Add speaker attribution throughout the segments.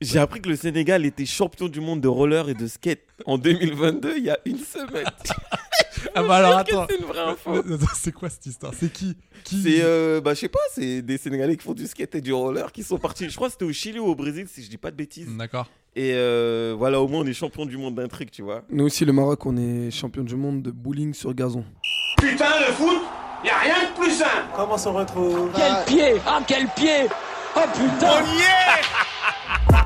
Speaker 1: J'ai appris que le Sénégal était champion du monde de roller et de skate en 2022, il y a une semaine.
Speaker 2: Ah bah alors
Speaker 1: Est-ce que
Speaker 2: attends.
Speaker 1: c'est une vraie info
Speaker 2: Attends, C'est quoi cette histoire C'est qui, qui
Speaker 1: C'est, euh, bah, je sais pas, c'est des Sénégalais qui font du skate et du roller qui sont partis. Je crois que c'était au Chili ou au Brésil, si je dis pas de bêtises.
Speaker 2: D'accord.
Speaker 1: Et euh, voilà, au moins on est champion du monde d'un truc, tu vois.
Speaker 3: Nous aussi, le Maroc, on est champion du monde de bowling sur gazon.
Speaker 4: Putain, le foot, y a rien de plus simple.
Speaker 5: Quel pied Ah, quel pied Oh putain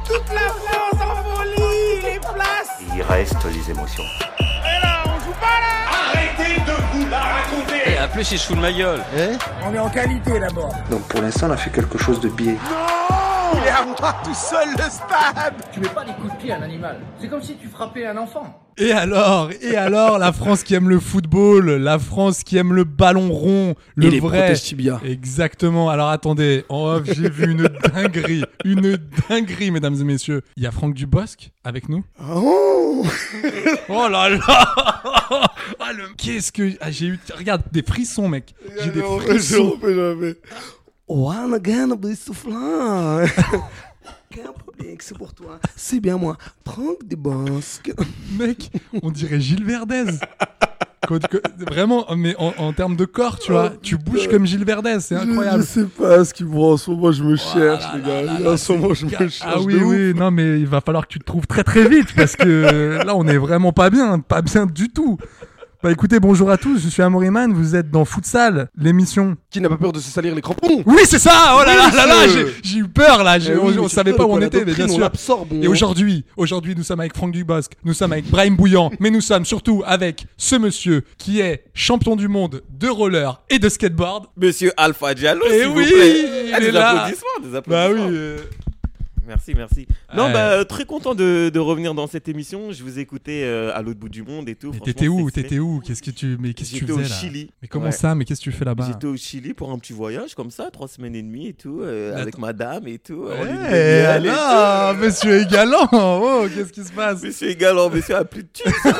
Speaker 4: Toute la France en folie, les places. Il reste les émotions. Et là, on joue pas là. Arrêtez de vous la raconter.
Speaker 5: En plus, il se fout de ma gueule
Speaker 6: Donc pour l'instant, on a fait quelque chose de biais.
Speaker 4: Il est à moi tout seul le stade.
Speaker 7: Tu mets pas des coups de pied à un animal. C'est comme si tu frappais un enfant.
Speaker 2: Et alors Et alors La France qui aime le football, la France qui aime le ballon rond, le
Speaker 3: Et les
Speaker 2: vrai.
Speaker 3: protèges tibia.
Speaker 2: Exactement. Alors attendez, en off, j'ai vu une dinguerie, une dinguerie, mesdames et messieurs. Il y a Franck Dubosc avec nous.
Speaker 3: Oh
Speaker 2: Oh là là Ah, le- Qu'est-ce que ah, j'ai eu Regarde, des frissons, mec. J'ai des frissons.
Speaker 3: One again, be soufflant. Aucun problème, c'est pour toi. C'est bien moi. Prends des basques.
Speaker 2: Mec, on dirait Gilles Verdez. Quand- que- vraiment, mais en, en termes de corps, tu vois, tu bouges comme Gilles Verdez, c'est incroyable.
Speaker 3: Oh, Je sais pas ce qu'ils vont. En ce moment, je me cherche, les gars. en ce moment, je me cherche.
Speaker 2: Ah oui,
Speaker 3: de ouf.
Speaker 2: oui, non, mais il va falloir que tu te trouves très très vite parce que là, on est vraiment pas bien, pas bien du tout. Bah écoutez, bonjour à tous, je suis Amoriman, vous êtes dans Futsal, l'émission.
Speaker 3: Qui n'a pas peur de se salir les crampons
Speaker 2: Eh Oui, c'est ça Oh là là là là,
Speaker 3: monsieur.
Speaker 2: j'ai- j'ai eu peur là, j'ai-
Speaker 3: Eh oui, mais
Speaker 2: on, on
Speaker 3: c'est
Speaker 2: savait
Speaker 3: ça,
Speaker 2: pas
Speaker 3: le
Speaker 2: où on
Speaker 3: poids de la
Speaker 2: était, mais bien
Speaker 3: doctrine, on
Speaker 2: sûr.
Speaker 3: l'absorbe,
Speaker 2: Et
Speaker 3: on-
Speaker 2: aujourd'hui, aujourd'hui, nous sommes avec Franck Dubosc, nous sommes avec Brahim Bouillant, mais nous sommes surtout avec ce monsieur qui est champion du monde de roller et de skateboard.
Speaker 1: Monsieur Alpha Diallo,
Speaker 2: Eh
Speaker 1: s'il
Speaker 2: oui,
Speaker 1: vous plaît.
Speaker 2: il
Speaker 1: Ah, des
Speaker 2: est là.
Speaker 1: applaudissements, des
Speaker 2: Bah oui,
Speaker 1: applaudissements.
Speaker 2: euh,
Speaker 1: Merci, merci. Non,
Speaker 2: Ouais.
Speaker 1: bah, très content de, de revenir dans cette émission. Je vous écoutais euh, à l'autre bout du monde et tout.
Speaker 2: mais
Speaker 1: Franchement,
Speaker 2: t'étais où
Speaker 1: c'était
Speaker 2: T'étais où Qu'est-ce que tu, mais qu'est-ce que tu
Speaker 1: J'étais au
Speaker 2: faisais là
Speaker 1: Chili.
Speaker 2: Mais comment
Speaker 1: Ouais.
Speaker 2: ça Mais qu'est-ce que tu fais là-bas
Speaker 1: J'étais au Chili pour un petit voyage comme ça, trois semaines et demie et tout, euh,
Speaker 2: Mais
Speaker 1: avec madame et tout. euh, en ligne de mire
Speaker 2: Eh
Speaker 1: et
Speaker 2: alors, monsieur est galant Oh, qu'est-ce qui se passe
Speaker 1: tout. Monsieur est galant, monsieur a plus de thunes.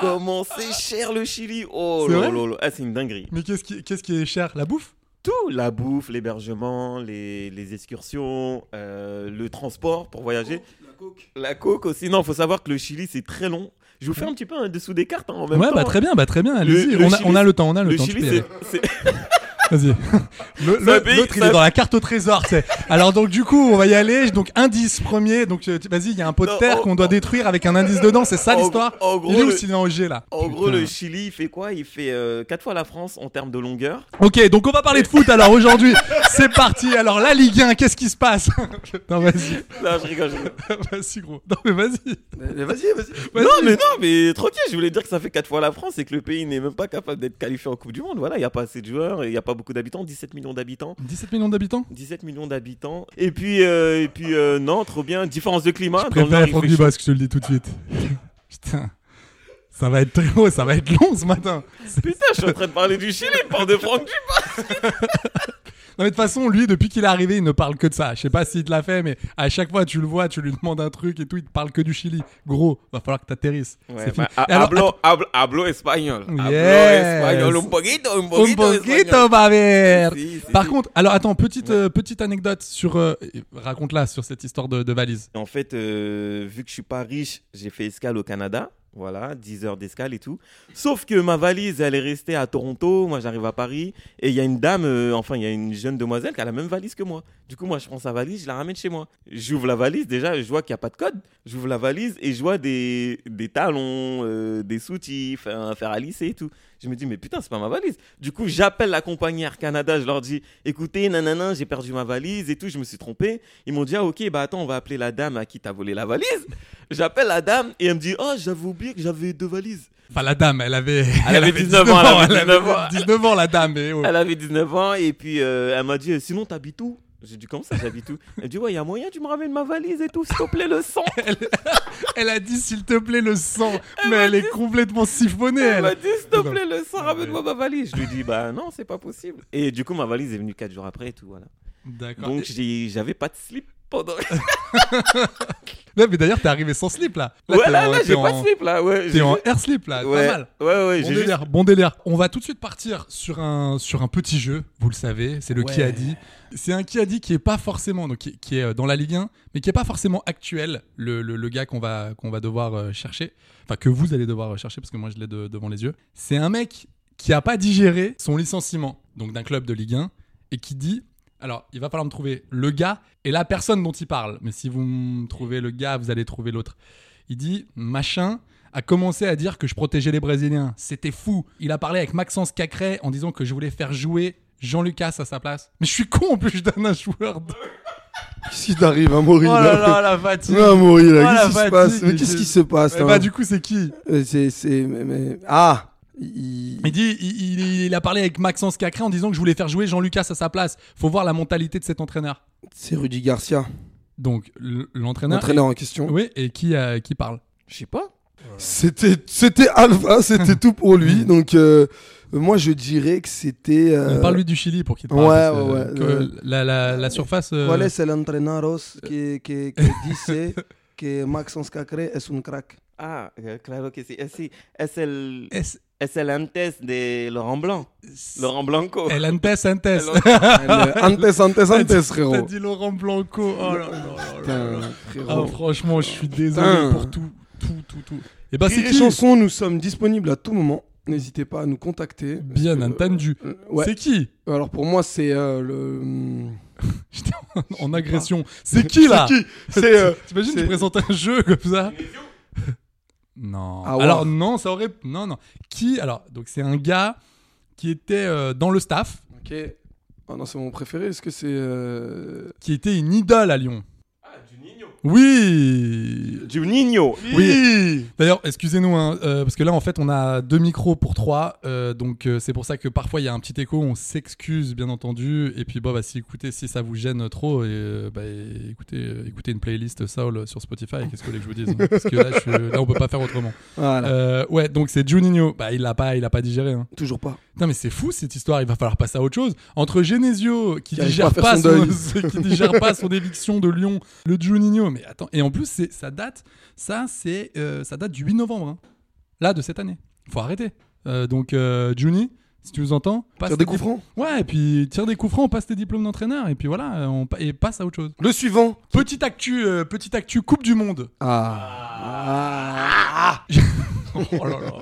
Speaker 1: Comment c'est cher le Chili Oh
Speaker 2: C'est
Speaker 1: là
Speaker 2: vrai
Speaker 1: là là. Ah, c'est une dinguerie.
Speaker 2: Mais qu'est-ce qui, qu'est-ce qui est cher La bouffe
Speaker 1: Tout La bouffe, l'hébergement, les, les excursions, euh, le transport pour voyager. La coke. aussi. Non, faut savoir que le Chili, c'est très long. Je vous fais un petit peu un dessous des cartes hein, en même
Speaker 2: Ouais,
Speaker 1: temps.
Speaker 2: bah très bien, bah très bien,
Speaker 1: Le-
Speaker 2: allez-y.
Speaker 1: le
Speaker 2: On a,
Speaker 1: Chili,
Speaker 2: on a le temps, on a le,
Speaker 1: Le
Speaker 2: temps. tu
Speaker 1: Chili,
Speaker 2: peux y aller.
Speaker 1: c'est- c'est.
Speaker 2: Vas-y. Le-
Speaker 1: C'est un
Speaker 2: le-
Speaker 1: pays-
Speaker 2: L'autre, il
Speaker 1: c'est
Speaker 2: est
Speaker 1: un-
Speaker 2: dans la carte au trésor, tu sais. Alors, donc, du coup, on va y aller. Donc, indice premier. Donc, euh, tu- vas-y, il y a un pot de
Speaker 1: Non,
Speaker 2: terre
Speaker 1: en-
Speaker 2: qu'on doit détruire avec un indice dedans. C'est ça
Speaker 1: en-
Speaker 2: l'histoire
Speaker 1: en
Speaker 2: Il
Speaker 1: gros,
Speaker 2: est où
Speaker 1: le-
Speaker 2: Sylvain Augier, là
Speaker 1: En gros,
Speaker 2: Putain.
Speaker 1: le Chili, il fait quoi Il fait 4 fois la France en termes de longueur.
Speaker 2: Ok, donc on va parler de foot alors aujourd'hui. C'est parti. Alors, la Ligue 1, qu'est-ce qui se passe Non, vas-y.
Speaker 1: Non, je rigole. je rigole.
Speaker 2: Vas-y, gros. Non, mais vas-y.
Speaker 3: Vas-y, vas-y.
Speaker 2: Vas-y.
Speaker 1: non, mais non, mais tranquille, je voulais dire que ça fait 4 fois la France et que le pays n'est même pas capable d'être qualifié en Coupe du Monde. Voilà, il n'y a pas assez de joueurs, il n'y a pas beaucoup d'habitants, 17 millions d'habitants.
Speaker 2: 17 millions d'habitants
Speaker 1: 17 millions d'habitants. Et puis, euh, et puis euh, non, trop bien. Différence de climat.
Speaker 2: Je
Speaker 1: Ah, Dans le Nord,
Speaker 2: préfère
Speaker 1: il
Speaker 2: Franck
Speaker 1: fait chaud.
Speaker 2: Dubosc, je te le dis tout de suite. Putain. Ça va être très haut, ça va être long ce matin.
Speaker 1: Putain, je suis en train de parler du Chili, il parle de Franck Dubosc.
Speaker 2: Non mais de toute façon, lui, depuis qu'il est arrivé, il ne parle que de ça. Je sais pas s'il te l'a fait, mais à chaque fois, tu le vois, tu lui demandes un truc et tout, il te parle que du Chili. Gros, va falloir que t'atterrisses. C'est fini. Et alors,
Speaker 1: bah, hablo, hablo, hablo espagnol. Hablo
Speaker 2: Yes.
Speaker 1: espagnol, un poquito, un
Speaker 2: att- un
Speaker 1: poquito.
Speaker 2: poquito,
Speaker 1: espagnol.
Speaker 2: ma mère.
Speaker 1: Si, si,
Speaker 2: Par
Speaker 1: si.
Speaker 2: contre, alors attends, petite, euh, petite anecdote sur... euh, Raconte-la sur cette histoire de, de valise.
Speaker 1: En fait, euh, vu que je suis pas riche, j'ai fait escale au Canada. Voilà, 10 heures d'escale et tout. Sauf que ma valise, elle est restée à Toronto. Moi, j'arrive à Paris. Et il y a une dame, euh, enfin, il y a une jeune demoiselle qui a la même valise que moi. Du coup, moi, je prends sa valise, je la ramène chez moi. J'ouvre la valise, déjà, je vois qu'il n'y a pas de code. J'ouvre la valise et je vois des, des talons, euh, des soutifs, un fer à lisser et tout. Je me dis, mais putain, c'est pas ma valise. Du coup, j'appelle la compagnie Air Canada, je leur dis, écoutez, nanana, j'ai perdu ma valise et tout, je me suis trompé. Ils m'ont dit, ah ok, bah attends, on va appeler la dame à qui t'as volé la valise. J'appelle la dame et elle me dit, oh, j'avais oublié que j'avais deux valises.
Speaker 2: Enfin, la dame, elle avait...
Speaker 1: Elle avait 19 ans, elle avait 19 ans.
Speaker 2: 19 ans, la dame. et oh.
Speaker 1: Elle avait 19 ans et puis euh, elle m'a dit, sinon t'habites où J'ai dit, comment ça, j'habite où Elle me dit, ouais, il y a moyen, tu me ramènes ma valise et tout, s'il te plaît, le sang.
Speaker 2: Elle a dit, s'il te plaît, le sang. mais elle est complètement siphonnée,
Speaker 1: Elle m'a
Speaker 2: elle.
Speaker 1: dit, s'il te plaît, le sang, ramène-moi ma valise. Je lui dis, bah non, c'est pas possible. Et du coup, ma valise est venue 4 jours après et tout, voilà.
Speaker 2: D'accord.
Speaker 1: Donc, j'ai- j'avais pas de slip. pendant.
Speaker 2: Ouais, mais d'ailleurs, t'es arrivé sans slip là. Là,
Speaker 1: ouais,
Speaker 2: t'es
Speaker 1: là,
Speaker 2: en-
Speaker 1: là,
Speaker 2: t'es
Speaker 1: j'ai pas
Speaker 2: en-
Speaker 1: de slip là. Ouais,
Speaker 2: T'es
Speaker 1: j'ai-
Speaker 2: en air slip là,
Speaker 1: ouais,
Speaker 2: pas mal.
Speaker 1: Ouais, ouais,
Speaker 2: Bon
Speaker 1: j'ai juste-
Speaker 2: délire, bon délire. On va tout de suite partir sur un, sur un petit jeu, vous le savez, c'est le Ouais. qui a dit. C'est un qui a dit qui est pas forcément, donc qui, qui est euh, dans la Ligue 1, mais qui est pas forcément actuel, le, le- le gars qu'on va, qu'on va devoir euh, chercher, enfin que vous allez devoir euh, chercher parce que moi je l'ai de- devant les yeux. C'est un mec qui a pas digéré son licenciement, donc d'un club de Ligue 1, et qui dit. Alors, il va falloir me trouver le gars et la personne dont il parle. Mais si vous me trouvez le gars, vous allez trouver l'autre. Il dit Machin a commencé à dire que je protégeais les Brésiliens. C'était fou. Il a parlé avec Maxence Cacré en disant que je voulais faire jouer Jean Lucas à sa place. Mais je suis con en plus, je donne un joueur. de-
Speaker 3: Qu'est-ce qui t'arrive, Amaury
Speaker 2: Oh
Speaker 3: là
Speaker 2: là là, la fatigue.
Speaker 3: Non, Amaury,
Speaker 2: Oh, la
Speaker 3: là, qu'est-ce qui se
Speaker 2: fatigue,
Speaker 3: passe Mais
Speaker 2: mais
Speaker 3: qu'est-ce
Speaker 2: je-
Speaker 3: qui se passe
Speaker 2: Eh
Speaker 3: là
Speaker 2: bah, du coup, c'est qui
Speaker 3: Euh, C'est. c'est- mais- mais- Ah il-
Speaker 2: Il dit il, il- il a parlé avec Maxence Cacré en disant que je voulais faire jouer Jean Lucas à sa place. Faut voir la mentalité de cet entraîneur.
Speaker 3: C'est Rudy Garcia,
Speaker 2: Donc, l- l'entraîneur.
Speaker 3: l'entraîneur en question.
Speaker 2: Oui, et qui, euh, qui parle
Speaker 1: Je sais pas.
Speaker 3: C'était c'était Alpha, c'était tout pour lui. Donc, euh, moi, je dirais que c'était. euh,
Speaker 2: Parle-lui du Chili pour qu'il te
Speaker 3: ouais,
Speaker 2: parle. parce
Speaker 3: ouais,
Speaker 2: que-
Speaker 3: ouais,
Speaker 2: que la, la- la surface. euh,
Speaker 3: ¿Cuál es el entrenador que, que, que dice que Maxence Cacré es un crack?
Speaker 1: Ah, euh, claro que si. Eh, si. Es el,
Speaker 2: es-
Speaker 1: es el antes de Laurent Blanc. Laurent Blanco.
Speaker 2: El Antes, Antes.
Speaker 3: Le antes, antes, antes,
Speaker 2: Ah, T'as
Speaker 3: frérot.
Speaker 2: dit Laurent Blanco. Oh là là là là là.
Speaker 3: Putain,
Speaker 2: Ah,
Speaker 3: frérot.
Speaker 2: franchement, je suis désolé
Speaker 3: Oh. Putain.
Speaker 2: pour tout, tout, tout, tout. Et bah, c'est
Speaker 3: Rire et
Speaker 2: qui
Speaker 3: chansons, nous sommes disponibles à tout moment. N'hésitez pas à nous contacter.
Speaker 2: Bien
Speaker 3: Euh,
Speaker 2: entendu.
Speaker 3: euh, ouais.
Speaker 2: C'est qui
Speaker 3: Alors pour moi, c'est euh, le.
Speaker 2: J'étais en, en agression. C'est qui là
Speaker 3: C'est qui C'est. euh,
Speaker 2: T'imagines, tu
Speaker 3: c'est-
Speaker 2: présentes un jeu comme ça Non.
Speaker 3: Ah ouais.
Speaker 2: Alors, non, ça aurait. Non, non. Qui Alors, donc, c'est un gars qui était euh, dans le staff,
Speaker 3: Ok. Ah non, c'est mon préféré. Est-ce que c'est. euh,
Speaker 2: qui était une idole à Lyon. Ah, du Nino Oui
Speaker 1: Du Nino.
Speaker 2: Oui. D'ailleurs, excusez-nous, hein, euh, parce que là, en fait, on a deux micros pour trois, euh, donc euh, c'est pour ça que parfois il y a un petit écho. On s'excuse, bien entendu. Et puis, bah, bah, si écoutez, si ça vous gêne trop, et, euh, bah, écoutez, euh, écoutez une playlist Soul sur Spotify. Qu'est-ce que vous voulez que je vous dise hein Parce que là, je suis- là, on peut pas faire autrement.
Speaker 3: Voilà.
Speaker 2: Euh, ouais, donc c'est Juninho. Bah, il l'a pas, il a pas digéré. Hein.
Speaker 3: Toujours pas.
Speaker 2: Putain, mais c'est fou cette histoire. Il va falloir passer à autre chose. Entre Genesio qui,
Speaker 3: Qui arrive
Speaker 2: digère
Speaker 3: pas à
Speaker 2: pas,
Speaker 3: faire
Speaker 2: son,
Speaker 3: son
Speaker 2: qui digère pas son éviction de Lyon, le Juninho. Mais attends, et en plus c'est ça date, ça c'est euh, ça date du 8 novembre, hein. là de cette année. Faut arrêter. Euh, donc euh, Juni, si tu nous entends, passe
Speaker 3: Tire des
Speaker 2: tes
Speaker 3: coups
Speaker 2: dip-
Speaker 3: francs.
Speaker 2: Ouais, et puis tire des coups francs, passe tes diplômes d'entraîneur, et puis voilà, euh, on pa- et passe à autre chose.
Speaker 3: Le suivant.
Speaker 2: Petite actu, euh, petite actu Coupe du Monde.
Speaker 3: Ah.
Speaker 2: Oh là là.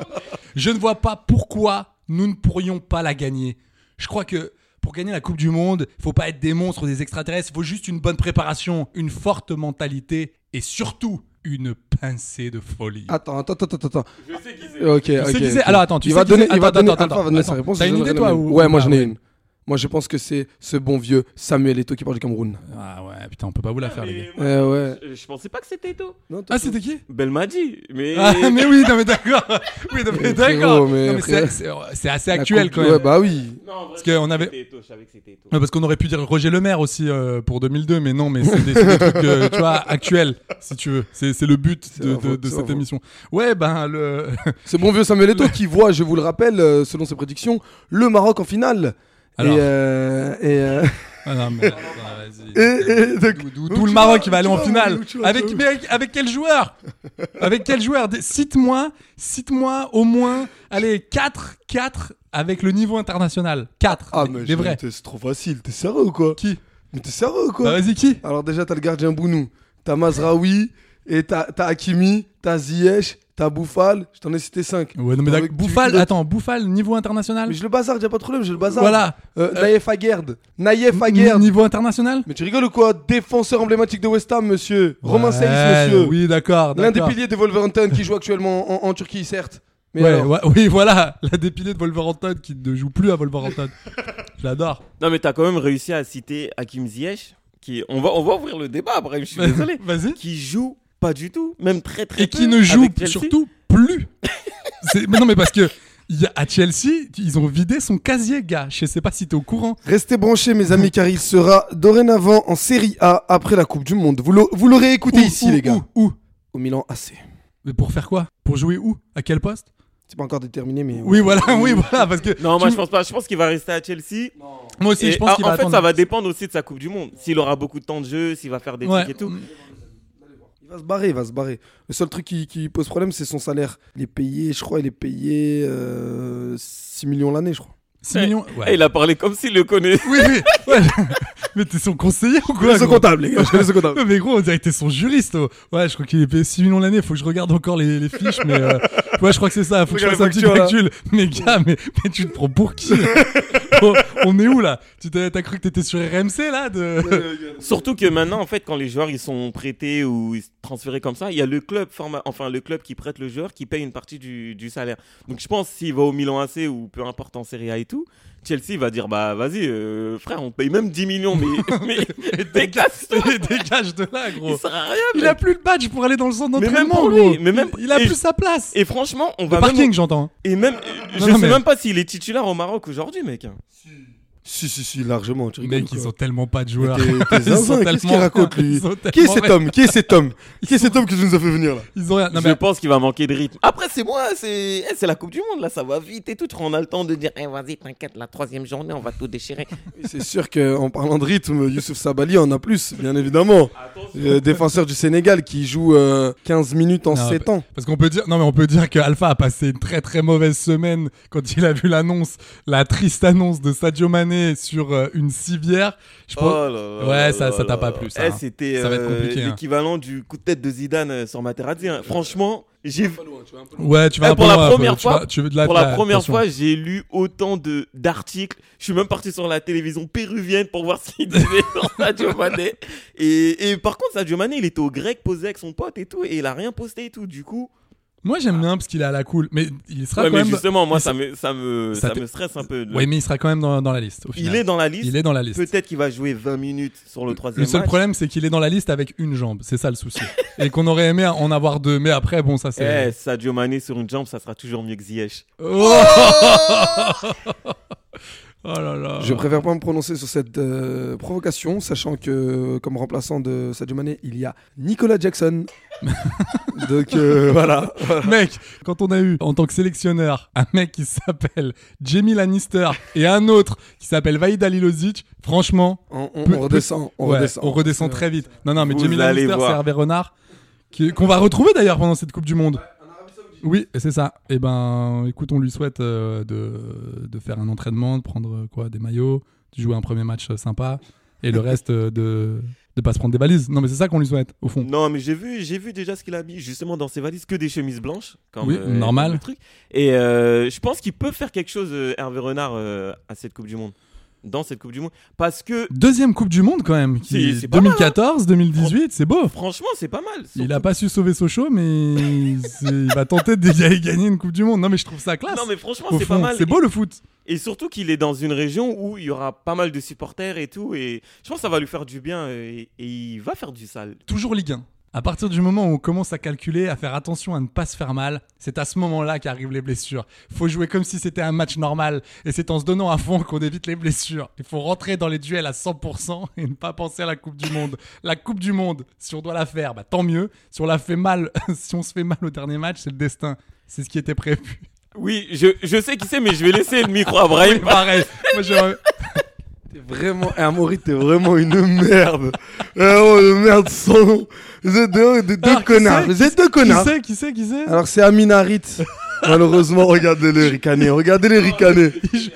Speaker 2: Je ne vois pas pourquoi nous ne pourrions pas la gagner. Je crois que pour gagner la Coupe du Monde, faut pas être des monstres, des extraterrestres, faut juste une bonne préparation, une forte mentalité et surtout une pincée de folie.
Speaker 3: Attends, attends, attends, attends, attends. Ok,
Speaker 2: Tu sais
Speaker 3: ok,
Speaker 2: qui c'est
Speaker 3: ok.
Speaker 2: Alors, attends, tu
Speaker 3: il
Speaker 2: sais
Speaker 3: va
Speaker 2: qui
Speaker 3: donner,
Speaker 2: c'est
Speaker 3: il va
Speaker 2: Attends,
Speaker 3: donner.
Speaker 2: attends,
Speaker 3: Alpha
Speaker 2: attends,
Speaker 3: va donner sa
Speaker 2: attends.
Speaker 3: réponse.
Speaker 2: T'as
Speaker 3: je
Speaker 2: une
Speaker 3: donnerai
Speaker 2: idée,
Speaker 3: la
Speaker 2: toi,
Speaker 3: mienne.
Speaker 2: ou-
Speaker 3: Ouais,
Speaker 2: ou
Speaker 3: moi
Speaker 2: pas,
Speaker 3: j'en ai
Speaker 2: ouais.
Speaker 3: une. Moi je pense que c'est ce bon vieux Samuel Eto'o qui parle du Cameroun.
Speaker 2: Ah ouais, putain, on peut pas vous la faire les gars. Eh
Speaker 3: Ouais, ouais.
Speaker 1: Je, je pensais pas que c'était tout.
Speaker 3: Non,
Speaker 2: Ah, c'était qui
Speaker 1: Belmadi. Mais.
Speaker 2: ah, mais oui, non mais d'accord. Oui, non mais
Speaker 3: Eh,
Speaker 2: d'accord.
Speaker 3: frérot, mais
Speaker 2: Non, mais c'est-
Speaker 3: frérot.
Speaker 2: c'est c'est assez
Speaker 3: La
Speaker 2: actuel
Speaker 3: coupe-
Speaker 2: quand même.
Speaker 3: Ouais, bah oui.
Speaker 1: Non, en vrai,
Speaker 2: Parce qu'on avait
Speaker 1: c'était Eto'o, je savais que c'était Eto'o.
Speaker 2: Ouais, parce qu'on aurait pu dire Roger Lemaire aussi euh, pour 2002, mais non, mais c'est des, c'est des trucs, euh, tu vois, actuels, si tu veux. C'est c'est le but de,
Speaker 3: C'est
Speaker 2: de-
Speaker 3: un
Speaker 2: de
Speaker 3: vote,
Speaker 2: cette
Speaker 3: c'est un
Speaker 2: émission. Ouais, ben, le...
Speaker 3: Ce bon vieux Samuel Eto'o qui voit, je vous le rappelle, euh, selon ses prédictions, le Maroc en finale.
Speaker 2: Alors.
Speaker 3: Et, euh, et, euh,
Speaker 2: Ah, non, mais, ah, vas-y.
Speaker 3: et- et donc-
Speaker 2: D'où- d'où-
Speaker 3: où
Speaker 2: D'où
Speaker 3: tu
Speaker 2: le
Speaker 3: vas,
Speaker 2: Maroc qui
Speaker 3: où
Speaker 2: va
Speaker 3: tu
Speaker 2: aller en
Speaker 3: vas,
Speaker 2: finale.
Speaker 3: où tu vas,
Speaker 2: Avec,
Speaker 3: où-
Speaker 2: mais avec, avec quel joueur Avec quel joueur Des- Cite-moi, cite-moi au moins, allez, 4, 4 avec le niveau international. 4,
Speaker 3: Ah, mais
Speaker 2: des,
Speaker 3: je-
Speaker 2: vrais.
Speaker 3: t'es- c'est trop facile, t'es sérieux ou quoi
Speaker 2: Qui
Speaker 3: Mais t'es sérieux ou
Speaker 2: Bah,
Speaker 3: quoi
Speaker 2: Vas-y, qui
Speaker 3: Alors déjà, t'as le gardien Bounou, t'as Mazraoui, et t'as t'as Hakimi, t'as Ziyech, t'as Bouffal, je t'en ai cité 5.
Speaker 2: Ouais, non, mais d'accord.
Speaker 3: Avec
Speaker 2: Bouffal,
Speaker 3: du-
Speaker 2: attends, Bouffal, niveau international
Speaker 3: Mais j'ai le bazar, y'a pas de problème, j'ai le bazar.
Speaker 2: Voilà.
Speaker 3: Euh, Naïef Aguerd, Naïef
Speaker 2: Ni-
Speaker 3: Aguerd.
Speaker 2: Niveau international
Speaker 3: Mais tu rigoles ou quoi Défenseur emblématique de West Ham, monsieur. Romain
Speaker 2: Ouais,
Speaker 3: Saïs, monsieur.
Speaker 2: Oui, d'accord.
Speaker 3: L'un des
Speaker 2: d'accord.
Speaker 3: piliers de Wolverhampton qui joue actuellement en, en Turquie, certes. Mais
Speaker 2: Ouais,
Speaker 3: alors,
Speaker 2: ouais, oui, voilà, la dépilée de Wolverhampton qui ne joue plus à Wolverhampton. Je l'adore.
Speaker 1: Non, mais t'as quand même réussi à citer Hakim Ziyech. Qui... On, va, on va ouvrir le débat après, je suis désolé.
Speaker 2: Vas-y.
Speaker 1: qui joue pas du tout, même très très
Speaker 2: Et qui
Speaker 1: peu
Speaker 2: ne joue
Speaker 1: avec Chelsea.
Speaker 2: surtout plus. C'est- mais non, mais parce que il y a- à Chelsea, ils ont vidé son casier, gars. Je sais pas si t'es au courant.
Speaker 3: Restez branchés, mes amis, car il sera dorénavant en Série A après la Coupe du Monde. Vous l'au- vous l'aurez écouté
Speaker 2: Où,
Speaker 3: ici,
Speaker 2: où,
Speaker 3: les gars.
Speaker 2: Où, où
Speaker 3: Au Milan AC.
Speaker 2: Mais pour faire quoi Pour jouer où À quel poste
Speaker 3: C'est pas encore déterminé, mais.
Speaker 2: Oui, voilà, oui, voilà, parce que
Speaker 1: Non, moi
Speaker 2: tu-
Speaker 1: je pense pas. Je pense qu'il va rester à Chelsea.
Speaker 2: moi aussi,
Speaker 1: Et-
Speaker 2: je pense
Speaker 1: ah,
Speaker 2: qu'il
Speaker 1: en
Speaker 2: va
Speaker 1: fait,
Speaker 2: attendre.
Speaker 1: ça va dépendre aussi de sa Coupe du Monde. S'il aura beaucoup de temps de jeu, s'il va faire des
Speaker 2: Ouais.
Speaker 1: trucs et tout.
Speaker 3: Il va se barrer, il va se barrer. Le seul truc qui, qui pose problème, c'est son salaire. Il est payé, je crois, il est payé euh, 6 millions l'année, je crois.
Speaker 2: 6 millions. ouais.
Speaker 1: Et Ah, il a parlé comme s'il le connaissait.
Speaker 2: Oui, oui. ouais. Mais t'es son conseiller ou quoi
Speaker 3: Laisse au
Speaker 2: gros
Speaker 3: comptable, les gars, je laisse au comptable.
Speaker 2: Ouais, mais gros, on dirait que t'es son juriste. oh. Ouais, je crois qu'il est payé 6 millions l'année. Faut que je regarde encore les, les fiches, mais euh, ouais, je crois que c'est ça. Faut que je fasse un
Speaker 3: Regarde
Speaker 2: petit
Speaker 3: les factures, là.
Speaker 2: calcul. Mais gars, mais, mais tu te prends pour qui Oh, On est où là Tu t'as t'as cru que t'étais sur RMC là
Speaker 3: Euh.
Speaker 2: de...
Speaker 1: Surtout que maintenant, en fait, quand les joueurs ils sont prêtés ou ils sont transférés comme ça, il y a le club forma- enfin le club qui prête le joueur qui paye une partie du, du salaire. Donc je pense s'il va au Milan AC ou peu importe en Serie A et tout, Chelsea va dire bah vas-y euh, frère, on paye même 10 millions mais mais décasse-toi,
Speaker 2: Et Dégage de là,
Speaker 1: il
Speaker 2: gros.
Speaker 1: sert à rien.
Speaker 2: Il
Speaker 1: mec.
Speaker 2: a plus le badge pour aller dans le centre
Speaker 1: Mais même
Speaker 2: d'entraînement,
Speaker 1: pour lui,
Speaker 2: gros.
Speaker 1: mais même-
Speaker 2: Il, il a
Speaker 1: et-
Speaker 2: plus sa place.
Speaker 1: Et franchement, on
Speaker 2: Le
Speaker 1: va
Speaker 2: parking,
Speaker 1: même
Speaker 2: j'entends. hein.
Speaker 1: et même je
Speaker 2: non,
Speaker 1: sais
Speaker 2: mais-
Speaker 1: même pas s'il est titulaire au Maroc aujourd'hui mec.
Speaker 3: Si, si, si, largement. Tu rigoles,
Speaker 2: Mec, ils
Speaker 3: quoi.
Speaker 2: ont tellement pas de joueurs.
Speaker 3: T'es- t'es
Speaker 2: Ils sont
Speaker 3: zinzin, qu'est-ce
Speaker 2: tellement-
Speaker 3: qu'il raconte
Speaker 2: ils
Speaker 3: lui
Speaker 2: sont
Speaker 3: Qui est
Speaker 2: tellement-
Speaker 3: cet homme Qui est cet homme Qui est cet homme que tu nous as fait venir là
Speaker 2: Ils ont rien. Non,
Speaker 1: je
Speaker 2: mais
Speaker 1: pense qu'il va manquer de rythme. Après, c'est moi, c'est eh, c'est la Coupe du Monde, là, ça va vite et tout. On a le temps de dire, eh, vas-y, t'inquiète, la troisième journée, on va tout déchirer.
Speaker 3: C'est sûr qu'en parlant de rythme, Youssouf Sabali en a plus, bien évidemment. Euh, défenseur du Sénégal qui joue euh, 15 minutes en
Speaker 2: Non, bah,
Speaker 3: 7 ans.
Speaker 2: Parce qu'on peut dire, non mais on peut dire que Alpha a passé une très très mauvaise semaine quand il a vu l'annonce, la triste annonce de Sadio Mané sur euh, une civière.
Speaker 1: Oh
Speaker 2: Je pense-
Speaker 1: Euh,
Speaker 2: Ouais, ça- ça t'a pas plu, ça,
Speaker 1: Eh,
Speaker 2: hein.
Speaker 1: C'était
Speaker 2: Ça va être
Speaker 1: euh,
Speaker 2: compliqué, hein.
Speaker 1: l'équivalent du coup de tête de Zidane euh, sur Materazzi. hein. Franchement, j'ai pour
Speaker 2: Ouais, tu vas
Speaker 1: Eh,
Speaker 2: un
Speaker 1: pour
Speaker 2: peu
Speaker 1: la
Speaker 2: loin, un peu.
Speaker 1: première
Speaker 2: Tu
Speaker 1: fois-
Speaker 2: vas- tu veux de la- de
Speaker 1: la
Speaker 2: la-
Speaker 1: première
Speaker 2: attention.
Speaker 1: fois, j'ai lu autant de d'articles. Je suis même parti sur la télévision péruvienne pour voir ce qu'il disait sur Sadio Mané. Et, et par contre, Sadio Mané, il était au grec posé avec son pote et tout, et il a rien posté et tout. Du coup,
Speaker 2: Moi j'aime bien parce qu'il est à la cool, mais il sera
Speaker 1: ouais,
Speaker 2: quand
Speaker 1: mais
Speaker 2: même.
Speaker 1: justement, moi,
Speaker 2: mais
Speaker 1: ça me ça me
Speaker 2: ça
Speaker 1: ça
Speaker 2: te-
Speaker 1: me stresse un peu. de-
Speaker 2: Ouais, mais il sera quand même dans, dans la liste. Au
Speaker 1: Il
Speaker 2: final.
Speaker 1: est dans la liste.
Speaker 2: Il est dans la liste.
Speaker 1: Peut-être qu'il va jouer 20 minutes sur le troisième
Speaker 2: Le seul
Speaker 1: match.
Speaker 2: problème, c'est qu'il est dans la liste avec une jambe. C'est ça le souci. Et qu'on aurait aimé en avoir deux, mais après, bon, ça c'est.
Speaker 1: Eh, Sadio Mané sur une jambe, ça sera toujours mieux que Ziyech.
Speaker 2: Oh, Oh là là.
Speaker 3: Je préfère pas me prononcer sur cette euh, provocation, sachant que comme remplaçant de Sadio Mané, il y a Nicolas Jackson. Donc euh, voilà.
Speaker 2: Mec, quand on a eu en tant que sélectionneur un mec qui s'appelle Jamie Lannister et un autre qui s'appelle Vaid Alilozic, franchement,
Speaker 3: On, on-
Speaker 2: Peu-
Speaker 3: on redescend, on
Speaker 2: ouais,
Speaker 3: redescend.
Speaker 2: on redescend très vite. Non, non, mais
Speaker 1: Vous
Speaker 2: Jamie
Speaker 1: allez
Speaker 2: Lannister,
Speaker 1: voir.
Speaker 2: c'est Hervé Renard qui- qu'on va retrouver d'ailleurs pendant cette Coupe du Monde. Oui, c'est ça. Eh ben, écoute, on lui souhaite euh, de, de faire un entraînement, de prendre euh, quoi, des maillots, de jouer un premier match euh, sympa, et le reste euh, de de pas se prendre des balises. Non, mais c'est ça qu'on lui souhaite au fond.
Speaker 1: Non, mais j'ai vu, j'ai vu déjà ce qu'il a mis justement dans ses valises, que des chemises blanches. Comme,
Speaker 2: Oui, normal.
Speaker 1: comme le truc. Et euh, je pense qu'il peut faire quelque chose, euh, Hervé Renard, euh, à cette Coupe du Monde. Dans cette Coupe du Monde. Parce que,
Speaker 2: Deuxième Coupe du Monde quand même, qui
Speaker 1: C'est- c'est pas mal, hein.
Speaker 2: 2014, 2018, c'est beau.
Speaker 1: franchement, c'est pas mal.
Speaker 2: Il a pas su sauver Sochaux, mais c'est- il va tenter de y- gagner une Coupe du Monde. Non, mais je trouve ça classe.
Speaker 1: Non, mais franchement,
Speaker 2: Au
Speaker 1: c'est
Speaker 2: fond,
Speaker 1: pas mal.
Speaker 2: C'est beau le foot.
Speaker 1: Et surtout qu'il est dans une région où il y aura pas mal de supporters et tout. Et je pense que ça va lui faire du bien. euh, Et, et il va faire du sale.
Speaker 2: Toujours Ligue 1. À partir du moment où on commence à calculer, à faire attention à ne pas se faire mal, c'est à ce moment-là qu'arrivent les blessures. Faut jouer comme si c'était un match normal, et c'est en se donnant à fond qu'on évite les blessures. Il faut rentrer dans les duels à 100% et ne pas penser à la Coupe du Monde. La Coupe du Monde, si on doit la faire, bah tant mieux. Si on la fait mal, si on se fait mal au dernier match, c'est le destin. C'est ce qui était prévu.
Speaker 1: Oui, je, je sais qui c'est, mais je vais laisser le micro à Brahim.
Speaker 2: Pareil. Moi, j'aurais-
Speaker 3: T'es vraiment, eh, Amaury, t'es vraiment une merde. Eh, oh, une merde sans nom. Vous êtes deux, deux- deux
Speaker 2: Alors, qui
Speaker 3: connards.
Speaker 2: Ah, c'est
Speaker 3: Vous êtes deux connards.
Speaker 2: Qui c'est Qui c'est Qui c'est
Speaker 3: Alors c'est Amin Harit. Malheureusement, regardez-les ricaner, regardez-les ricaner.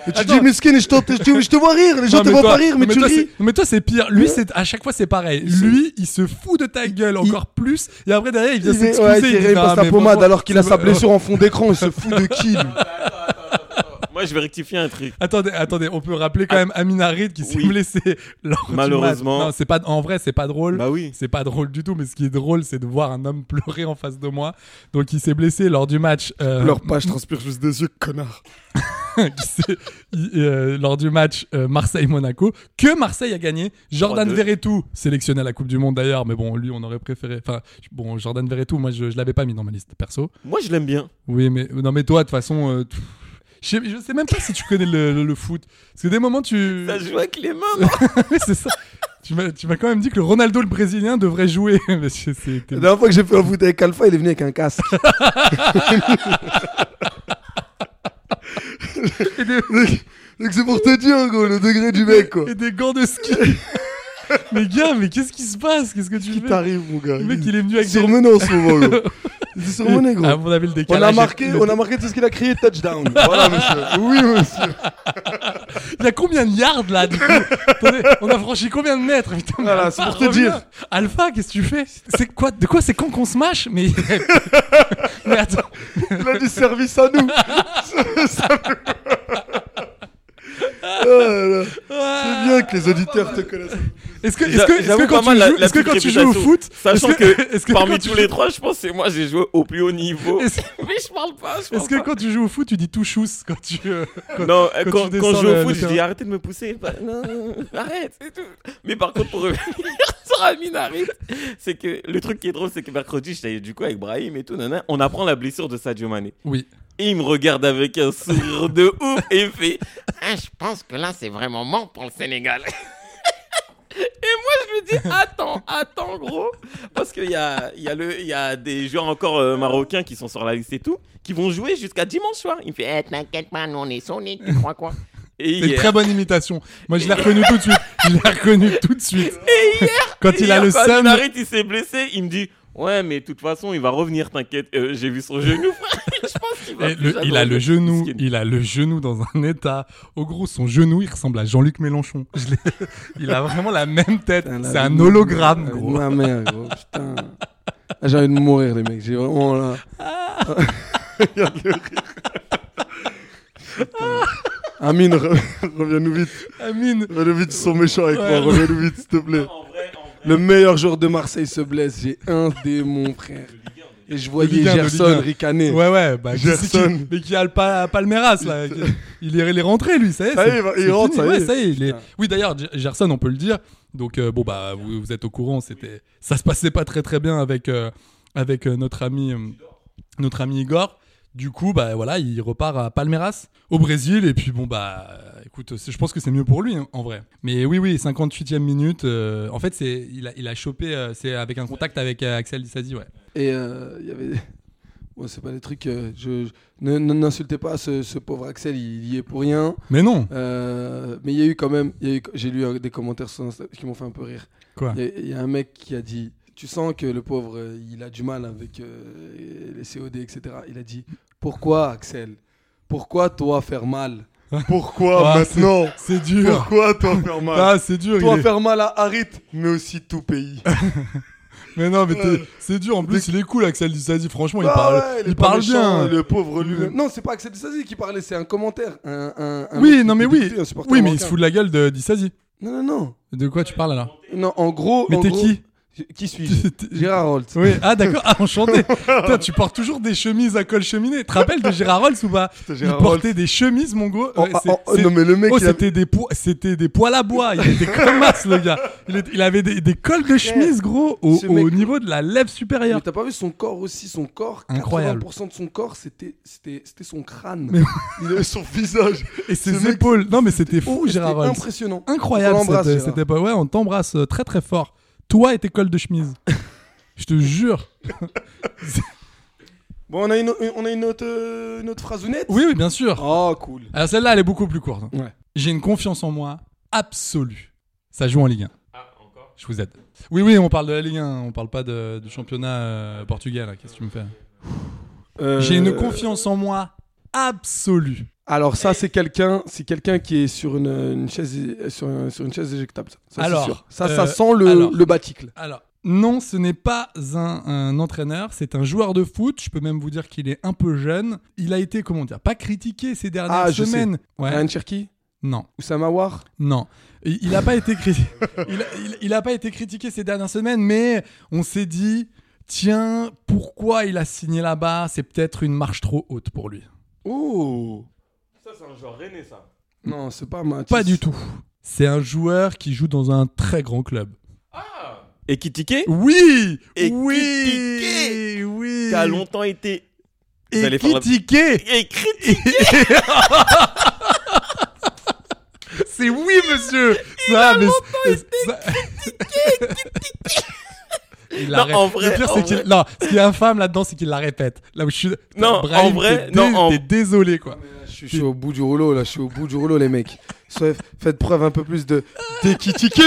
Speaker 3: Et tu dis, Miskin, je t'en- je te, je te vois rire, les gens
Speaker 2: Non,
Speaker 3: te
Speaker 2: mais
Speaker 3: voient
Speaker 2: toi-
Speaker 3: pas rire, mais,
Speaker 2: non,
Speaker 3: tu
Speaker 2: toi,
Speaker 3: ris.
Speaker 2: c'est- non, mais toi, c'est pire. Lui, c'est à chaque fois, c'est pareil. Lui, il se fout de ta gueule encore plus. Et après, derrière, il vient
Speaker 3: Il est-
Speaker 2: s'excuser.
Speaker 3: ouais,
Speaker 2: il dit,
Speaker 3: Thierry, il
Speaker 2: Non,
Speaker 3: passe la
Speaker 2: mais
Speaker 3: pommade
Speaker 2: franchement,
Speaker 3: alors qu'il a
Speaker 2: c'est-
Speaker 3: sa blessure en fond d'écran, il se fout de qui lui
Speaker 1: Moi, je vais rectifier un truc.
Speaker 2: Attendez, attendez, on peut rappeler
Speaker 3: Ah.
Speaker 2: quand même Amin Harid qui s'est
Speaker 1: Oui.
Speaker 2: blessé lors du
Speaker 1: Malheureusement.
Speaker 2: match. Non, c'est pas en vrai, c'est pas drôle.
Speaker 1: Bah oui.
Speaker 2: C'est pas drôle du tout, mais ce qui est drôle, c'est de voir un homme pleurer en face de moi. Donc, il s'est blessé lors du match. euh,
Speaker 3: Pleure pas, je transpire juste des yeux, connard.
Speaker 2: qui s'est- il- euh, lors du match euh, Marseille-Monaco, que Marseille a gagné. Jordan
Speaker 1: 3-2.
Speaker 2: Verretou, sélectionné à la Coupe du Monde d'ailleurs, mais bon, lui, on aurait préféré. Enfin, bon, Jordan Verretou, moi, je, je l'avais pas mis dans ma liste perso.
Speaker 1: Moi, je l'aime bien.
Speaker 2: Oui, mais non, mais toi, de toute façon. euh, tu- je sais, je sais même pas si tu connais le, le- le foot. Parce que des moments, tu.
Speaker 1: Ça joue avec les mains.
Speaker 2: Oui, c'est ça. Tu m'as tu m'as quand même dit que le Ronaldo, le brésilien, devrait jouer. Mais c'est- c'est-
Speaker 3: La dernière fois que j'ai fait un foot avec Alpha, il est venu avec un casque. Donc, donc c'est pour te dire, gros, le degré du mec, quoi.
Speaker 2: Et des gants de ski. mais gars, mais qu'est-ce qui se passe Qu'est-ce que tu
Speaker 3: Qui
Speaker 2: fais
Speaker 3: t'arrive, mon gars
Speaker 2: Le mec, il est venu avec des-
Speaker 3: Surmené en ce moment, gros. Il est surmené, gros.
Speaker 2: Ah, on avait le
Speaker 3: on
Speaker 2: décalage.
Speaker 3: a marqué, on a marqué tout ce qu'il a crié, touchdown. Voilà, monsieur. Oui, monsieur.
Speaker 2: Il y a combien de yards là du coup Attendez, On a franchi combien de mètres Putain, mais
Speaker 3: Voilà,
Speaker 2: Alpha,
Speaker 3: c'est pour te
Speaker 2: reviens.
Speaker 3: dire.
Speaker 2: Alpha, qu'est-ce que tu fais C'est quoi De quoi c'est con qu'on se mâche Mais mais attends,
Speaker 3: Il a du service à nous. Ça me- Ah là là.
Speaker 1: Ah.
Speaker 3: C'est bien que les auditeurs te connaissent.
Speaker 2: est-ce que est-ce
Speaker 1: J'a-
Speaker 2: que, est-ce que
Speaker 1: j'avoue
Speaker 2: quand
Speaker 1: pas
Speaker 2: tu
Speaker 1: mal la-
Speaker 2: joues,
Speaker 1: la
Speaker 2: est-ce que
Speaker 1: petite
Speaker 2: quand tu joues au
Speaker 1: réputation.
Speaker 2: foot,
Speaker 1: Sachant
Speaker 2: est-ce
Speaker 1: que,
Speaker 2: est-ce que
Speaker 1: parmi
Speaker 2: quand tu
Speaker 1: tous les
Speaker 2: joues-
Speaker 1: trois, je pense que moi j'ai joué au plus haut niveau.
Speaker 2: est-ce-
Speaker 1: Mais je parle pas, je parle
Speaker 2: Est-ce que quand tu joues au foot, tu dis tout chousse quand tu euh,
Speaker 1: pas. Non, quand,
Speaker 2: quand tu
Speaker 1: quand je
Speaker 2: descends
Speaker 1: joue
Speaker 2: le-
Speaker 1: au foot,
Speaker 2: le
Speaker 1: je dis
Speaker 2: terrain.
Speaker 1: arrêtez de me pousser. Bah, non, arrête, c'est tout. Mais par contre, pour revenir sur Amine Harit, c'est que le truc qui est drôle, c'est que mercredi, j'étais du coup avec Brahim et tout, nanana, on apprend la blessure de Sadio Mané.
Speaker 2: Oui.
Speaker 1: Et il me regarde avec un sourire de ouf et il fait
Speaker 8: Ah, je pense que là, c'est vraiment mort pour le Sénégal.
Speaker 1: Je me dis, attends, attends, gros. Parce qu'il y a, il y, a le- il y a des joueurs encore euh, marocains qui sont sur la liste et tout, qui vont jouer jusqu'à dimanche soir. Il me fait,
Speaker 8: Eh, t'inquiète pas, nous, on est Sonic, tu crois quoi
Speaker 1: et
Speaker 2: C'est une
Speaker 1: hier-
Speaker 2: très bonne imitation. Moi, je l'ai reconnu tout de suite. Je l'ai reconnu tout de suite.
Speaker 1: et hier,
Speaker 2: Quand il a
Speaker 1: hier,
Speaker 2: le
Speaker 1: quand
Speaker 2: seum,
Speaker 1: Narit, il s'est blessé, il me dit, ouais, mais de toute façon, il va revenir, t'inquiète. Euh, J'ai vu son genou, frère. Je pense qu'il va
Speaker 2: et
Speaker 1: plus
Speaker 2: le-
Speaker 1: jamais
Speaker 2: il a le
Speaker 1: revenir.
Speaker 2: genou,
Speaker 1: Miskin.
Speaker 2: il a le genou dans un état. Au gros, son genou, il ressemble à Jean-Luc Mélenchon. Je l'ai- il a vraiment la même tête. C'est un hologramme, gros.
Speaker 3: Ma mère, gros. Putain. Ah, J'ai envie de mourir, les mecs. J'ai vraiment là. Regarde le rire. Putain. Amine, re- reviens-nous vite.
Speaker 2: Amine,
Speaker 3: Reviens vite, ils sont méchants avec
Speaker 2: Ouais.
Speaker 3: moi. Reviens-nous vite, s'il te plaît.
Speaker 1: En vrai, en vrai,
Speaker 3: Le meilleur joueur de Marseille se blesse. J'ai un démon, frère. Et je voyais
Speaker 2: Ligue un, de Ligue
Speaker 3: Gerson
Speaker 2: un.
Speaker 3: ricaner.
Speaker 2: Ouais, ouais, bah, qui c'est qui-
Speaker 3: Gerson.
Speaker 2: mais qui a le pa- Palmeiras, là. qui- Il est, il est rentré, lui, ça y est.
Speaker 3: Ça y est,
Speaker 2: c'est-
Speaker 3: il va- il
Speaker 2: c'est
Speaker 3: rentre,
Speaker 2: fini.
Speaker 3: oh, ça y est.
Speaker 2: Ouais, il est-
Speaker 3: Putain.
Speaker 2: Oui, d'ailleurs, G- Gerson, on peut le dire. Donc, euh, bon, bah, vous, vous êtes au courant, c'était... ça se passait pas très, très bien avec, euh, avec euh, notre, ami, euh, notre ami Igor. Du coup, bah voilà, il repart à Palmeiras, au Brésil, et puis bon, bah écoute, c'est- je pense que c'est mieux pour lui, hein, en vrai. Mais oui, oui, 58e minute, euh, en fait, c'est, il, a, il a chopé, euh, c'est avec un contact avec euh, Axel Dissadi, ouais.
Speaker 3: Et euh, il y avait. Bon, c'est pas des trucs. euh, je... je- ne- ne- N'insultez pas ce, ce pauvre Axel, il y est pour rien.
Speaker 2: Mais non
Speaker 3: Euh, mais il y a eu quand même. il y a eu- J'ai lu euh, des commentaires sur Insta qui m'ont fait un peu rire.
Speaker 2: Quoi
Speaker 3: Il y, a- il y a un mec qui a dit. Tu sens que le pauvre, euh, il a du mal avec euh, les COD, etc. Il a dit Pourquoi, Axel Pourquoi toi faire mal Pourquoi
Speaker 2: Ah, c'est-
Speaker 3: maintenant
Speaker 2: C'est dur
Speaker 3: Pourquoi toi faire mal
Speaker 2: Ah, c'est dur.
Speaker 3: Toi
Speaker 2: il est- Oh,
Speaker 3: faire mal à Harit, mais aussi tout pays.
Speaker 2: Mais non, mais t'es-
Speaker 3: Ouais.
Speaker 2: c'est dur. En plus, il est cool, Axel Dissadi. Franchement, il
Speaker 3: Ah
Speaker 2: parle,
Speaker 3: ouais,
Speaker 2: il
Speaker 3: est pas
Speaker 2: parle
Speaker 3: méchant,
Speaker 2: bien.
Speaker 3: Le pauvre lui-même.
Speaker 2: Oui.
Speaker 3: Non, c'est pas Axel Dissasi qui parlait, c'est un commentaire. Un, un- un
Speaker 2: Oui,
Speaker 3: mec
Speaker 2: non,
Speaker 3: qui
Speaker 2: mais
Speaker 3: était
Speaker 2: oui.
Speaker 3: député, un supporter
Speaker 2: Oui, mais il se
Speaker 3: marocain.
Speaker 2: fout de la gueule de Dissadi.
Speaker 3: Non, non, non.
Speaker 2: De quoi tu parles alors
Speaker 3: Non, en gros.
Speaker 2: Mais
Speaker 3: en
Speaker 2: t'es
Speaker 3: gros-
Speaker 2: qui
Speaker 3: Qui suis-je Gérard Holt.
Speaker 2: Oui, ah d'accord, ah, enchanté. Putain, tu portes toujours des chemises à col cheminée. Tu te rappelles de Gérard Rolls ou pas Il
Speaker 3: Gérard
Speaker 2: portait des chemises, mon gars.
Speaker 3: Oh,
Speaker 2: Ouais,
Speaker 3: ah,
Speaker 2: c'est-
Speaker 3: oh,
Speaker 2: c'est-
Speaker 3: non, mais le mec,
Speaker 2: Oh,
Speaker 3: il a-
Speaker 2: c'était des, poids- c'était des poils à bois. Il était comme as, le gars. Il, est- il avait des, des cols de chemise, gros, au,
Speaker 3: Eh, ce
Speaker 2: au
Speaker 3: mec-
Speaker 2: niveau de la lèvre supérieure.
Speaker 3: Mais t'as pas vu son corps aussi, son corps
Speaker 2: Incroyable.
Speaker 3: 80% de son corps, c'était c'était c'était son crâne.
Speaker 2: Mais-
Speaker 3: Il avait son visage.
Speaker 2: Et ses
Speaker 3: ce mec,
Speaker 2: épaules. Non, mais c'était fou,
Speaker 3: C'était
Speaker 2: Gérard Rolls.
Speaker 3: impressionnant.
Speaker 2: incroyable
Speaker 3: On l'embrasse,
Speaker 2: cette,
Speaker 3: Gérard.
Speaker 2: cette époque. Ouais, on t'embrasse euh, très très fort. Toi et tes cols de chemise. Je te jure.
Speaker 3: Bon, on a une, on a une autre euh, une autre phrasounette.
Speaker 2: Oui, oui, bien sûr.
Speaker 3: Oh, cool.
Speaker 2: Alors celle-là, elle est beaucoup plus courte. hein.
Speaker 3: Ouais.
Speaker 2: J'ai une confiance en moi absolue. Ça joue en Ligue 1. Je vous aide. Oui, oui, on parle de la Ligue 1, on parle pas de- du championnat euh, portugais. là. Qu'est-ce que tu me fais
Speaker 3: Euh,
Speaker 2: J'ai une confiance en moi absolue.
Speaker 3: Alors ça, c'est quelqu'un, c'est quelqu'un qui est sur une, une chaise, sur, un- sur une chaise éjectable. Ça, Ça, c'est
Speaker 2: Alors,
Speaker 3: sûr. ça, ça
Speaker 2: euh,
Speaker 3: sent le,
Speaker 2: alors.
Speaker 3: le baticle.
Speaker 2: Alors, non, ce n'est pas un, un entraîneur, c'est un joueur de foot. Je peux même vous dire qu'il est un peu jeune. Il a été, comment dire, pas critiqué ces dernières
Speaker 3: Ah, je
Speaker 2: semaines. Ouais.
Speaker 3: Ryan Cherki,
Speaker 2: Non,
Speaker 3: Oussama War.
Speaker 2: non. Il n'a pas été critiqué. il, a- il- il a pas été critiqué ces dernières semaines, mais on s'est dit, tiens, pourquoi il a signé là-bas C'est peut-être une marche trop haute pour lui.
Speaker 3: Oh
Speaker 1: Ça, c'est un genre René, ça.
Speaker 3: non, c'est pas Mathis.
Speaker 2: Mm. Pas du tout. C'est un joueur qui joue dans un très grand club.
Speaker 1: Et Kitike,
Speaker 2: Oui,
Speaker 1: Et
Speaker 2: oui,
Speaker 1: critiqué
Speaker 2: oui.
Speaker 1: qui a longtemps été Vous
Speaker 2: Et
Speaker 1: allez faire la-
Speaker 2: critiqué.
Speaker 1: et critiqué.
Speaker 2: C'est oui, monsieur. Ça, mais ça- il
Speaker 1: Non,
Speaker 2: la répète.
Speaker 1: en vrai,
Speaker 2: le pire,
Speaker 1: en
Speaker 2: c'est qu'il.
Speaker 1: vrai.
Speaker 2: Non, ce qui est infâme là-dedans, c'est qu'il la répète. Là où je suis.
Speaker 1: Non,
Speaker 2: Brahim,
Speaker 1: en vrai,
Speaker 2: t'es
Speaker 1: non, en-
Speaker 2: t'es désolé, quoi.
Speaker 3: Je suis, je suis au bout du rouleau, là, je suis au bout du rouleau, les mecs. Soyez- Faites preuve un peu plus de d'équitiqué.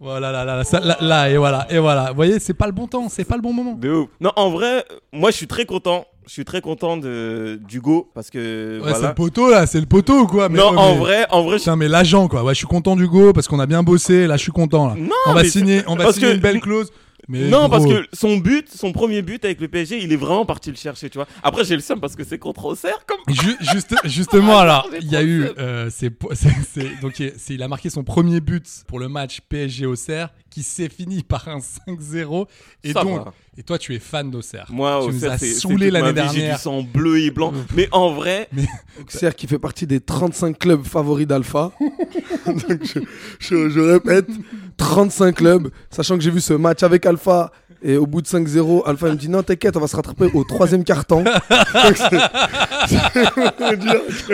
Speaker 2: Voilà, là, là, là, ça- là, là, et voilà, et voilà. Vous voyez, c'est pas le bon temps, c'est pas le bon moment.
Speaker 1: De ouf. Non, en vrai, euh, moi, je suis très content. Je suis très content de d'Hugo parce que
Speaker 2: Ouais, c'est le
Speaker 1: voilà.
Speaker 2: poteau, là, c'est le poteau, quoi. Mais,
Speaker 1: non,
Speaker 2: ouais,
Speaker 1: en
Speaker 2: mais-
Speaker 1: vrai, en vrai, je-
Speaker 2: Putain, mais l'agent, quoi. Ouais, je suis content d'Hugo parce qu'on a bien bossé. Là, je suis content, là.
Speaker 1: Non,
Speaker 2: on va
Speaker 1: mais-
Speaker 2: signer, on va
Speaker 1: parce
Speaker 2: signer
Speaker 1: que-
Speaker 2: une belle clause. Mais
Speaker 1: non,
Speaker 2: gros,
Speaker 1: parce que son but, son premier but avec le PSG, il est vraiment parti le chercher, tu vois. Après, j'ai le seum parce que c'est contre Auxerre, comme.
Speaker 2: Ju- juste, justement, alors,
Speaker 1: j'ai
Speaker 2: il y a
Speaker 1: trop
Speaker 2: eu.
Speaker 1: le seum.
Speaker 2: euh, c'est, po- c'est- c'est- donc, il- c'est- il a marqué son premier but pour le match PSG Auxerre qui s'est fini par un 5-0. Et
Speaker 1: Ça
Speaker 2: donc,
Speaker 1: va.
Speaker 2: et toi, tu es fan d'Auxerre.
Speaker 1: Moi,
Speaker 2: tu nous
Speaker 1: Auxerre,
Speaker 2: as
Speaker 1: c'est c'est
Speaker 2: saoulé
Speaker 1: toute ma
Speaker 2: l'année
Speaker 1: vie, J'ai
Speaker 2: dernière.
Speaker 1: du sang bleu et blanc. mais en vrai,
Speaker 3: Auxerre qui fait partie des 35 clubs favoris d'Alpha. Donc je, je- je répète, 35 clubs, sachant que j'ai vu ce match avec Alpha et au bout de 5-0, Alpha il me dit non t'inquiète, on va se rattraper au troisième carton.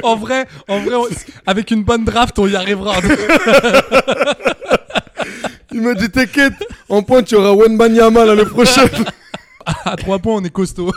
Speaker 2: En vrai, en vrai, on- avec une bonne draft, on y arrivera.
Speaker 3: Il me dit t'inquiète, en pointe tu auras Wenbanyama là le prochain.
Speaker 2: à 3 points, on est costaud.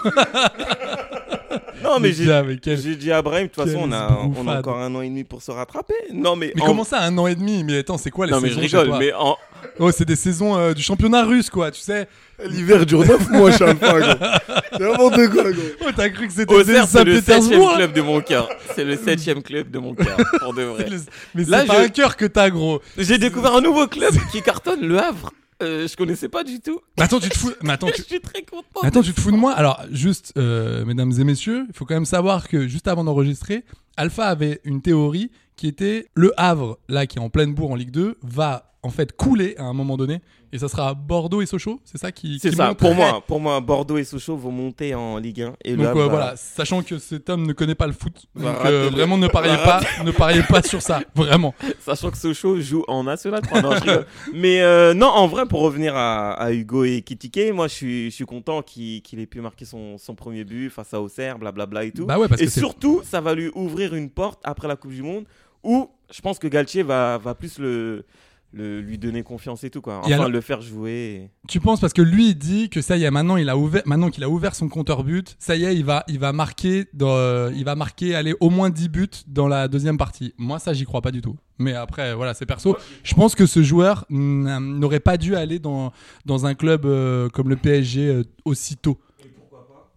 Speaker 1: non, mais j'ai.
Speaker 2: Putain, mais quel-
Speaker 1: J'ai dit à Brahim, de toute façon, on a,
Speaker 2: quelle
Speaker 1: on a
Speaker 2: esbroufade.
Speaker 1: encore un an et demi pour se rattraper. Non, mais.
Speaker 2: Mais
Speaker 1: en-
Speaker 2: comment ça, un an et demi Mais attends, c'est quoi les
Speaker 1: Non, mais je
Speaker 2: saisons chez
Speaker 1: rigole,
Speaker 2: toi
Speaker 1: mais en,
Speaker 2: Oh, c'est des saisons euh, du championnat russe, quoi, tu sais.
Speaker 3: L'hiver dure 9 mois chez Alpha. gros. C'est n'importe quoi. Gros.
Speaker 2: Oh, t'as cru que c'était des
Speaker 1: Auxerre, c'est le 7
Speaker 2: Saint-Pétersbourg
Speaker 1: club de mon cœur. C'est le 7 club de mon cœur, pour de vrai.
Speaker 2: Mais
Speaker 1: Là,
Speaker 2: c'est pas
Speaker 1: je-
Speaker 2: un cœur que t'as, gros.
Speaker 1: J'ai découvert un nouveau club qui cartonne, Le Havre. Euh, je connaissais pas du tout.
Speaker 2: Mais attends, tu te fous. Mais attends,
Speaker 1: je
Speaker 2: tu...
Speaker 1: suis très content.
Speaker 2: mais attends, tu te fous de moi Alors, juste, euh, mesdames et messieurs, il faut quand même savoir que juste avant d'enregistrer, Alpha avait une théorie qui était le Havre, là, qui est en pleine bourre en Ligue 2, va en fait couler à un moment donné, et ça sera Bordeaux et Sochaux. C'est ça qui.
Speaker 1: C'est
Speaker 2: qui
Speaker 1: ça,
Speaker 2: monterait-
Speaker 1: pour moi, pour moi, Bordeaux et Sochaux vont monter en Ligue 1 et Le
Speaker 2: Donc
Speaker 1: Havre
Speaker 2: euh,
Speaker 1: va-
Speaker 2: voilà, sachant que cet homme ne connaît pas le foot,
Speaker 1: Va
Speaker 2: donc,
Speaker 1: rater
Speaker 2: euh,
Speaker 1: le-
Speaker 2: vraiment ne pariez
Speaker 1: va
Speaker 2: pas, ne pariez pas sur ça, vraiment.
Speaker 1: Sachant que Sochaux joue en National 3. Non, je rigole. Mais euh, non, en vrai, pour revenir à, à Hugo et Kitike, moi, je suis, je suis content qu'il qu'il ait pu marquer son, son premier but face à Auxerre, blablabla et tout.
Speaker 2: Bah ouais, parce
Speaker 1: et
Speaker 2: que c'est-
Speaker 1: surtout, ça va lui ouvrir une porte après la Coupe du Monde où je pense que Galtier va, va plus le, le- lui donner confiance et tout, quoi. Enfin,
Speaker 2: Et alors-
Speaker 1: le faire jouer.
Speaker 2: Tu penses parce que lui il dit que ça y est maintenant il a ouvert maintenant qu'il a ouvert son compteur but, ça y est il va il va marquer dans, euh, il va marquer aller au moins 10 buts dans la deuxième partie. Moi ça j'y crois pas du tout. Mais après voilà, c'est perso. Je pense que ce joueur n'a- n'aurait pas dû aller dans dans un club euh, comme le PSG euh, aussitôt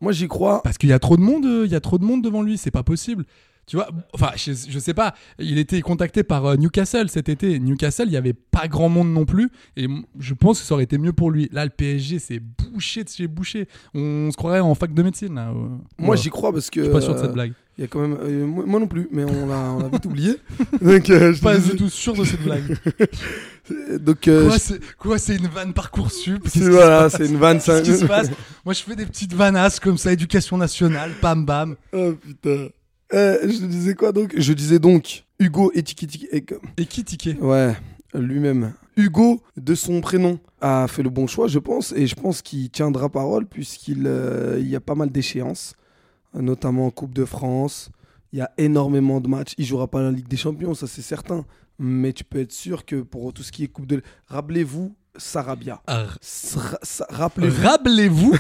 Speaker 3: Moi j'y crois.
Speaker 2: parce qu'il y a trop de monde, euh, il y a trop de monde devant lui, c'est pas possible. Tu vois, enfin, je, je sais pas, il était contacté par euh, Newcastle cet été. Newcastle, il y avait pas grand monde non plus, et m- je pense que ça aurait été mieux pour lui. Là, le PSG, c'est bouché de chez bouché. On se croirait en fac de médecine, là. euh.
Speaker 3: Moi
Speaker 2: Ouais.
Speaker 3: j'y crois parce que.
Speaker 2: Je suis pas sûr de
Speaker 3: euh,
Speaker 2: cette blague.
Speaker 3: Il y a quand même. euh, moi, moi non plus, mais on l'a, on l'a vite oublié. Donc, euh, je
Speaker 2: Pas
Speaker 3: te-
Speaker 2: du tout sûr de cette blague.
Speaker 3: Donc, euh,
Speaker 2: Quoi,
Speaker 3: je-
Speaker 2: c'est- Quoi, c'est une vanne parcoursup Qu'est-ce qui
Speaker 3: c'est,
Speaker 2: se
Speaker 3: voilà,
Speaker 2: passe
Speaker 3: c'est une vanne.
Speaker 2: Qu'est-ce qui se
Speaker 3: ça-
Speaker 2: passe Moi, je fais des petites vanasses comme ça, éducation nationale, bam bam.
Speaker 3: oh putain. Euh, je disais quoi donc Je disais donc Hugo Etikiti.
Speaker 2: Et qui tiquait
Speaker 3: Ouais, lui-même. Hugo, de son prénom, a fait le bon choix, je pense, et je pense qu'il tiendra parole puisqu'il euh, il y a pas mal d'échéances, euh, notamment en Coupe de France. Il y a énormément de matchs. Il jouera pas la Ligue des Champions, ça c'est certain. Mais tu peux être sûr que pour tout ce qui est Coupe de... Rappelez-vous, Sarabia. Sra- Sa- Rappelez-vous.
Speaker 2: Rappelez-vous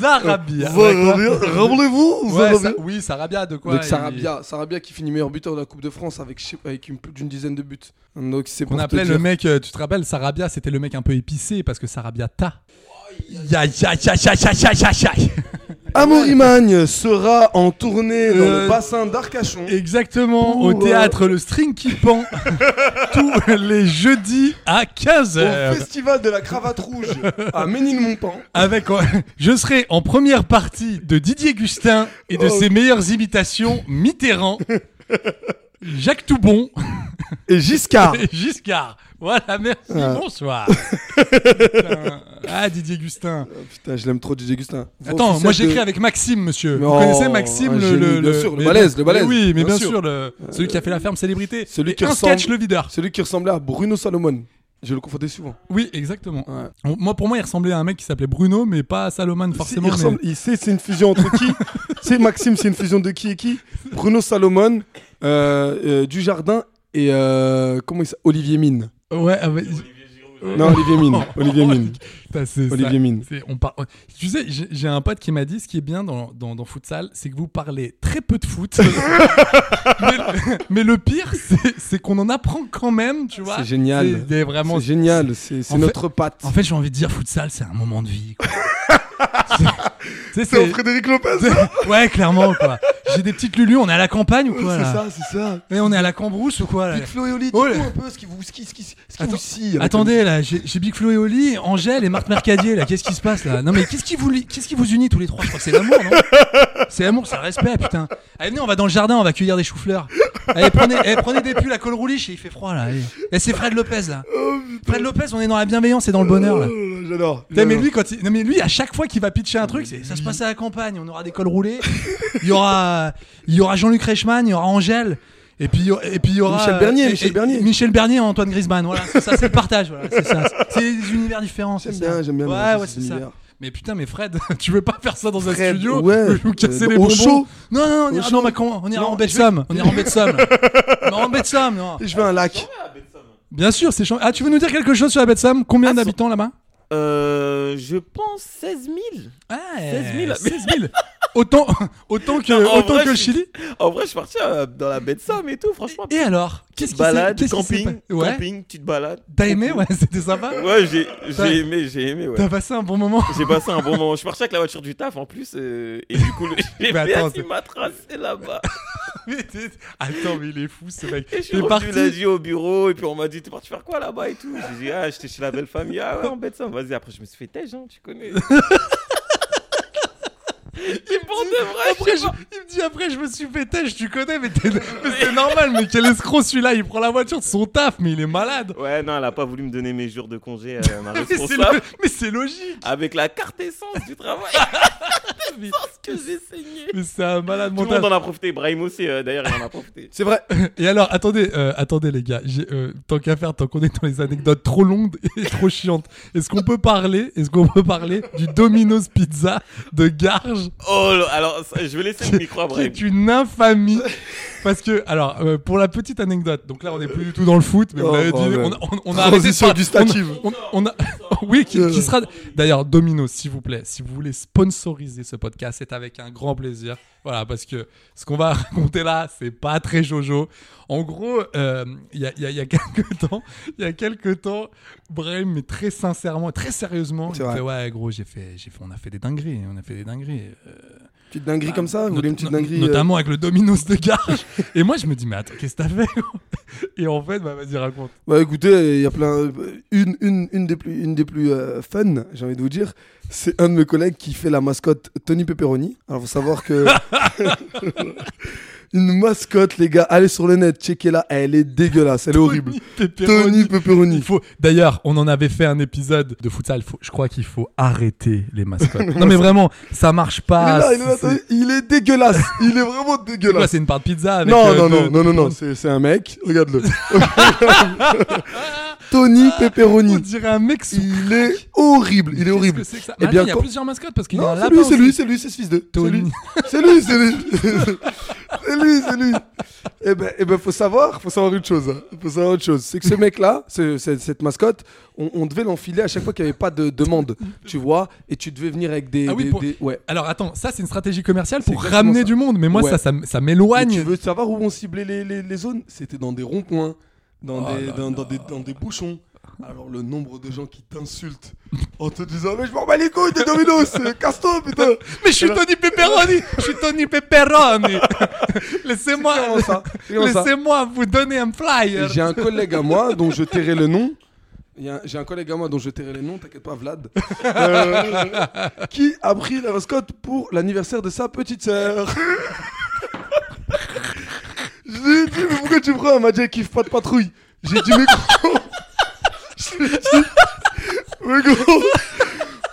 Speaker 2: Zarabia.
Speaker 3: Rappelez-vous
Speaker 2: Ouais, ça- oui, Sarabia de quoi
Speaker 3: Donc
Speaker 2: il-
Speaker 3: Sarabia, Sarabia qui finit meilleur buteur de la Coupe de France avec, je sais pas, avec une, plus d'une dizaine de buts. Donc c'est
Speaker 2: On
Speaker 3: pour te
Speaker 2: appelait
Speaker 3: dire-
Speaker 2: le mec, euh, tu te rappelles, Sarabia, c'était le mec un peu épicé parce que Sarabia ta. Ya, ya, ya, ya, ya, ya, ya, ya.
Speaker 3: Amaury Magne Ah, sera en tournée dans
Speaker 2: Euh,
Speaker 3: le bassin d'Arcachon.
Speaker 2: Exactement,
Speaker 3: Pour,
Speaker 2: au
Speaker 3: euh,
Speaker 2: théâtre Le String qui pend tous les jeudis à
Speaker 3: Au
Speaker 2: 15h.
Speaker 3: festival de la cravate rouge à Ménilmontant.
Speaker 2: Avec, euh, je serai en première partie de Didier Gustin et de
Speaker 3: Oh.
Speaker 2: ses meilleures imitations Mitterrand, Jacques Toubon
Speaker 3: Et Giscard.
Speaker 2: Et Giscard. Voilà, merci,
Speaker 3: Ouais.
Speaker 2: bonsoir. Putain. ah, Didier Gustin.
Speaker 3: Putain, je l'aime trop Didier Gustin.
Speaker 2: Attends, moi j'écris avec Maxime, monsieur. Vous
Speaker 3: Oh,
Speaker 2: connaissez Maxime,
Speaker 3: un
Speaker 2: le,
Speaker 3: génie,
Speaker 2: le,
Speaker 3: bien sûr, le
Speaker 2: mais
Speaker 3: balèze,
Speaker 2: bon,
Speaker 3: le balèze,
Speaker 2: mais Oui, mais bien,
Speaker 3: bien
Speaker 2: sûr,
Speaker 3: sûr. Euh,
Speaker 2: le- celui qui a fait la ferme célébrité.
Speaker 3: celui
Speaker 2: Et
Speaker 3: qui
Speaker 2: un
Speaker 3: ressemble-
Speaker 2: sketch, le videur.
Speaker 3: Celui qui ressemblait à Bruno Salomon. Je le confondais souvent.
Speaker 2: Oui, exactement.
Speaker 3: Ouais.
Speaker 2: On- Moi, pour moi, il ressemblait à un mec qui s'appelait Bruno, mais pas à Salomon forcément.
Speaker 3: il
Speaker 2: mais-
Speaker 3: ressemble, il sait c'est une fusion entre qui C'est Maxime, c'est une fusion de qui et qui Bruno Salomon, euh, euh, Dujardin et euh, comment il s'appelle Olivier Mine.
Speaker 2: Ouais, ah ouais,
Speaker 3: Non, Olivier Mine. Olivier Mine.
Speaker 2: Putain, c'est ça.
Speaker 3: Olivier Mine.
Speaker 2: C'est- on parle- Tu sais, j'ai j'ai un pote qui m'a dit ce qui est bien dans, dans, dans futsal, c'est que vous parlez très peu de foot. mais, le- mais le pire, c'est- c'est qu'on en apprend quand même, tu vois.
Speaker 3: C'est génial.
Speaker 2: C'est- c'est vraiment.
Speaker 3: C'est génial. C'est c'est
Speaker 2: En fait-
Speaker 3: notre patte.
Speaker 2: En fait, j'ai envie de dire futsal, c'est un moment de vie. quoi. Tu sais,
Speaker 3: C'est au Frédéric Lopez. ça
Speaker 2: Ouais, clairement, quoi. J'ai des petites lulus, on est à la campagne ou quoi
Speaker 3: C'est
Speaker 2: là
Speaker 3: ça, c'est ça.
Speaker 2: Eh, on est à la cambrousse ou quoi là
Speaker 3: Big Flo et Oli,
Speaker 2: Oh,
Speaker 3: dites-nous
Speaker 2: là.
Speaker 3: un peu ce qui vous, ce qui, ce qui, ce qui
Speaker 2: Attends-
Speaker 3: vous scie. avec
Speaker 2: Attendez, là, j'ai j'ai Big Flo et Oli, Angèle et Marthe Mercadier, là, qu'est-ce qui se passe, là Non, mais qu'est-ce qui, vous li- qu'est-ce qui vous unit tous les trois Je crois que c'est l'amour, non C'est l'amour, c'est le respect, putain. Allez, venez, on va dans le jardin, on va cueillir des choux-fleurs. Allez, prenez, eh, prenez des pulls à col rouliche, il fait froid, là, allez. Eh, c'est Fred Lopez, là. Fred Lopez, on est dans la bienveillance et dans le bonheur, là.
Speaker 3: le- Oh là là, J'adore.
Speaker 2: Non mais, lui, quand il- non, mais lui, à chaque fois qu'il va pitcher un truc, c'est ça se passe à la campagne, on aura des cols roulés, il y aura, il y aura Jean-Luc Reichmann, il y aura Angèle, et puis, il y aura- et puis il y aura...
Speaker 3: Michel Bernier,
Speaker 2: et-
Speaker 3: Michel
Speaker 2: et-
Speaker 3: Bernier.
Speaker 2: Michel Bernier et Antoine Griezmann, voilà, c'est ça c'est le partage, voilà, c'est ça. C'est des univers différents, c'est
Speaker 3: J'aime
Speaker 2: ça.
Speaker 3: bien, j'aime bien.
Speaker 2: Ouais,
Speaker 3: les
Speaker 2: ouais, c'est ça.
Speaker 3: univers.
Speaker 2: Mais putain, mais Fred, tu veux pas faire ça dans un
Speaker 3: Fred,
Speaker 2: studio
Speaker 3: ouais,
Speaker 2: où je vous casser
Speaker 3: euh,
Speaker 2: les
Speaker 3: au
Speaker 2: bonbons
Speaker 3: chaud.
Speaker 2: Non, non, non, on ira,
Speaker 3: chaud.
Speaker 2: non, mais comment on ira
Speaker 3: Non,
Speaker 2: en baie de Somme, on ira en baie de Somme. On ira en baie de Somme, non.
Speaker 3: Je veux un lac.
Speaker 2: Bien sûr, c'est chiant. Ah, tu veux nous dire quelque chose sur la baie de Somme Combien
Speaker 1: Ah,
Speaker 2: d'habitants là-bas
Speaker 1: Euh, je pense 16 000.
Speaker 2: Ouais,
Speaker 1: 16 000.
Speaker 2: 16 000. autant, autant que,
Speaker 1: En
Speaker 2: autant
Speaker 1: vrai,
Speaker 2: que le
Speaker 1: je-
Speaker 2: Chili.
Speaker 1: En vrai, je suis parti euh, dans la baie de Somme et tout, franchement.
Speaker 2: Et alors Qu'est-ce
Speaker 1: Petite
Speaker 2: qui
Speaker 1: balade,
Speaker 2: s'est- qu'est-ce qui s'est
Speaker 1: camping,
Speaker 2: pas- Ouais.
Speaker 1: camping, petite balade.
Speaker 2: T'as aimé Ouais, c'était sympa.
Speaker 1: Ouais, j'ai
Speaker 2: T'as-
Speaker 1: j'ai aimé, j'ai aimé, ouais.
Speaker 2: T'as passé un bon moment.
Speaker 1: J'ai passé un bon moment. Je suis parti avec la voiture du taf en plus. euh, et du coup, le
Speaker 2: attends,
Speaker 1: GPS
Speaker 2: c'est-
Speaker 1: il m'a tracé là-bas.
Speaker 2: Mais t'es- Attends, mais il est fou ce mec.
Speaker 1: Et je suis
Speaker 2: T'es
Speaker 1: revenu
Speaker 2: parti.
Speaker 1: lundi au bureau. Et puis on m'a dit T'es parti faire quoi là-bas et tout J'ai dit Ah, j'étais chez la belle famille. Ah ouais, en bête ça. Vas-y, après, je me suis fait têche, hein, tu connais. Et pour de vrai, je
Speaker 2: Après,
Speaker 1: sais
Speaker 2: je- Il me dit après, je me suis fait têche, tu connais, mais, t'es- mais c'est normal, mais quel escroc celui-là, il prend la voiture de son taf, mais il est malade.
Speaker 1: pas. Ouais, non, elle a pas voulu me donner mes jours de congé. euh, ma
Speaker 2: Mais c'est,
Speaker 1: responsable.
Speaker 2: lo- mais c'est logique.
Speaker 1: Avec la carte essence du travail.
Speaker 2: Mais,
Speaker 1: Parce que j'ai saigné.
Speaker 2: mais c'est un malade
Speaker 1: Tout le
Speaker 2: mental.
Speaker 1: monde en a profité. Brahim aussi, euh, d'ailleurs, il en a profité.
Speaker 3: C'est vrai.
Speaker 2: Et alors, attendez, euh, attendez les gars, J'ai, euh, tant qu'à faire, tant qu'on est dans les anecdotes trop longues et trop chiantes, est-ce qu'on peut parler, est-ce qu'on peut parler du Domino's Pizza de Garges,
Speaker 1: Oh, là, alors, ça, je vais laisser le micro à
Speaker 2: qui
Speaker 1: Brahim.
Speaker 2: est une infamie Parce que, alors, euh, pour la petite anecdote, donc là, on n'est plus du tout dans le foot, mais on
Speaker 3: Oh,
Speaker 2: avait dit,
Speaker 3: bordel.
Speaker 2: on, a- on- on a arrêté de
Speaker 3: Transition
Speaker 2: parler-
Speaker 3: gustative.
Speaker 2: on- on- on a- oui, qui,
Speaker 3: Euh.
Speaker 2: qui sera. D'ailleurs, Domino's, s'il vous plaît, si vous voulez sponsoriser ce podcast, c'est avec un grand plaisir. Voilà, parce que ce qu'on va raconter là, c'est pas très jojo. En gros, euh, il y, a, il y a- il y a quelques temps, il y a quelques temps, Brahim, mais très sincèrement, très sérieusement, il
Speaker 3: C'est
Speaker 2: me
Speaker 3: vrai.
Speaker 2: fait ouais, gros, j'ai fait, j'ai fait, on a fait des dingueries, on a fait des dingueries. Euh,
Speaker 3: Petite dinguerie comme ça. Vous voulez une petite
Speaker 2: Not-
Speaker 3: dinguerie euh,
Speaker 2: Notamment avec le Domino's de Garges. Et moi, je me dis, mais attends, qu'est-ce que t'as fait gros Et en fait, bah, vas-y, raconte.
Speaker 3: Bah écoutez, il y a plein. euh, Une, une, une des plus, une des plus euh, fun, j'ai envie de vous dire, c'est un de mes collègues qui fait la mascotte Tony Pepperoni. Alors faut savoir que. une mascotte, les gars, allez sur le net, checkez-la, elle est dégueulasse, elle est horrible.
Speaker 2: Pepperoni.
Speaker 3: Tony
Speaker 2: Il
Speaker 3: Pepperoni.
Speaker 2: faut. D'ailleurs, on en avait fait un épisode de futsal. il faut- Je crois qu'il faut arrêter les mascottes. non mais vraiment, ça marche
Speaker 3: Il
Speaker 2: pas.
Speaker 3: est là, il est là,
Speaker 2: C'est-
Speaker 3: Tony- il est dégueulasse, il est vraiment
Speaker 2: c'est quoi,
Speaker 3: dégueulasse.
Speaker 2: c'est une part de pizza avec.
Speaker 3: non,
Speaker 2: euh,
Speaker 3: non,
Speaker 2: de-
Speaker 3: non, non, non, non, c'est c'est un mec, regarde-le. Tony
Speaker 2: Ah, On
Speaker 3: Pepperoni.
Speaker 2: dirait un mec sous.
Speaker 3: Il est horrible, il est
Speaker 2: Qu'est-ce
Speaker 3: horrible.
Speaker 2: que c'est que ça
Speaker 3: Eh
Speaker 2: Mais
Speaker 3: bien,
Speaker 2: attends, il y a
Speaker 3: quand-
Speaker 2: plusieurs mascottes parce qu'il y a
Speaker 3: Non,
Speaker 2: un
Speaker 3: c'est
Speaker 2: lapin.
Speaker 3: lui, c'est
Speaker 2: aussi.
Speaker 3: lui, c'est lui, c'est ce fils de. C'est
Speaker 2: Tony.
Speaker 3: lui, c'est lui. C'est lui, c'est lui. c'est lui. Eh ben, eh ben, faut savoir, faut savoir une chose. hein. Faut savoir une chose, c'est que ce mec-là, ce- ce- cette mascotte, on, on devait l'enfiler à chaque fois qu'il n'y avait pas de demande, tu vois, et tu devais venir avec des,
Speaker 2: Ah oui,
Speaker 3: des-
Speaker 2: pour-
Speaker 3: des- ouais.
Speaker 2: Alors attends, ça c'est une stratégie commerciale pour
Speaker 3: exactement
Speaker 2: ramener
Speaker 3: ça.
Speaker 2: du monde, mais moi
Speaker 3: Ouais.
Speaker 2: ça, ça, m- ça
Speaker 3: Et tu
Speaker 2: m'éloigne.
Speaker 3: veux savoir où on ciblait les, les- les zones C'était dans des ronds-points, dans,
Speaker 2: Oh
Speaker 3: des,
Speaker 2: là
Speaker 3: dans, dans des, dans des bouchons. Alors le nombre de gens qui t'insultent en te disant mais je m'en bats les couilles de Domino's, euh, casse-toi putain.
Speaker 2: Mais je suis Tony Pepperoni, je suis Tony Pepperoni. Laissez-moi,
Speaker 3: C'est clairement ça, c'est clairement ça.
Speaker 2: laissez-moi vous donner un
Speaker 3: Et
Speaker 2: flyer.
Speaker 3: J'ai un collègue à moi dont je tairai le nom. Il y a- J'ai un collègue à moi dont je tairai le nom, t'inquiète pas, Vlad, Euh, qui a pris la mascotte pour l'anniversaire de sa petite sœur. Je lui ai dit, mais pourquoi tu prends un Magic kiffe pas de patrouille J'ai dit, mais gros Je lui ai dit, mais gros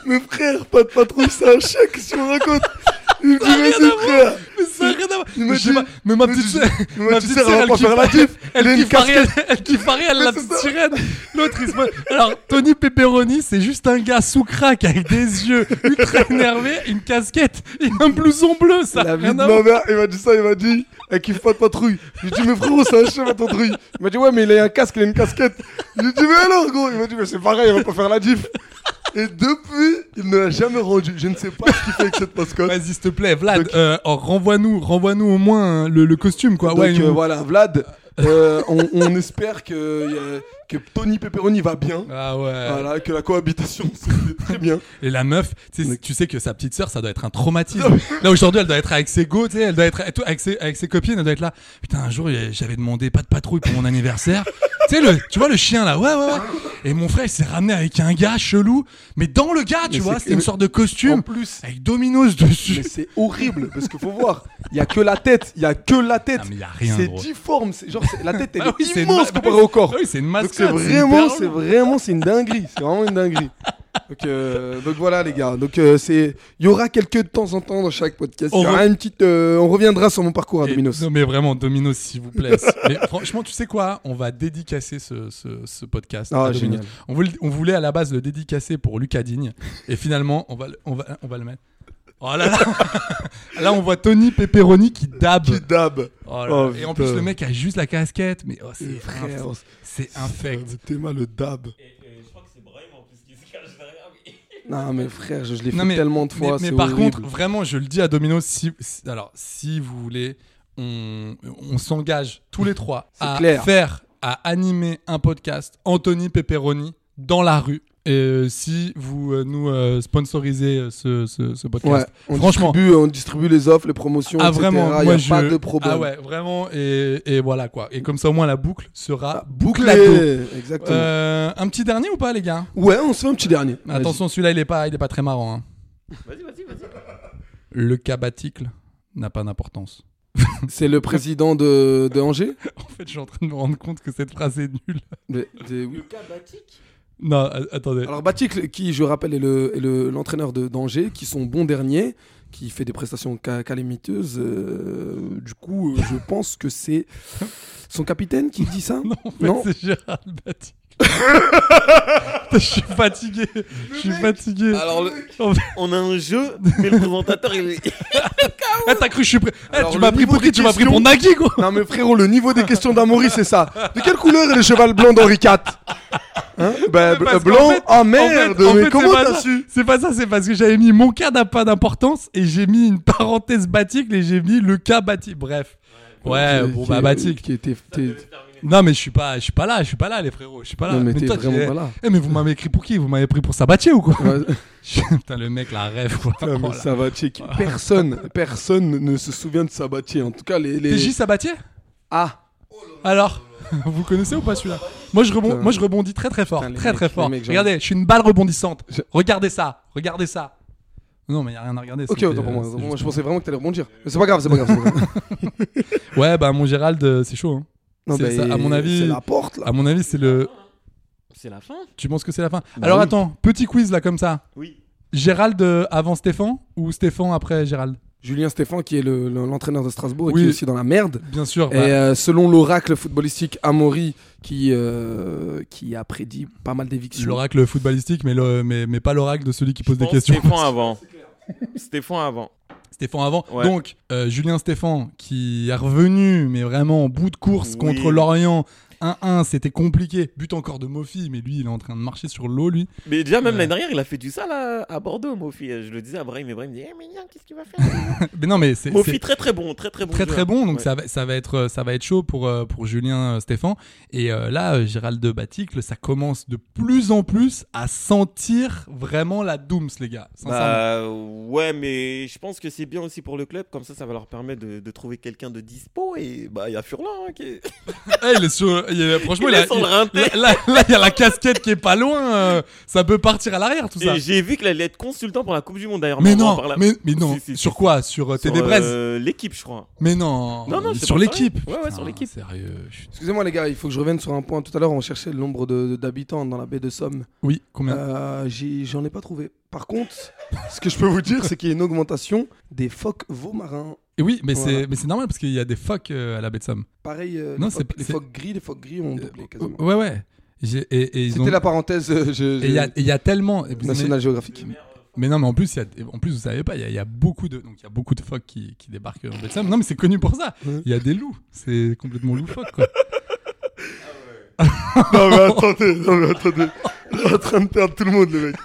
Speaker 3: Mais frère, pas de patrouille, c'est un chèque si on raconte Il me dit, mais si, frère
Speaker 2: Mais ça a rien à voir.
Speaker 3: Il m'a
Speaker 2: sais pas. Mais ma petite sœur,
Speaker 3: Ouais,
Speaker 2: ma
Speaker 3: tu
Speaker 2: petite
Speaker 3: sais,
Speaker 2: sœur,
Speaker 3: elle va
Speaker 2: elle
Speaker 3: pas faire la
Speaker 2: kiffe-
Speaker 3: diff.
Speaker 2: elle
Speaker 3: Il a une
Speaker 2: kiffe Ariel,
Speaker 3: casquette.
Speaker 2: elle kiffe Ariel,
Speaker 3: Mais
Speaker 2: la
Speaker 3: c'est
Speaker 2: petite sirène. L'autre, il se pose- Alors, Tony Pepperoni, c'est juste un gars sous crack avec des yeux ultra énervés, une casquette et un blouson bleu, ça.
Speaker 3: La
Speaker 2: a
Speaker 3: vie de
Speaker 2: rien à
Speaker 3: ma mère, il m'a dit ça, il m'a dit, elle kiffe pas de patrouille. J'ai dit, mais frérot, c'est un chien, ma patrouille. Il m'a dit, ouais, mais il a un casque, il a une casquette. J'ai dit, mais alors, gros. Il m'a dit, mais c'est pareil, il va pas faire la diff. Et depuis, il ne l'a jamais rendu. Je ne sais pas ce qu'il fait avec cette mascotte.
Speaker 2: Vas-y, s'il te plaît, Vlad, euh, oh, renvoie-nous, renvoie-nous au moins hein, le, le costume, quoi.
Speaker 3: Donc
Speaker 2: ouais, une-
Speaker 3: euh, voilà, Vlad, euh, on, on espère que, euh, que Tony Pepperoni va bien.
Speaker 2: Ah ouais.
Speaker 3: Voilà, que la cohabitation se fait très bien.
Speaker 2: Et la meuf, tu sais, tu sais que sa petite sœur, ça doit être un traumatisme. là aujourd'hui, elle doit être avec ses go, tu sais, elle doit être avec ses, avec ses copines, elle doit être là. Putain, un jour, j'avais demandé pas de patrouille pour mon anniversaire. tu sais le, tu vois le chien là, ouais, ouais, ouais. Et mon frère, il s'est ramené avec un gars chelou, mais dans le gars, tu
Speaker 3: Mais
Speaker 2: vois,
Speaker 3: c'est-
Speaker 2: c'était une
Speaker 3: mais-
Speaker 2: sorte de
Speaker 3: En
Speaker 2: costume
Speaker 3: plus,
Speaker 2: avec Domino's dessus.
Speaker 3: mais c'est horrible parce qu'il faut voir, il y a que la tête, il y a que la tête.
Speaker 2: Ah, mais il y a rien,
Speaker 3: C'est
Speaker 2: gros.
Speaker 3: difforme, c'est genre c'est- la tête elle
Speaker 2: Ah oui,
Speaker 3: est
Speaker 2: c'est une
Speaker 3: immense
Speaker 2: ma- bah
Speaker 3: comparée
Speaker 2: oui.
Speaker 3: au corps.
Speaker 2: Ah oui, c'est une
Speaker 3: Donc
Speaker 2: mascotte.
Speaker 3: c'est
Speaker 2: hyper
Speaker 3: vraiment,
Speaker 2: relou.
Speaker 3: c'est vraiment, c'est une dinguerie, c'est vraiment une dinguerie. Donc, euh, donc voilà les gars, donc euh, c'est, il y aura quelques de temps en temps dans chaque podcast.
Speaker 2: On
Speaker 3: Il y aura
Speaker 2: re-
Speaker 3: une petite, euh, on reviendra sur mon parcours à
Speaker 2: Et-
Speaker 3: Dominos.
Speaker 2: Non mais vraiment Domino's s'il vous plaît. mais franchement tu sais quoi On va dédicacer ce, ce, ce podcast.
Speaker 3: Ah,
Speaker 2: à Domino's.
Speaker 3: génial.
Speaker 2: On voulait, on voulait à la base le dédicacer pour Lucas Digne et finalement on va, le- on va, on va le mettre. Oh là là Là on voit Tony Pepperoni qui dab.
Speaker 3: Petit dab.
Speaker 2: Oh là
Speaker 3: Oh,
Speaker 2: là. et en plus
Speaker 3: putain.
Speaker 2: le mec a juste la casquette mais oh, c'est
Speaker 3: Frère,
Speaker 2: inf- c'est infect.
Speaker 3: T'es mal le dab.
Speaker 1: je crois que c'est Brahim en plus qui se cache derrière.
Speaker 3: Non mais frère, je, je l'ai
Speaker 2: Non,
Speaker 3: fait tellement de fois.
Speaker 2: mais- mais
Speaker 3: c'est
Speaker 2: par
Speaker 3: horrible.
Speaker 2: contre, vraiment, je le dis à Domino, si, si- alors, si vous voulez, on, on s'engage tous les trois
Speaker 3: C'est
Speaker 2: à
Speaker 3: clair.
Speaker 2: faire, à animer un podcast Anthony Pepperoni dans la rue. Et euh, si vous euh, nous euh, sponsorisez euh, ce, ce- ce
Speaker 3: ouais,
Speaker 2: podcast,
Speaker 3: on
Speaker 2: franchement,
Speaker 3: distribue, on distribue les offres, les promotions,
Speaker 2: ah
Speaker 3: etc.
Speaker 2: vraiment,
Speaker 3: il y
Speaker 2: moi
Speaker 3: a
Speaker 2: je,
Speaker 3: pas de problème.
Speaker 2: ah ouais, vraiment, et, et voilà quoi. Et comme ça au moins la boucle sera bouclado.
Speaker 3: Bouclé, exactement.
Speaker 2: Euh, un petit dernier ou pas les gars
Speaker 3: Ouais, on se fait un petit dernier.
Speaker 2: Attention, celui-là il est pas, il est pas très marrant. hein.
Speaker 1: Vas-y, vas-y, vas-y.
Speaker 2: Le cabaticle n'a pas d'importance.
Speaker 3: Vas-y. C'est le président de, de Angers.
Speaker 2: En fait, je suis en train de me rendre compte que cette phrase est nulle.
Speaker 3: De- de- oui.
Speaker 2: Non, a- attendez.
Speaker 3: Alors Batik, qui je rappelle est le est le- l'entraîneur de d'Angers, qui sont bons derniers, qui fait des prestations ca- calamiteuses. euh, du coup, euh, je pense que c'est son capitaine qui dit ça.
Speaker 2: non, en fait,
Speaker 3: non.
Speaker 2: c'est Gérard Batic. je suis fatigué. Je suis fatigué.
Speaker 1: Alors, le-
Speaker 2: En fait-
Speaker 1: on a un jeu, mais le présentateur, il est.
Speaker 2: Eh, t'as cru que je suis prêt Eh,
Speaker 3: Alors,
Speaker 2: Tu
Speaker 3: le
Speaker 2: m'as pris
Speaker 3: niveau
Speaker 2: pour qui
Speaker 3: des
Speaker 2: Tu m'as pris
Speaker 3: questions-
Speaker 2: pour Nagui, gros
Speaker 3: Non mais frérot, le niveau des questions d'Amaury, c'est ça. De quelle couleur est le cheval blanc d'Henri IV Hein Bah,
Speaker 2: Mais parce
Speaker 3: bl-
Speaker 2: qu'en
Speaker 3: blanc.
Speaker 2: fait-
Speaker 3: ah
Speaker 2: en fait-
Speaker 3: merde
Speaker 2: en
Speaker 3: Mais
Speaker 2: fait,
Speaker 3: comment
Speaker 2: c'est pas
Speaker 3: t'as
Speaker 2: ça.
Speaker 3: su
Speaker 2: C'est pas ça, c'est parce que j'avais mis mon cas n'a pas d'importance et j'ai mis une parenthèse Batic et j'ai mis le cas Batic. Bref. Ouais,
Speaker 3: Qui-
Speaker 2: bon,
Speaker 3: qui-
Speaker 2: bah, Batic.
Speaker 3: Qui était. t'es-
Speaker 2: Non, mais je suis pas, je suis pas là, je suis pas là, les frérots, je suis pas là.
Speaker 3: Non, mais t'es
Speaker 2: Ah, toi,
Speaker 3: vraiment
Speaker 2: tu-
Speaker 3: pas là.
Speaker 2: Eh, mais vous m'avez écrit pour qui Vous m'avez pris pour Sabatier ou quoi
Speaker 3: Ouais.
Speaker 2: Putain, le mec, la rêve, quoi.
Speaker 3: Ah, mais
Speaker 2: Oh là.
Speaker 3: Sabatier, qui- personne, personne ne se souvient de Sabatier. En tout cas, les. les...
Speaker 2: TJ Sabatier
Speaker 3: Ah,
Speaker 2: Alors vous le connaissez ou pas celui-là moi je, rebondis, moi je rebondis très très fort,
Speaker 3: Putain, les
Speaker 2: très très
Speaker 3: mecs,
Speaker 2: fort.
Speaker 3: les mecs, j'en ai-
Speaker 2: regardez, je suis une balle rebondissante.
Speaker 3: Je-
Speaker 2: Regardez ça, regardez ça. Non mais y a rien à regarder.
Speaker 3: ok,
Speaker 2: c'était,
Speaker 3: autant pour
Speaker 2: euh,
Speaker 3: moi.
Speaker 2: c'est
Speaker 3: autant pour moi,
Speaker 2: juste-
Speaker 3: je pensais vraiment que t'allais rebondir. Mais c'est pas grave, c'est pas grave. c'est pas grave.
Speaker 2: Ouais bah mon Gérald euh, c'est chaud. hein.
Speaker 3: Non,
Speaker 2: C'est
Speaker 3: bah,
Speaker 2: ça, à mon avis-
Speaker 3: C'est la porte, là.
Speaker 2: À mon avis c'est le...
Speaker 1: C'est la fin
Speaker 2: Tu penses que c'est la fin Alors
Speaker 3: oui.
Speaker 2: attends, petit quiz là comme ça.
Speaker 1: Oui.
Speaker 2: Gérald euh, avant Stéphane ou Stéphane après Gérald
Speaker 3: Julien Stéphane, qui est le- le- l'entraîneur de Strasbourg et
Speaker 2: Oui.
Speaker 3: qui est aussi dans la merde.
Speaker 2: Bien sûr.
Speaker 3: Et
Speaker 2: bah,
Speaker 3: euh, selon l'oracle footballistique Amaury, qui, euh, qui a prédit pas mal d'évictions.
Speaker 2: L'oracle footballistique mais, le, mais, mais pas l'oracle de celui qui pose
Speaker 1: Je
Speaker 2: des
Speaker 1: pense
Speaker 2: questions.
Speaker 1: Stéphane avant. Stéphane avant.
Speaker 2: Stéphane avant.
Speaker 1: Ouais.
Speaker 2: Donc, euh, Julien Stéphane qui est revenu, mais vraiment en bout de course
Speaker 1: Oui.
Speaker 2: contre l'Orient. 1-1, c'était compliqué. But encore de Mofi, mais lui, il est en train de marcher sur l'eau, lui.
Speaker 1: Mais déjà, même l'année dernière, il a fait du sale à, à Bordeaux, Mofi. Je le disais à Brahim, mais Brahim me dit Eh, mais non, qu'est-ce qu'il va faire
Speaker 2: mais non, mais c'est
Speaker 1: Mofi,
Speaker 2: c'est
Speaker 1: très très bon, très très bon.
Speaker 2: très
Speaker 1: joueur.
Speaker 2: très bon, donc
Speaker 1: Ouais.
Speaker 2: ça, va, ça, va être, ça va être chaud pour, euh, pour Julien euh, Stéphane. Et euh, là, euh, Gérald de Baticle, ça commence de plus en plus à sentir vraiment la Dooms, les gars. Sincèrement.
Speaker 1: Bah, ouais, mais je pense que c'est bien aussi pour le club. Comme ça, ça va leur permettre de, de trouver quelqu'un de dispo. Et bah, il y a Furlan hein, qui est-
Speaker 2: Eh, il est sur- il est- franchement,
Speaker 1: Il
Speaker 2: il a-
Speaker 1: est sur
Speaker 2: il-
Speaker 1: le rinté.
Speaker 2: là, là, là, il y a la casquette qui est pas loin. euh, ça peut partir à l'arrière, tout ça.
Speaker 1: Et j'ai vu qu'il allait être consultant pour la Coupe du Monde d'ailleurs.
Speaker 2: Mais
Speaker 1: Marwan,
Speaker 2: non,
Speaker 1: par là.
Speaker 2: mais, mais non.
Speaker 1: Si, si, si,
Speaker 2: sur
Speaker 1: si.
Speaker 2: quoi Sur euh,
Speaker 1: Sur,
Speaker 2: TD Brest
Speaker 1: euh, L'équipe, je crois.
Speaker 2: Oh, Mais non.
Speaker 1: Non, non, c'est
Speaker 2: sur
Speaker 1: pas
Speaker 2: l'équipe.
Speaker 1: pareil. Ouais, ouais,
Speaker 2: Putain,
Speaker 1: sur l'équipe.
Speaker 2: Sérieux. je suis-
Speaker 3: Excusez-moi, les gars, il faut que je revienne sur un point. Tout à l'heure, on cherchait le nombre de- de- d'habitants dans la baie de Somme.
Speaker 2: Oui, combien
Speaker 3: Euh, j'ai- J'en ai, pas trouvé. Par contre, ce que je peux vous dire, c'est qu'il y a une augmentation des phoques veaux marins.
Speaker 2: Et oui, mais
Speaker 3: Voilà.
Speaker 2: c'est mais c'est normal parce qu'il y a des phoques euh, à la baie de Somme.
Speaker 3: Pareil, euh,
Speaker 2: Non,
Speaker 3: les,
Speaker 2: c'est
Speaker 3: phoques,
Speaker 2: pas-
Speaker 3: les
Speaker 2: c'est-
Speaker 3: phoques gris, les phoques gris ont doublé quasiment.
Speaker 2: Ouais, ouais. J'ai- Et, et ils
Speaker 3: C'était
Speaker 2: ont.
Speaker 3: la parenthèse euh, je-
Speaker 2: Et il y, a-
Speaker 3: je-
Speaker 2: et il y a tellement. Mais,
Speaker 3: National Geographic.
Speaker 2: mais non, mais en plus, il y a- en plus vous savez pas, il y, a- il y a beaucoup de donc il y a beaucoup de phoques qui, qui débarquent en baie de Somme. Non, mais c'est connu pour ça. Il
Speaker 3: Ouais.
Speaker 2: y a des loups. C'est complètement loufoque quoi.
Speaker 3: Non mais attendez, non mais attendez. Il est en train de perdre tout le monde le mec.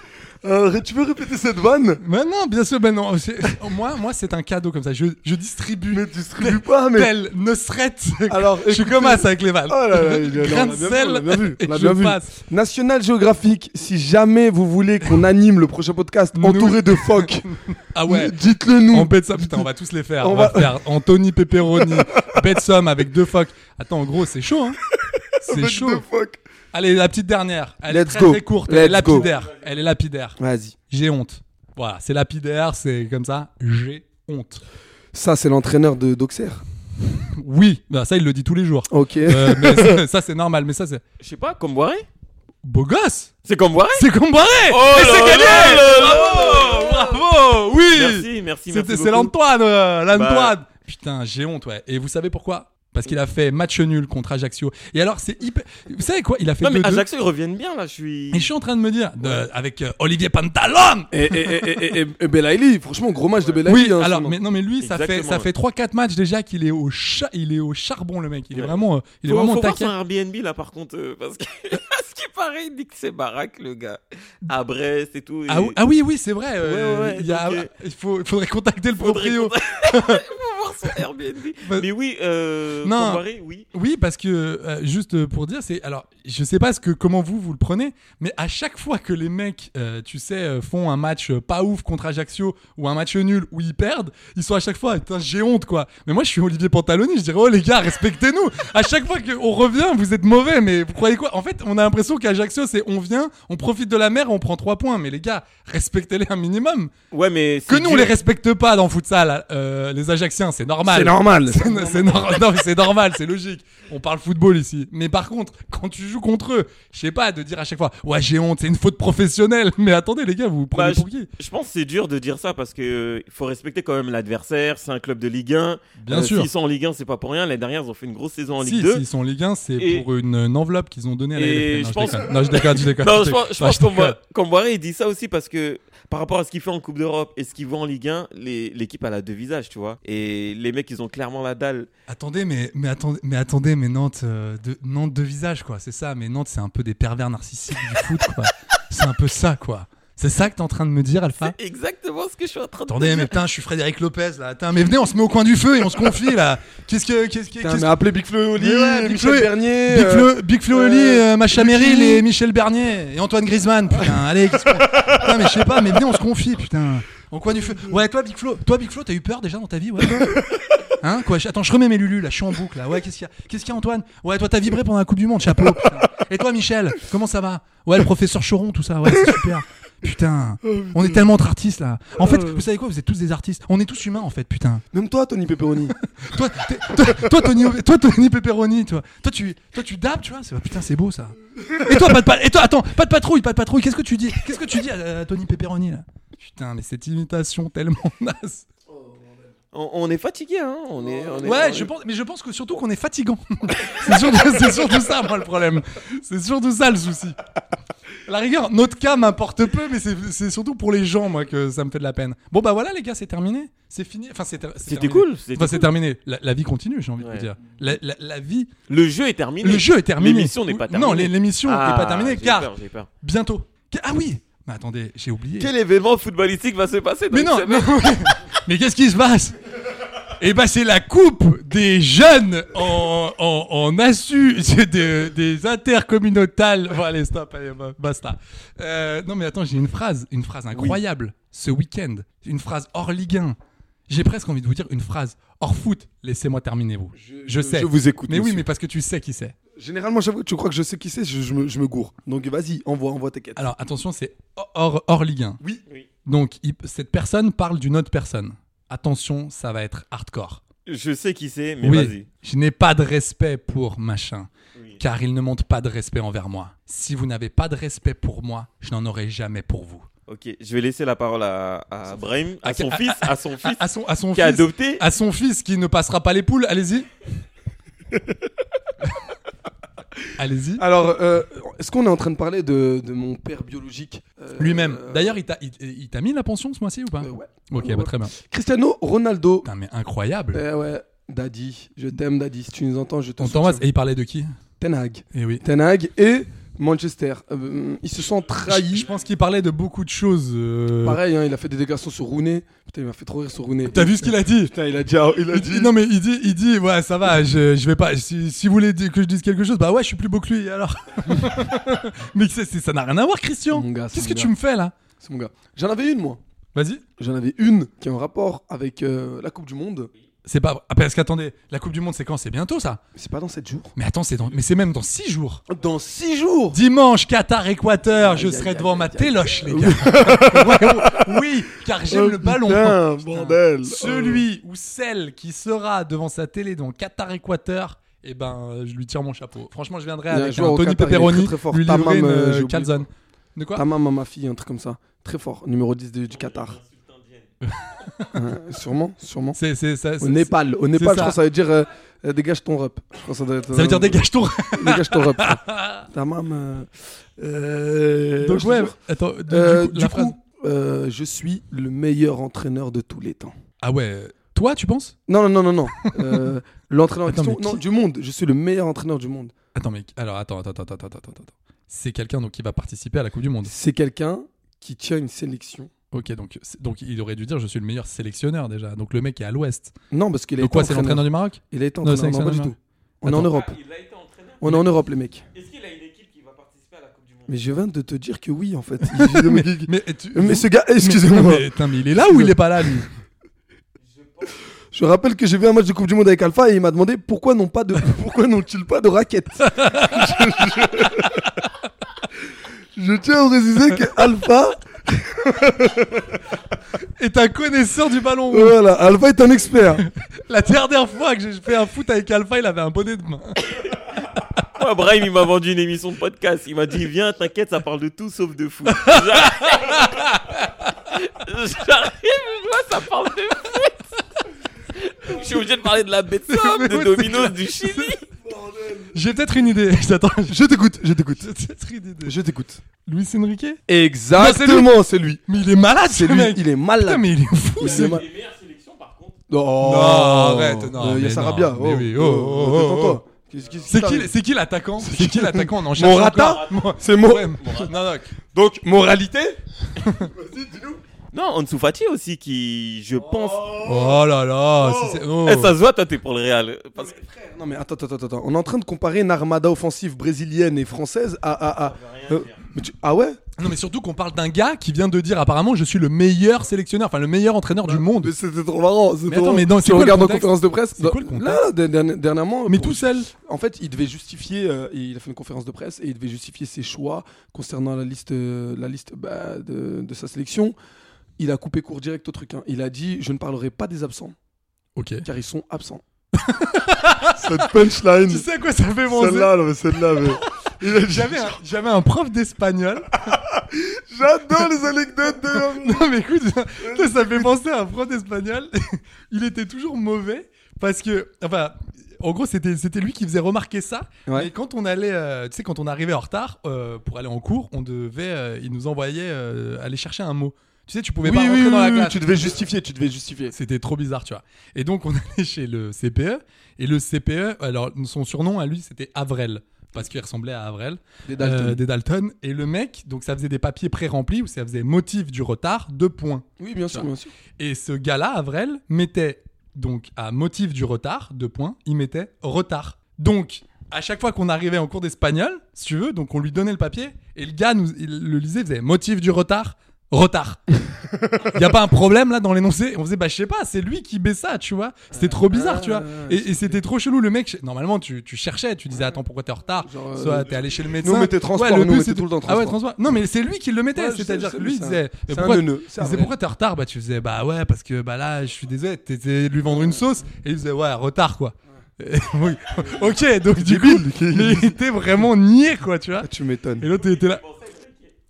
Speaker 3: Euh, tu peux répéter cette vanne
Speaker 2: mais non, bien sûr, mais non. c'est- Moi, moi, c'est un cadeau comme ça. Je, je distribue.
Speaker 3: Ne distribue pas mais...
Speaker 2: Tel Nosret.
Speaker 3: Alors,
Speaker 2: je
Speaker 3: écoutez-
Speaker 2: commence avec les vannes.
Speaker 3: Oh là là, il est-
Speaker 2: Grain
Speaker 3: on
Speaker 2: de
Speaker 3: l'a bien vu, on l'a bien vu,
Speaker 2: sel.
Speaker 3: on l'a
Speaker 2: et
Speaker 3: bien
Speaker 2: je
Speaker 3: vu.
Speaker 2: passe.
Speaker 3: National Geographic, si jamais vous voulez qu'on anime le prochain podcast
Speaker 2: Nous-
Speaker 3: entouré de phoques,
Speaker 2: Ah ouais.
Speaker 3: dites-le nous.
Speaker 2: En Betsom, putain, on va tous les faire. On,
Speaker 3: On
Speaker 2: va,
Speaker 3: va-
Speaker 2: faire Anthony Pepperoni, Betsom avec deux phoques. Attends, en gros, c'est chaud, hein C'est
Speaker 3: Avec deux
Speaker 2: chaud.
Speaker 3: phoques.
Speaker 2: Allez, la petite dernière. Elle est
Speaker 3: Let's
Speaker 2: très,
Speaker 3: go.
Speaker 2: très courte. Elle est
Speaker 3: Let's go.
Speaker 2: lapidaire. Elle est lapidaire.
Speaker 3: Vas-y.
Speaker 2: J'ai honte. Voilà, c'est lapidaire, c'est comme ça. J'ai honte.
Speaker 3: Ça, c'est l'entraîneur de d'Auxerre.
Speaker 2: Oui, bah, ça, il le dit tous les jours.
Speaker 3: Ok.
Speaker 2: Euh, mais ça- ça, c'est normal. Mais ça, c'est.
Speaker 1: Je sais pas, comme Boiré
Speaker 2: Beau gosse
Speaker 1: C'est comme Boiré
Speaker 2: C'est comparé
Speaker 1: Oh
Speaker 2: Et c'est
Speaker 1: là
Speaker 2: gagné
Speaker 1: là là
Speaker 2: Bravo
Speaker 1: là
Speaker 2: Bravo Oui
Speaker 1: Merci, merci,
Speaker 2: C'était
Speaker 1: merci.
Speaker 2: c'est
Speaker 1: beaucoup. Bah.
Speaker 2: l'Antoine, euh, l'Antoine. Putain, j'ai honte, ouais. Et vous savez pourquoi Parce qu'il a fait match nul contre Ajaccio. Et alors, c'est hyper. Vous savez quoi Il a fait
Speaker 1: Non, mais
Speaker 2: 2-2.
Speaker 1: Ajaccio, ils reviennent bien là, je suis.
Speaker 2: Et je suis en train de me dire, de- avec euh, Olivier Pantalon.
Speaker 3: et, et, et, et, et, et Belaïli, franchement, gros match de Belaïli.
Speaker 2: Oui,
Speaker 3: hein,
Speaker 2: alors,
Speaker 3: son-
Speaker 2: mais non, mais lui, ça fait,
Speaker 1: Exactement,
Speaker 2: ça
Speaker 1: ouais.
Speaker 2: fait 3-4 matchs déjà qu'il est au cha- il est au charbon, le mec. Il est
Speaker 1: Ouais.
Speaker 2: vraiment, euh, il est
Speaker 1: faut,
Speaker 2: vraiment
Speaker 1: faut voir
Speaker 2: taquet.
Speaker 1: son Airbnb là par contre euh, parce que à ce qui paraît il dit que c'est baraque le gars à Brest et tout et
Speaker 2: Ah, ou- ah oui, oui, c'est vrai. euh,
Speaker 1: Ouais, ouais,
Speaker 2: il y a-
Speaker 1: donc, euh,
Speaker 2: il faut, il faudrait contacter le
Speaker 1: faudrait
Speaker 2: proprio.
Speaker 1: qu'on- faut voir son Airbnb
Speaker 2: Bah-
Speaker 1: mais oui euh,
Speaker 2: Non.
Speaker 1: comparé, oui
Speaker 2: Oui, parce que euh, juste pour dire, c'est alors je sais pas ce que comment vous vous le prenez, mais à chaque fois que les mecs, euh, tu sais, euh, font un match euh, pas ouf contre Ajaccio ou un match nul où ils perdent, ils sont à chaque fois putain j'ai honte quoi. Mais moi je suis Olivier Pantaloni, je dirais oh les gars respectez-nous. à chaque fois qu'on revient, vous êtes mauvais, mais vous croyez quoi En fait, on a l'impression qu'Ajaccio c'est on vient, on profite de la mer, on prend trois points, mais les gars respectez-les un minimum.
Speaker 1: ouais mais
Speaker 2: Que
Speaker 1: c'est
Speaker 2: nous on
Speaker 1: dur.
Speaker 2: les respecte pas dans futsal, euh, les Ajacciens, c'est normal.
Speaker 3: C'est normal.
Speaker 2: C'est no- c'est nor- non, mais c'est normal, c'est logique. On parle football ici. Mais par contre, quand tu joues contre eux, je sais pas, de dire à chaque fois, ouais, j'ai honte, c'est une faute professionnelle. Mais attendez, les gars, vous vous prenez
Speaker 1: Bah,
Speaker 2: pour qui
Speaker 1: je pense que c'est dur de dire ça parce que euh, il faut respecter quand même l'adversaire c'est un club de Ligue 1
Speaker 2: Bien sûr.
Speaker 1: euh, s'ils sont en Ligue 1 c'est pas pour rien l'année dernière ils ont fait une grosse saison en
Speaker 2: Si,
Speaker 1: Ligue 2
Speaker 2: s'ils sont en Ligue 1, c'est
Speaker 1: Et-
Speaker 2: pour une, une enveloppe qu'ils ont donnée à la
Speaker 1: Et je
Speaker 2: LFP. Non,
Speaker 1: pense-
Speaker 2: déconne. Non, je déconne, je déconne.
Speaker 1: Non, je pense, je
Speaker 2: Non,
Speaker 1: pense qu'on
Speaker 2: déconne.
Speaker 1: voit- qu'on voit, il dit ça aussi parce que par rapport à ce qu'il fait en Coupe d'Europe et ce qu'il voit en Ligue 1, les- l'équipe elle a deux visages, tu vois. Et les mecs, ils ont clairement la dalle.
Speaker 2: Attendez, mais, mais, attendez, mais attendez, mais Nantes, euh, de, Nantes de visage, quoi, c'est ça. Mais Nantes, c'est un peu des pervers narcissiques du foot, quoi. C'est un peu ça, quoi. C'est ça que t'es en train de me dire, Alpha
Speaker 1: C'est exactement ce que je suis en train de
Speaker 2: Ah. Attendez, mais putain, je suis Frédéric Lopez là. Putain, mais venez, on se met au coin du feu et on se confie là. Qu'est-ce que. Qu'est-ce que.
Speaker 3: Putain,
Speaker 2: qu'est-ce
Speaker 3: mais appelez Big Flo et Oli,
Speaker 2: Mais ouais, Big
Speaker 3: Michel
Speaker 2: Flo et-
Speaker 3: Bernier.
Speaker 2: Big
Speaker 3: euh,
Speaker 2: Flo, Big Flo
Speaker 3: euh,
Speaker 2: Oli, euh, Macha
Speaker 3: Lucky.
Speaker 2: Merrill et Michel Bernier et Antoine Griezmann. Putain, allez, qu'est-ce que- Putain, mais je sais pas, mais venez, on se confie, putain. Au coin du feu. Ouais, toi, Big Flo, toi, Big Flo, t'as eu peur déjà dans ta vie, ouais. toi Hein, quoi je- Attends, je remets mes Lulu là, je suis en boucle là. Ouais, qu'est-ce qu'il y a Qu'est-ce qu'il y a, Antoine Ouais, toi, t'as vibré pendant la Coupe du Monde, chapeau. putain. Et toi, Michel, comment ça va Ouais, le professeur Choron, tout ça, ouais, c'est super. Oh, Putain, Euh. on est tellement entre artistes là. En fait, vous savez quoi Vous êtes tous des artistes. On est tous humains en fait, putain
Speaker 3: Même toi, Tony Pepperoni.
Speaker 2: toi, t'es- toi, toi, Tony, toi, Tony Pepperoni, toi, toi, tu, toi, tu dabs, tu vois, c'est oh, putain, c'est beau ça. Et toi, pas de, pa- et toi, attends, pas de patrouille, pas de patrouille. Qu'est-ce que tu dis Qu'est-ce que tu dis à, à Tony Pepperoni là Putain, mais cette imitation tellement naze.
Speaker 1: On, on est fatigué, hein. On est, on est- on
Speaker 2: Ouais,
Speaker 1: est-
Speaker 2: je pense, mais je pense que surtout qu'on est fatigant. c'est surtout, c'est surtout ça, moi, le problème. C'est surtout ça le souci. À La rigueur, notre cas m'importe peu, mais c'est c'est surtout pour les gens, moi, que ça me fait de la peine. Bon, bah voilà, les gars, c'est terminé. C'est fini. Enfin, c'est ter- c'est
Speaker 1: C'était
Speaker 2: terminé.
Speaker 1: cool. c'était
Speaker 2: Enfin, c'est
Speaker 1: cool.
Speaker 2: terminé. La, la vie continue, j'ai envie de
Speaker 1: Ouais.
Speaker 2: vous dire. La- la- la vie
Speaker 1: Le jeu est terminé.
Speaker 2: Le jeu est terminé.
Speaker 1: L'émission n'est pas terminée.
Speaker 2: Non, l'é- l'émission n'est
Speaker 1: Ah,
Speaker 2: pas terminée
Speaker 1: j'ai
Speaker 2: car
Speaker 1: peur, j'ai peur.
Speaker 2: bientôt. Qu- Ah oui Mais attendez, j'ai oublié.
Speaker 1: Quel événement footballistique va se passer dans
Speaker 2: Mais
Speaker 1: une
Speaker 2: non,
Speaker 1: semaine
Speaker 2: mais- mais qu'est-ce qui se passe Eh ben c'est la coupe des jeunes en, en, en assu, c'est des, des intercommunautales. Bon allez, stop, allez, ba- basta. Euh, non mais attends, j'ai une phrase, une phrase incroyable ce week-end, une phrase hors Ligue 1. J'ai presque envie de vous dire une phrase hors foot. Laissez-moi terminer vous. Je, sais.
Speaker 3: je vous écoute,
Speaker 2: Mais oui,
Speaker 3: monsieur.
Speaker 2: mais parce que tu sais qui c'est.
Speaker 3: Généralement, chaque fois que tu crois que je sais qui c'est, je, je me, je me gourre. Donc vas-y, envoie, envoie, t'inquiète.
Speaker 2: Alors attention, c'est hors, hors Ligue 1.
Speaker 3: Oui.
Speaker 1: Oui.
Speaker 2: Donc il- cette personne parle d'une autre personne. Attention, ça va être hardcore.
Speaker 1: Je sais qui c'est, mais
Speaker 2: oui,
Speaker 1: vas-y.
Speaker 2: je n'ai pas de respect pour machin,
Speaker 1: Oui.
Speaker 2: car il ne montre pas de respect envers moi. Si vous n'avez pas de respect pour moi, je n'en aurai jamais pour vous.
Speaker 1: Ok, je vais laisser la parole à, à Brahim, à
Speaker 2: À-
Speaker 1: son
Speaker 2: à-
Speaker 1: fils, à son fils
Speaker 2: À, à son, à son
Speaker 1: qui a
Speaker 2: fils,
Speaker 1: adopté.
Speaker 2: à son fils qui ne passera pas les poules. Allez-y. Allez-y.
Speaker 3: Alors, euh, est-ce qu'on est en train de parler de, de mon père biologique euh,
Speaker 2: Lui-même.
Speaker 3: euh,
Speaker 2: D'ailleurs, il t'a il- il t'a mis la pension ce mois-ci ou pas
Speaker 3: euh, ouais.
Speaker 2: Ok, bah, très bien.
Speaker 3: Cristiano Ronaldo.
Speaker 2: Putain, mais incroyable.
Speaker 3: Eh ouais, Daddy. Je t'aime, Daddy. Si tu nous entends, je te
Speaker 2: On
Speaker 3: soutiens.
Speaker 2: t'embrasse. Et il parlait de qui
Speaker 3: Ten Hag.
Speaker 2: Eh oui.
Speaker 3: Ten Hag et Manchester. Euh, ils se sont
Speaker 2: Je,
Speaker 3: trahis.
Speaker 2: je pense qu'il parlait de beaucoup de choses. euh,
Speaker 3: Pareil, hein, il a fait des déclarations sur Rooney. Putain, il m'a fait trop rire sur Rooney.
Speaker 2: T'as vu ce qu'il a dit
Speaker 3: Putain, il a dit. ah, Il a
Speaker 2: Il-
Speaker 3: dit...
Speaker 2: Non mais il dit, il dit, ouais ça va, je, je vais pas. Si, si vous voulez di- que je dise quelque chose, bah ouais, je suis plus beau que lui. Alors, mais c'est- c'est- ça n'a rien à voir, Christian.
Speaker 3: Mon gars, c'est
Speaker 2: Qu'est-ce
Speaker 3: mon
Speaker 2: que tu me fais là
Speaker 3: C'est mon gars. J'en avais une, moi.
Speaker 2: Vas-y.
Speaker 3: J'en avais une qui a un rapport avec euh, la Coupe du Monde.
Speaker 2: C'est pas ah, parce qu'attendez, la Coupe du Monde c'est quand C'est bientôt ça.
Speaker 3: C'est pas dans 7 jours.
Speaker 2: Mais attends, c'est dans, mais c'est même dans 6 jours.
Speaker 3: Dans 6 jours
Speaker 2: Dimanche, Qatar, Équateur, je
Speaker 3: Oh. Aïe,
Speaker 2: serai
Speaker 3: aïe,
Speaker 2: devant
Speaker 3: aïe,
Speaker 2: ma
Speaker 3: aïe,
Speaker 2: téloche, les
Speaker 3: aïe.
Speaker 2: gars. Ouais, oui, car j'aime
Speaker 3: Oh,
Speaker 2: le ballon. hein.
Speaker 3: putain, bordel.
Speaker 2: Celui ou celle qui sera devant sa télé dans Qatar, Équateur, eh ben, euh, je lui tire mon chapeau. Franchement, je viendrai
Speaker 3: Il y a un
Speaker 2: avec
Speaker 3: joueur
Speaker 2: un
Speaker 3: au
Speaker 2: Tony
Speaker 3: Qatar, il est
Speaker 2: Pepperoni
Speaker 3: très, très fort.
Speaker 2: lui
Speaker 3: Tamam,
Speaker 2: livrer une
Speaker 3: euh, j'ai
Speaker 2: euh,
Speaker 3: oublié.
Speaker 2: calzone. De quoi
Speaker 3: Oh. Ta maman, ma fille, un truc comme ça. Très fort, numéro 10 de- du Qatar. Hein, sûrement, sûrement.
Speaker 2: C'est c'est ça.
Speaker 3: Au
Speaker 2: c'est-
Speaker 3: Népal, au Népal,
Speaker 2: ça.
Speaker 3: je crois que ça veut dire euh, euh, dégage ton rep. Je crois que ça, doit être,
Speaker 2: Ça veut
Speaker 3: euh,
Speaker 2: dire dégage ton.
Speaker 3: Dégage ton rep. frère. Ta maman. euh, euh,
Speaker 2: Donc
Speaker 3: je
Speaker 2: ouais.
Speaker 3: te jure.
Speaker 2: Attends. donc,
Speaker 3: Euh,
Speaker 2: du coup, la
Speaker 3: du
Speaker 2: phrase-
Speaker 3: coup, euh, je suis le meilleur entraîneur de tous les temps.
Speaker 2: Ah ouais. Toi, tu penses
Speaker 3: Non, non, non, non, non. Euh, L'entraîneur en
Speaker 2: Attends,
Speaker 3: question-
Speaker 2: mais qui-
Speaker 3: non, du monde. Je suis le meilleur entraîneur du monde.
Speaker 2: Attends, mais alors attends, attends, attends, attends, attends, attends. attends. C'est quelqu'un donc qui va participer à la Coupe du Monde.
Speaker 3: C'est quelqu'un qui tient une sélection.
Speaker 2: Ok, donc c'est- donc il aurait dû dire je suis le meilleur sélectionneur déjà. Donc le mec est à l'ouest.
Speaker 3: Non, parce qu'il a
Speaker 2: Donc
Speaker 3: été
Speaker 2: quoi, c'est l'entraîneur
Speaker 3: entraîneur.
Speaker 2: du Maroc
Speaker 3: Il a été
Speaker 2: Non,
Speaker 3: entraîneur. Non, pas du
Speaker 2: sélectionneur.
Speaker 3: tout. On est en
Speaker 2: Attends.
Speaker 3: Europe.
Speaker 1: Ah, Il a été entraîneur.
Speaker 3: On est en Europe, les mecs.
Speaker 1: Est-ce qu'il a une équipe qui va participer à la Coupe du Monde
Speaker 3: Mais je viens de te dire que oui, en fait.
Speaker 2: mais,
Speaker 3: mais,
Speaker 2: mais, tu-
Speaker 3: mais ce gars,
Speaker 2: Mais,
Speaker 3: excusez-moi.
Speaker 2: mais- putain, mais il est là ou il est pas là lui
Speaker 3: Je rappelle que j'ai vu un match de Coupe du Monde avec Alpha et il m'a demandé pourquoi n'ont pas de, pourquoi n'ont-ils pas de raquettes. je, je- je tiens à préciser que Alpha,
Speaker 2: Est un connaisseur du ballon. rouge.
Speaker 3: voilà, Alpha est un expert.
Speaker 2: La dernière fois que j'ai fait un foot avec Alpha, il avait un bonnet de main.
Speaker 1: Moi, Brahim, il m'a vendu une émission de podcast. Il m'a dit Viens, t'inquiète, ça parle de tout sauf de foot. J'arrive, je vois, ça parle de foot. Je suis obligé de parler de la bête
Speaker 2: Mais
Speaker 1: de
Speaker 2: oui,
Speaker 1: Domino's, du Chili.
Speaker 2: J'ai peut-être une idée. J'attends.
Speaker 3: Je t'écoute, je t'écoute,
Speaker 2: J'ai peut-être une idée.
Speaker 3: je t'écoute.
Speaker 2: Luis Enrique
Speaker 3: Exactement, c'est lui.
Speaker 2: Mais il est malade,
Speaker 3: C'est
Speaker 2: ce
Speaker 3: lui,
Speaker 2: mec.
Speaker 3: il est malade.
Speaker 2: Putain, mais il est fou.
Speaker 3: Il
Speaker 2: ce
Speaker 3: est
Speaker 2: mec.
Speaker 3: mal-
Speaker 1: meilleures sélections, par contre.
Speaker 3: Non,
Speaker 2: Non, arrête, non,
Speaker 3: Euh, Oh. Il y a
Speaker 2: mais
Speaker 3: Sarabia.
Speaker 2: non, mais oui, oh, oh, oh,
Speaker 3: détends-toi. Qu'est-ce- qu'est-ce
Speaker 2: C'est qui,
Speaker 3: t'arrive
Speaker 2: c'est qui l'attaquant C'est qui l'attaquant On en cherche
Speaker 3: Morata
Speaker 2: encore.
Speaker 3: C'est Mo-
Speaker 2: Ouais, non, non.
Speaker 3: Donc, moralité
Speaker 1: Non, Ansu Fati aussi, qui, je pense.
Speaker 2: Oh là là. si c'est- oh.
Speaker 1: Eh, ça se voit, toi, t'es pour le Real. Parce que-
Speaker 3: Non mais attends, attends, attends, attends. On est en train de comparer une armada offensive brésilienne et française à... à, à- euh, mais tu- Ah ouais
Speaker 2: Non, mais surtout qu'on parle d'un gars qui vient de dire apparemment je suis le meilleur sélectionneur, enfin le meilleur entraîneur du monde.
Speaker 3: Mais C'était trop marrant. c'est
Speaker 2: Mais
Speaker 3: trop
Speaker 2: attends,
Speaker 3: marrant.
Speaker 2: mais non, c'est
Speaker 3: tu
Speaker 2: quoi le
Speaker 3: regardes en
Speaker 2: contexte
Speaker 3: conférence de presse.
Speaker 2: C'est quoi le contexte
Speaker 3: Là, de- de- dernièrement.
Speaker 2: Mais
Speaker 3: pour-
Speaker 2: tout seul.
Speaker 3: En fait, il devait justifier. euh, il a fait une conférence de presse et il devait justifier ses choix concernant la liste, euh, la liste bah, de, de sa sélection. Il a coupé court direct au truc. hein. Il a dit Je ne parlerai pas des absents,
Speaker 2: Ok.
Speaker 3: car ils sont absents. Cette punchline.
Speaker 2: Tu sais à quoi ça fait penser
Speaker 3: celle-là,
Speaker 2: J'avais un, j'avais un prof d'espagnol.
Speaker 3: J'adore les anecdotes de.
Speaker 2: Non mais écoute, ça, ça fait penser à un prof d'espagnol. Il était toujours mauvais parce que, enfin, en gros c'était c'était lui qui faisait remarquer ça.
Speaker 3: Ouais.
Speaker 2: Et quand on allait, euh, tu sais, quand on arrivait en retard euh, pour aller en cours, on devait, euh, il nous envoyait euh, aller chercher un mot. Tu sais, tu pouvais pas rentrer dans la classe.
Speaker 3: tu devais justifier, tu devais justifier.
Speaker 2: C'était trop bizarre, tu vois. Et donc, on allait chez le CPE. Et le CPE, alors, son surnom à lui, c'était Avrel. Parce qu'il ressemblait à Avrel.
Speaker 3: Des Dalton.
Speaker 2: Euh, des Dalton. Et le mec, donc, ça faisait des papiers pré-remplis où ça faisait motif du retard, deux points.
Speaker 3: Oui, bien sûr, bien sûr.
Speaker 2: Et ce gars-là, Avrel, mettait donc à motif du retard, deux points, il mettait retard. Donc, à chaque fois qu'on arrivait en cours d'espagnol, si tu veux, donc on lui donnait le papier, et le gars nous, il le lisait, il faisait motif du retard, retard. Il n'y a pas un problème là dans l'énoncé On faisait, bah je sais pas, c'est lui qui met ça, tu vois. C'était trop bizarre, tu vois.
Speaker 3: Ah,
Speaker 2: Et, et c'était trop chelou, le mec, normalement tu, tu cherchais, tu disais, attends, pourquoi t'es en retard
Speaker 3: Genre, euh,
Speaker 2: Soit t'es allé chez le médecin.
Speaker 3: on mettait transport, nous, on mettait
Speaker 2: c'était-
Speaker 3: tout le temps
Speaker 2: Ah ouais,
Speaker 3: transport.
Speaker 2: transport. Non, mais c'est lui qui le mettait,
Speaker 3: Ouais, je sais,
Speaker 2: c'est-à-dire
Speaker 3: je
Speaker 2: que
Speaker 3: sais,
Speaker 2: lui, il
Speaker 3: c'est un-
Speaker 2: disait,
Speaker 3: c'est un
Speaker 2: pourquoi-
Speaker 3: neuneu, c'est
Speaker 2: il disait,
Speaker 3: Avrel.
Speaker 2: pourquoi t'es en retard Bah tu faisais bah ouais parce que bah là je suis désolé, t'étais lui vendre une sauce et il faisait ouais retard quoi. Oui. ok donc du coup
Speaker 3: Débile, qui-
Speaker 2: mais il était vraiment nié quoi tu vois.
Speaker 3: Ah, tu m'étonnes.
Speaker 2: Et l'autre il était là.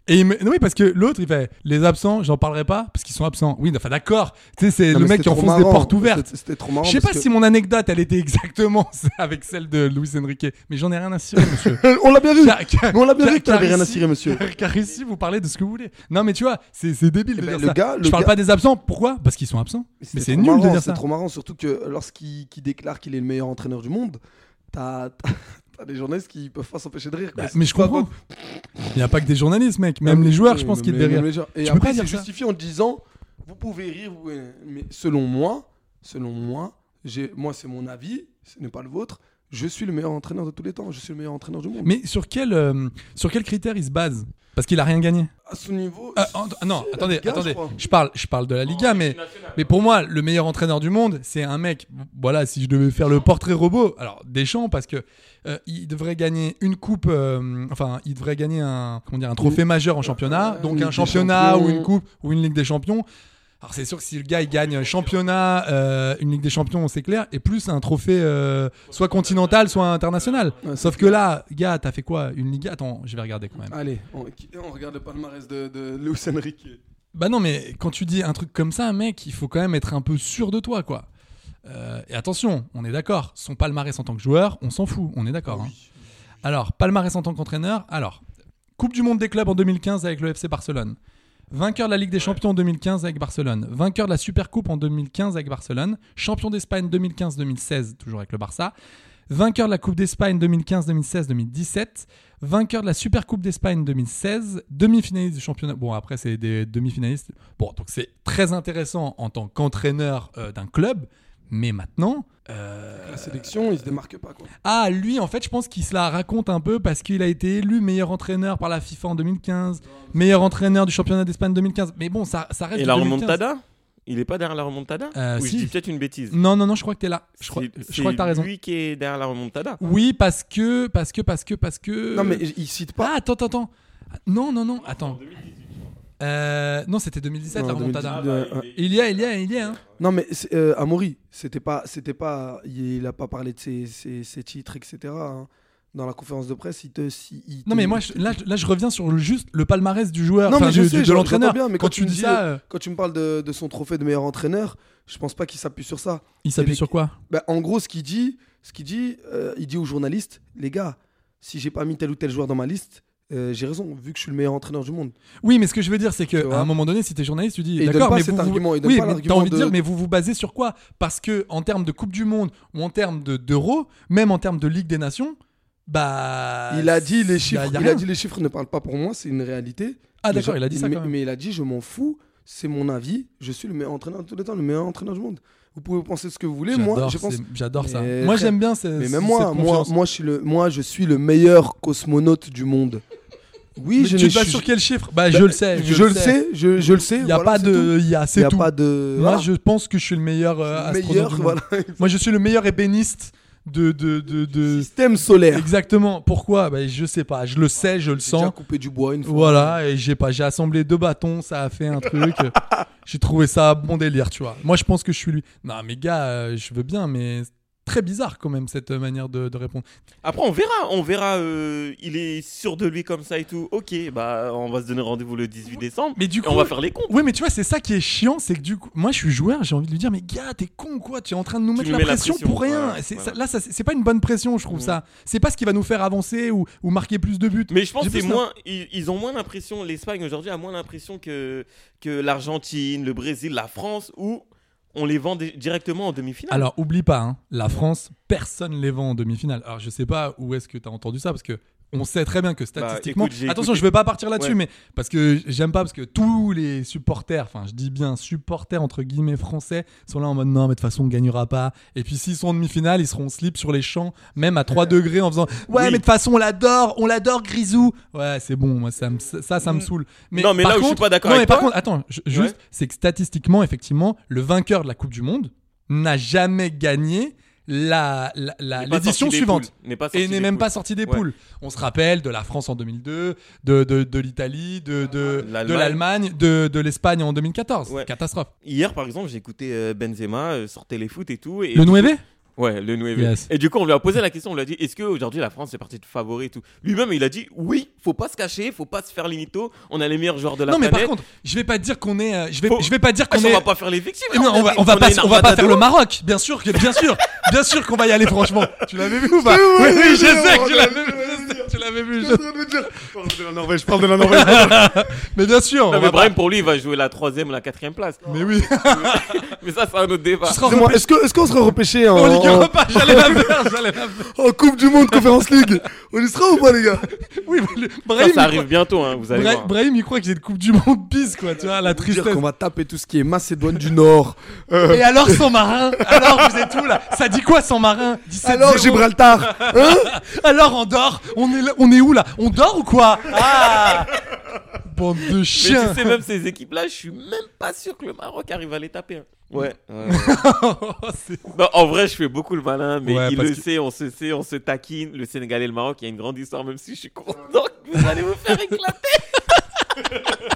Speaker 2: Et il me- non, oui, parce que l'autre, il fait les absents, j'en parlerai pas parce qu'ils sont absents. Oui, enfin d'accord. Tu sais, c'est le
Speaker 3: Non, mais
Speaker 2: mec
Speaker 3: c'était
Speaker 2: qui
Speaker 3: trop
Speaker 2: enfonce des
Speaker 3: marrant.
Speaker 2: portes ouvertes.
Speaker 3: C'était- C'était trop marrant.
Speaker 2: Je sais pas
Speaker 3: parce
Speaker 2: si mon anecdote, elle était exactement avec celle de Luis Enrique, mais j'en ai rien à cirer, monsieur.
Speaker 3: que- Euh, On l'a bien vu.
Speaker 2: Car- car-
Speaker 3: Mais on l'a bien
Speaker 2: car-
Speaker 3: vu que t'avais
Speaker 2: car
Speaker 3: rien à
Speaker 2: ici-
Speaker 3: cirer, monsieur.
Speaker 2: Car ici, vous parlez de ce que vous voulez. Non, mais tu vois, c'est c'est débile de
Speaker 3: Eh ben,
Speaker 2: dire
Speaker 3: le
Speaker 2: ça.
Speaker 3: gars-
Speaker 2: Je
Speaker 3: le
Speaker 2: parle
Speaker 3: gars-
Speaker 2: pas des absents. Pourquoi Parce qu'ils sont absents. Mais c'est
Speaker 3: trop
Speaker 2: nul de
Speaker 3: marrant,
Speaker 2: dire ça.
Speaker 3: C'est trop marrant, surtout que lorsqu'il qu'il déclare qu'il est le meilleur entraîneur du monde, t'as t'as- t'as des journalistes qui peuvent pas s'empêcher de rire. quoi.
Speaker 2: Bah,
Speaker 3: C'est
Speaker 2: mais je
Speaker 3: pas
Speaker 2: comprends.
Speaker 3: bon. Ah,
Speaker 2: Il n'y a pas que des journalistes, mec. Même les joueurs, je pense
Speaker 3: Mais-
Speaker 2: qu'ils
Speaker 3: mais-
Speaker 2: devraient.
Speaker 3: mais genre- Et
Speaker 2: Tu peux
Speaker 3: après,
Speaker 2: pas
Speaker 3: c'est
Speaker 2: dire ça.
Speaker 3: justifié en disant vous pouvez rire, vous- euh, mais selon moi, selon moi, j'ai- moi c'est mon avis, ce n'est pas le vôtre. Je suis le meilleur entraîneur de tous les temps. Je suis le meilleur entraîneur du monde.
Speaker 2: Mais sur quel, euh, sur quel critère il se base Parce qu'il a rien gagné.
Speaker 3: à ce niveau,
Speaker 2: Ah, en- non,
Speaker 3: c'est la
Speaker 2: attendez,
Speaker 3: Liga, je
Speaker 2: attendez.
Speaker 3: crois.
Speaker 2: Je, parle, je parle de la Liga,
Speaker 3: Oh,
Speaker 2: mais, mais pour moi, le meilleur entraîneur du monde, c'est un mec. Voilà, si je devais faire le portrait robot, alors Deschamps, parce que euh, il devrait gagner une coupe, euh, enfin, il devrait gagner un, comment dire, un trophée majeur en championnat,
Speaker 3: Euh,
Speaker 2: donc
Speaker 3: Ligue
Speaker 2: un
Speaker 3: des
Speaker 2: championnat
Speaker 3: Champions.
Speaker 2: ou une coupe ou une Ligue des Champions. Alors c'est sûr que si le gars il gagne un championnat, euh, une Ligue des Champions, c'est clair, et plus un trophée euh, soit continental, soit international.
Speaker 3: Ouais,
Speaker 2: Sauf que là, gars, t'as fait quoi Une Liga Attends, je vais regarder quand même.
Speaker 3: Allez, on, on regarde le palmarès de, de Luis Enrique.
Speaker 2: Bah non, mais quand tu dis un truc comme ça, mec, il faut quand même être un peu sûr de toi, quoi. Euh, et attention, on est d'accord, son palmarès en tant que joueur, on s'en fout, on est d'accord. hein. Alors, palmarès en tant qu'entraîneur, alors, Coupe du Monde des clubs en 2015 avec le FC Barcelone. Vainqueur de la Ligue des Champions en 2015 avec Barcelone. Vainqueur de la Supercoupe en 2015 avec Barcelone. Champion d'Espagne 2015-2016, toujours avec le Barça. Vainqueur de la Coupe d'Espagne 2015-2016-2017. Vainqueur de la Supercoupe d'Espagne 2016. Demi-finaliste du championnat. Bon, après, c'est des demi-finalistes. Bon, donc c'est très intéressant en tant qu'entraîneur euh, d'un club. Mais maintenant, euh,
Speaker 3: La sélection, il se démarque pas quoi.
Speaker 2: ah, lui, en fait, je pense qu'il se la raconte un peu parce qu'il a été élu meilleur entraîneur par la FIFA en 2015, meilleur entraîneur du championnat d'Espagne 2015. Mais bon, ça, ça reste.
Speaker 1: Et
Speaker 2: du
Speaker 1: la
Speaker 2: 2015.
Speaker 1: remontada Il est pas derrière la remontada
Speaker 2: Euh,
Speaker 1: Ou
Speaker 2: si.
Speaker 1: je dis peut-être une bêtise.
Speaker 2: Non, non, non, je crois que t'es là. Je crois,
Speaker 1: C'est-
Speaker 2: je crois que t'as
Speaker 1: c'est
Speaker 2: raison.
Speaker 1: lui qui est derrière la remontada.
Speaker 2: Oui, parce que, parce que, parce que, parce que.
Speaker 3: Non mais il cite pas.
Speaker 2: Ah, attends, attends, attends. Non, non, non, attends. Euh, non, c'était 2017
Speaker 3: Non,
Speaker 2: la remontada.
Speaker 3: 2010, euh, euh,
Speaker 2: Ah, bah, Il y a, il y a, il y a. hein.
Speaker 3: Non, mais c'est- euh, Amaury, c'était pas, c'était pas, il a pas parlé de ses, ses- ses titres, etc. hein. Dans la conférence de presse, il te, si- il te-
Speaker 2: Non, mais moi, je- là, je- là, je reviens sur le- juste le palmarès du joueur,
Speaker 3: Non,
Speaker 2: enfin,
Speaker 3: mais je
Speaker 2: du-
Speaker 3: sais,
Speaker 2: du- de
Speaker 3: j'en-
Speaker 2: l'entraîneur.
Speaker 3: j'entends bien, mais
Speaker 2: Quand,
Speaker 3: quand
Speaker 2: tu
Speaker 3: tu
Speaker 2: me
Speaker 3: me
Speaker 2: dis
Speaker 3: dis-
Speaker 2: ça, euh,
Speaker 3: quand tu me parles de, de son trophée de meilleur entraîneur, je pense pas qu'il s'appuie sur ça.
Speaker 2: il s'appuie
Speaker 3: les-
Speaker 2: sur quoi
Speaker 3: Bah, en gros, ce qu'il dit, ce qu'il dit, euh, il dit aux journalistes, les gars, si j'ai pas mis tel ou tel joueur dans ma liste, euh, j'ai raison, vu que je suis le meilleur entraîneur du monde.
Speaker 2: Oui, mais ce que je veux dire, c'est qu'à
Speaker 3: vois
Speaker 2: un moment donné, si t'es journaliste, tu dis
Speaker 3: Et il donne
Speaker 2: d'accord,
Speaker 3: pas
Speaker 2: mais
Speaker 3: cet
Speaker 2: vous, vous-
Speaker 3: argument, il donne
Speaker 2: oui,
Speaker 3: pas
Speaker 2: mais t'as
Speaker 3: l'argument
Speaker 2: envie de
Speaker 3: de-
Speaker 2: dire, mais vous vous basez sur quoi Parce que en termes de Coupe du Monde ou en termes de- d'Euro, même en termes de Ligue des Nations, bah
Speaker 3: il a dit
Speaker 2: y a-
Speaker 3: les chiffres,
Speaker 2: y a
Speaker 3: il a
Speaker 2: rien.
Speaker 3: dit les chiffres ne parlent pas pour moi, c'est une réalité.
Speaker 2: Ah,
Speaker 3: Mais
Speaker 2: d'accord,
Speaker 3: je-
Speaker 2: il a dit ça,
Speaker 3: Mais,
Speaker 2: quand même.
Speaker 3: mais il a dit, je m'en fous, c'est mon avis, je suis le meilleur entraîneur de tous les temps, le meilleur entraîneur du monde. Vous pouvez penser ce que vous voulez, moi,
Speaker 2: J'adore
Speaker 3: je pense.
Speaker 2: ces- j'adore ça.
Speaker 3: Mais
Speaker 2: Moi,
Speaker 3: frère,
Speaker 2: j'aime bien. ces-
Speaker 3: Mais
Speaker 2: cette
Speaker 3: même moi, moi,
Speaker 2: confiance.
Speaker 3: moi, je suis le, moi, je suis le meilleur cosmonaute du monde. Oui,
Speaker 2: Mais
Speaker 3: je
Speaker 2: tu
Speaker 3: ne
Speaker 2: te bases
Speaker 3: suis-
Speaker 2: sur quel chiffre Bah,
Speaker 3: Bah,
Speaker 2: je le sais.
Speaker 3: Je, le sais, je, je le sais.
Speaker 2: Il y a
Speaker 3: voilà,
Speaker 2: pas
Speaker 3: c'est
Speaker 2: de, il y a
Speaker 3: tout. Il y
Speaker 2: c'est
Speaker 3: a
Speaker 2: tout.
Speaker 3: pas de.
Speaker 2: Moi,
Speaker 3: voilà.
Speaker 2: je pense que je suis le meilleur euh, astronaute
Speaker 3: meilleur,
Speaker 2: du monde.
Speaker 3: voilà.
Speaker 2: Moi, je suis le meilleur ébéniste de de de, de...
Speaker 3: Système solaire.
Speaker 2: Exactement. Pourquoi bah, Je sais pas. Je le sais, je le
Speaker 3: J'ai déjà
Speaker 2: sens.
Speaker 3: coupé du bois une fois.
Speaker 2: Voilà, et j'ai pas, j'ai assemblé deux bâtons, ça a fait un truc. j'ai trouvé ça bon délire, tu vois. Moi, je pense que je suis lui. Non, mais gars, euh, je veux bien, mais c'est très bizarre quand même cette euh, manière de, de répondre.
Speaker 1: Après, on verra, on verra. euh, il est sûr de lui comme ça et tout. Ok, bah on va se donner rendez-vous le 18 décembre.
Speaker 2: Mais du
Speaker 1: et
Speaker 2: coup,
Speaker 1: on va faire les comptes.
Speaker 2: oui, mais tu vois, c'est ça qui est chiant, c'est que du coup, moi, je suis joueur, j'ai envie de lui dire, mais gars, t'es con quoi Tu es en train de nous mettre
Speaker 1: nous
Speaker 2: la
Speaker 1: mets la
Speaker 2: pression,
Speaker 1: pression, Mm.
Speaker 2: pour rien.
Speaker 1: ouais,
Speaker 2: C'est-
Speaker 1: ouais.
Speaker 2: ça- là, ça, c'est c'est pas une bonne pression, je trouve ça. C'est pas ce qui va nous faire avancer ou, ou marquer plus de buts.
Speaker 1: Mais je pense
Speaker 2: J'ai
Speaker 1: que c'est
Speaker 2: plus l'im-
Speaker 1: moins. Ils, ils ont moins l'impression. L'Espagne aujourd'hui a moins l'impression que, que l'Argentine, le Brésil, la France, où on les vend dé- directement en demi-finale.
Speaker 2: Alors, oublie pas, hein, la France, personne les vend en demi-finale. Alors, je sais pas où est-ce que tu as entendu ça, parce que on sait très bien que
Speaker 1: Mm. Bah,
Speaker 2: statistiquement.
Speaker 1: écoute, j'ai
Speaker 2: attention,
Speaker 1: écouté-
Speaker 2: je vais pas partir là-dessus,
Speaker 1: Ouais.
Speaker 2: mais parce que j'aime pas, parce que tous les supporters, enfin, je dis bien supporters entre guillemets français, sont là en mode non, mais de toute façon, on gagnera pas. Et puis, s'ils sont en demi-finale, ils seront en slip sur les champs, même à 3 degrés, en faisant ouais,
Speaker 1: Oui.
Speaker 2: mais de toute façon, on l'adore, on l'adore, Grisou. Ouais, c'est bon, moi, ça, me- ça, ça me saoule.
Speaker 1: Mm. Non, mais
Speaker 2: par
Speaker 1: là où je suis
Speaker 2: contre-
Speaker 1: pas d'accord
Speaker 2: Non,
Speaker 1: avec
Speaker 2: mais par
Speaker 1: toi-
Speaker 2: contre, attends, ju- juste,
Speaker 1: Ouais.
Speaker 2: c'est que statistiquement, effectivement, le vainqueur de la Coupe du Monde n'a jamais gagné la, la- la-
Speaker 1: N'est pas
Speaker 2: l'édition
Speaker 1: sorti des
Speaker 2: suivante.
Speaker 1: poules, n'est pas sorti
Speaker 2: Et n'est
Speaker 1: des
Speaker 2: même
Speaker 1: poules.
Speaker 2: pas sorti des
Speaker 1: Ouais.
Speaker 2: poules. On se rappelle de la France en 2002, de, de, de l'Italie, de, de,
Speaker 1: L'Allemagne.
Speaker 2: de l'Allemagne, de, de l'Espagne en 2014.
Speaker 1: Ouais.
Speaker 2: Catastrophe.
Speaker 1: Hier, par exemple, j'ai écouté euh, Benzema euh, sur Téléfoot et tout. Et
Speaker 2: Le Nouévé
Speaker 1: Ouais, le Nueve.
Speaker 2: Yes.
Speaker 1: Et du coup, on lui a posé la question, on lui a dit est-ce qu'aujourd'hui la France est partie de favori et tout Lui-même, il a dit oui, faut pas se cacher, faut pas se faire l'inito, on a les meilleurs joueurs de la
Speaker 2: non, mais
Speaker 1: planète.
Speaker 2: par contre, je vais pas dire qu'on est. euh, je vais,
Speaker 1: Faut-
Speaker 2: je vais pas dire
Speaker 1: Ah,
Speaker 2: qu'on
Speaker 1: si, on
Speaker 2: est.
Speaker 1: va pas faire les victimes.
Speaker 2: Eh non, on va, on va pas, on va pas faire le Maroc, bien sûr, que- bien sûr, bien sûr qu'on va y aller, franchement. Tu l'avais vu ou pas Oui, oui, je sais que tu l'avais vu, je sais que tu l'avais vu. je-
Speaker 9: de la Norvège, je parle de la Norvège.
Speaker 2: Mais bien sûr,
Speaker 1: Non,
Speaker 2: on
Speaker 1: mais
Speaker 2: va pas-
Speaker 1: Brahim, pour lui, il va jouer la troisième, la quatrième place.
Speaker 2: Mais oui,
Speaker 1: Mais ça, c'est un autre débat.
Speaker 2: tu seras
Speaker 3: Excusez-moi, Est-ce que- est-ce qu'on serait repêché en,
Speaker 2: en Ligue
Speaker 3: en-
Speaker 2: Europa, j'allais la faire, j'allais la faire.
Speaker 3: en Coupe du Monde, Conférence League On y sera ou pas, les gars
Speaker 2: Oui, mais le-
Speaker 1: Ça,
Speaker 2: Brahim,
Speaker 1: ça
Speaker 2: il
Speaker 1: arrive bientôt, hein, vous
Speaker 2: croit-
Speaker 1: allez
Speaker 2: Bra-
Speaker 1: voir.
Speaker 2: Brahim, il croit qu'il y a une Coupe du Monde pisse, quoi, tu vois, la
Speaker 3: Dire
Speaker 2: tristesse.
Speaker 3: qu'on va taper tout ce qui est Macédoine du Nord. euh,
Speaker 2: Et alors, sans marin Alors, vous êtes où, là Ça dit quoi, sans marin 17
Speaker 3: alors Gibraltar Hein
Speaker 2: Alors, on dort On est, là- on est où, là On dort ou quoi Ah Bande de
Speaker 1: Mais tu
Speaker 2: chiens
Speaker 1: sais, même ces équipes-là, je suis même pas sûr que le Maroc arrive à les taper. hein. Ouais.
Speaker 2: C'est-
Speaker 1: Non, en vrai, je fais beaucoup le malin, mais
Speaker 2: Ouais,
Speaker 1: il
Speaker 2: parce
Speaker 1: le
Speaker 2: que-
Speaker 1: sait, on se sait, on se taquine. Le Sénégal et le Maroc, il y a une grande histoire, même si je suis content que vous allez vous faire éclater.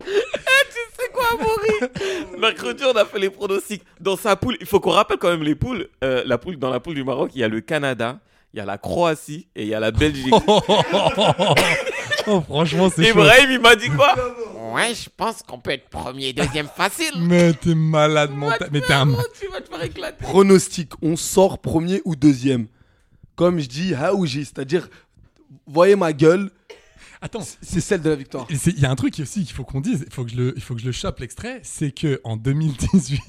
Speaker 1: Eh, tu sais quoi, Amaury Mercredi, on a fait les pronostics. Dans sa poule, il faut qu'on rappelle quand même les poules. Euh, la poule, dans la poule du Maroc, il y a le Canada, il y a la Croatie et il y a la Belgique.
Speaker 2: oh, oh, oh, oh, oh. Oh, franchement, c'est chaud.
Speaker 1: Ibrahim, il m'a dit quoi
Speaker 8: Ouais, je pense qu'on peut être premier, deuxième facile.
Speaker 2: Mais t'es malade mental. Mais t'es un.
Speaker 1: Oh, Tu vas te faire éclater.
Speaker 3: Pronostic, on sort premier ou deuxième. Comme je dis, Haouji, c'est-à-dire, voyez ma gueule,
Speaker 2: Attends.
Speaker 3: c'est celle de la victoire.
Speaker 2: Et c'est- Il y a un truc aussi qu'il faut qu'on dise, il faut que je le, il faut que je le chope l'extrait, c'est que en 2018,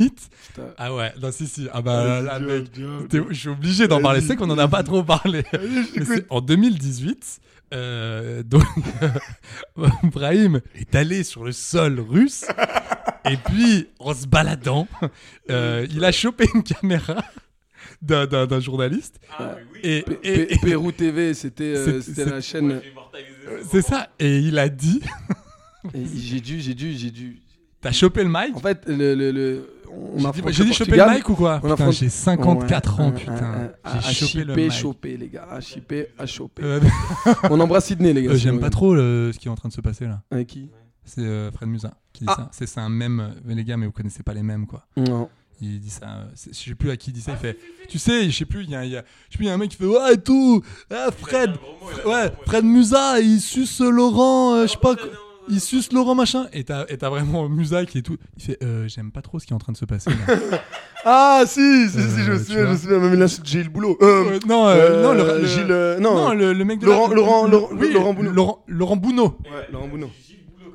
Speaker 3: Putain.
Speaker 2: ah ouais, non si si, ah bah là, mec, t'es- je suis obligé d'en parler, c'est qu'on en a pas trop parlé. Mais c'est en 2018, euh, donc euh, Brahim est allé sur le sol russe et puis en se baladant, euh, il a chopé une caméra d'un- d'un d'un journaliste
Speaker 1: Ah,
Speaker 2: et,
Speaker 3: P-
Speaker 2: et-
Speaker 3: P- Pérou TV, c'était euh,
Speaker 2: C'est-
Speaker 3: c'était
Speaker 2: c'est-
Speaker 3: la chaîne.
Speaker 2: c'est ça et il a dit,
Speaker 3: Et J'ai dû, j'ai dû, j'ai dû.
Speaker 2: t'as chopé le mic
Speaker 3: En fait, le, le- le- on a
Speaker 2: J'ai dit- bah,
Speaker 3: affronté
Speaker 2: J'ai dit choper le
Speaker 3: Portugal.
Speaker 2: mic ou quoi
Speaker 3: On
Speaker 2: Putain,
Speaker 3: affronte-
Speaker 2: J'ai 54
Speaker 3: Ouais,
Speaker 2: ans,
Speaker 3: un-
Speaker 2: putain.
Speaker 3: un- un-
Speaker 2: J'ai chopé le
Speaker 3: à
Speaker 2: mic.
Speaker 3: choper, les gars. À choper, à choper.
Speaker 2: Euh,
Speaker 3: On embrasse Sydney, les gars.
Speaker 2: euh,
Speaker 3: si
Speaker 2: J'aime
Speaker 3: vous
Speaker 2: pas trop le- ce qui est en train de se passer là.
Speaker 3: voulez. Avec qui
Speaker 2: C'est euh, Fred Musa qui dit
Speaker 3: Ah.
Speaker 2: ça. C'est c'est un mème. euh, Mais les gars, mais vous connaissez pas les mêmes quoi.
Speaker 3: Non.
Speaker 2: Il dit ça. euh, c'est- Je sais plus à qui il dit ça. Il fait. Tu sais, je sais plus. Il y a, il y a- je sais plus, il y a un mec qui fait ouais et tout. Ah, Fred. Ouais, Fred Musa, il suce Laurent. euh, je sais pas. quoi. Il suce Laurent machin. Et t'as et t'as vraiment Musa qui est tout. Il fait. euh, J'aime pas trop ce qui est en train de se passer. Là.
Speaker 3: Ah, si, si,
Speaker 2: Euh,
Speaker 3: si, je me
Speaker 2: tu
Speaker 3: souviens, je
Speaker 2: vois.
Speaker 3: me souviens. Même là, j'ai le boulot. Euh,
Speaker 2: Euh, non, euh,
Speaker 3: euh,
Speaker 2: non, le, le-
Speaker 3: Gilles, euh, non,
Speaker 2: non, le, le mec de
Speaker 3: Laurent-
Speaker 2: la-
Speaker 3: Laurent-
Speaker 2: le-
Speaker 3: Laurent-
Speaker 2: oui,
Speaker 3: Laurent Bounot.
Speaker 2: Laurent, Laurent Bounot.
Speaker 3: Ouais, Laurent Bounot.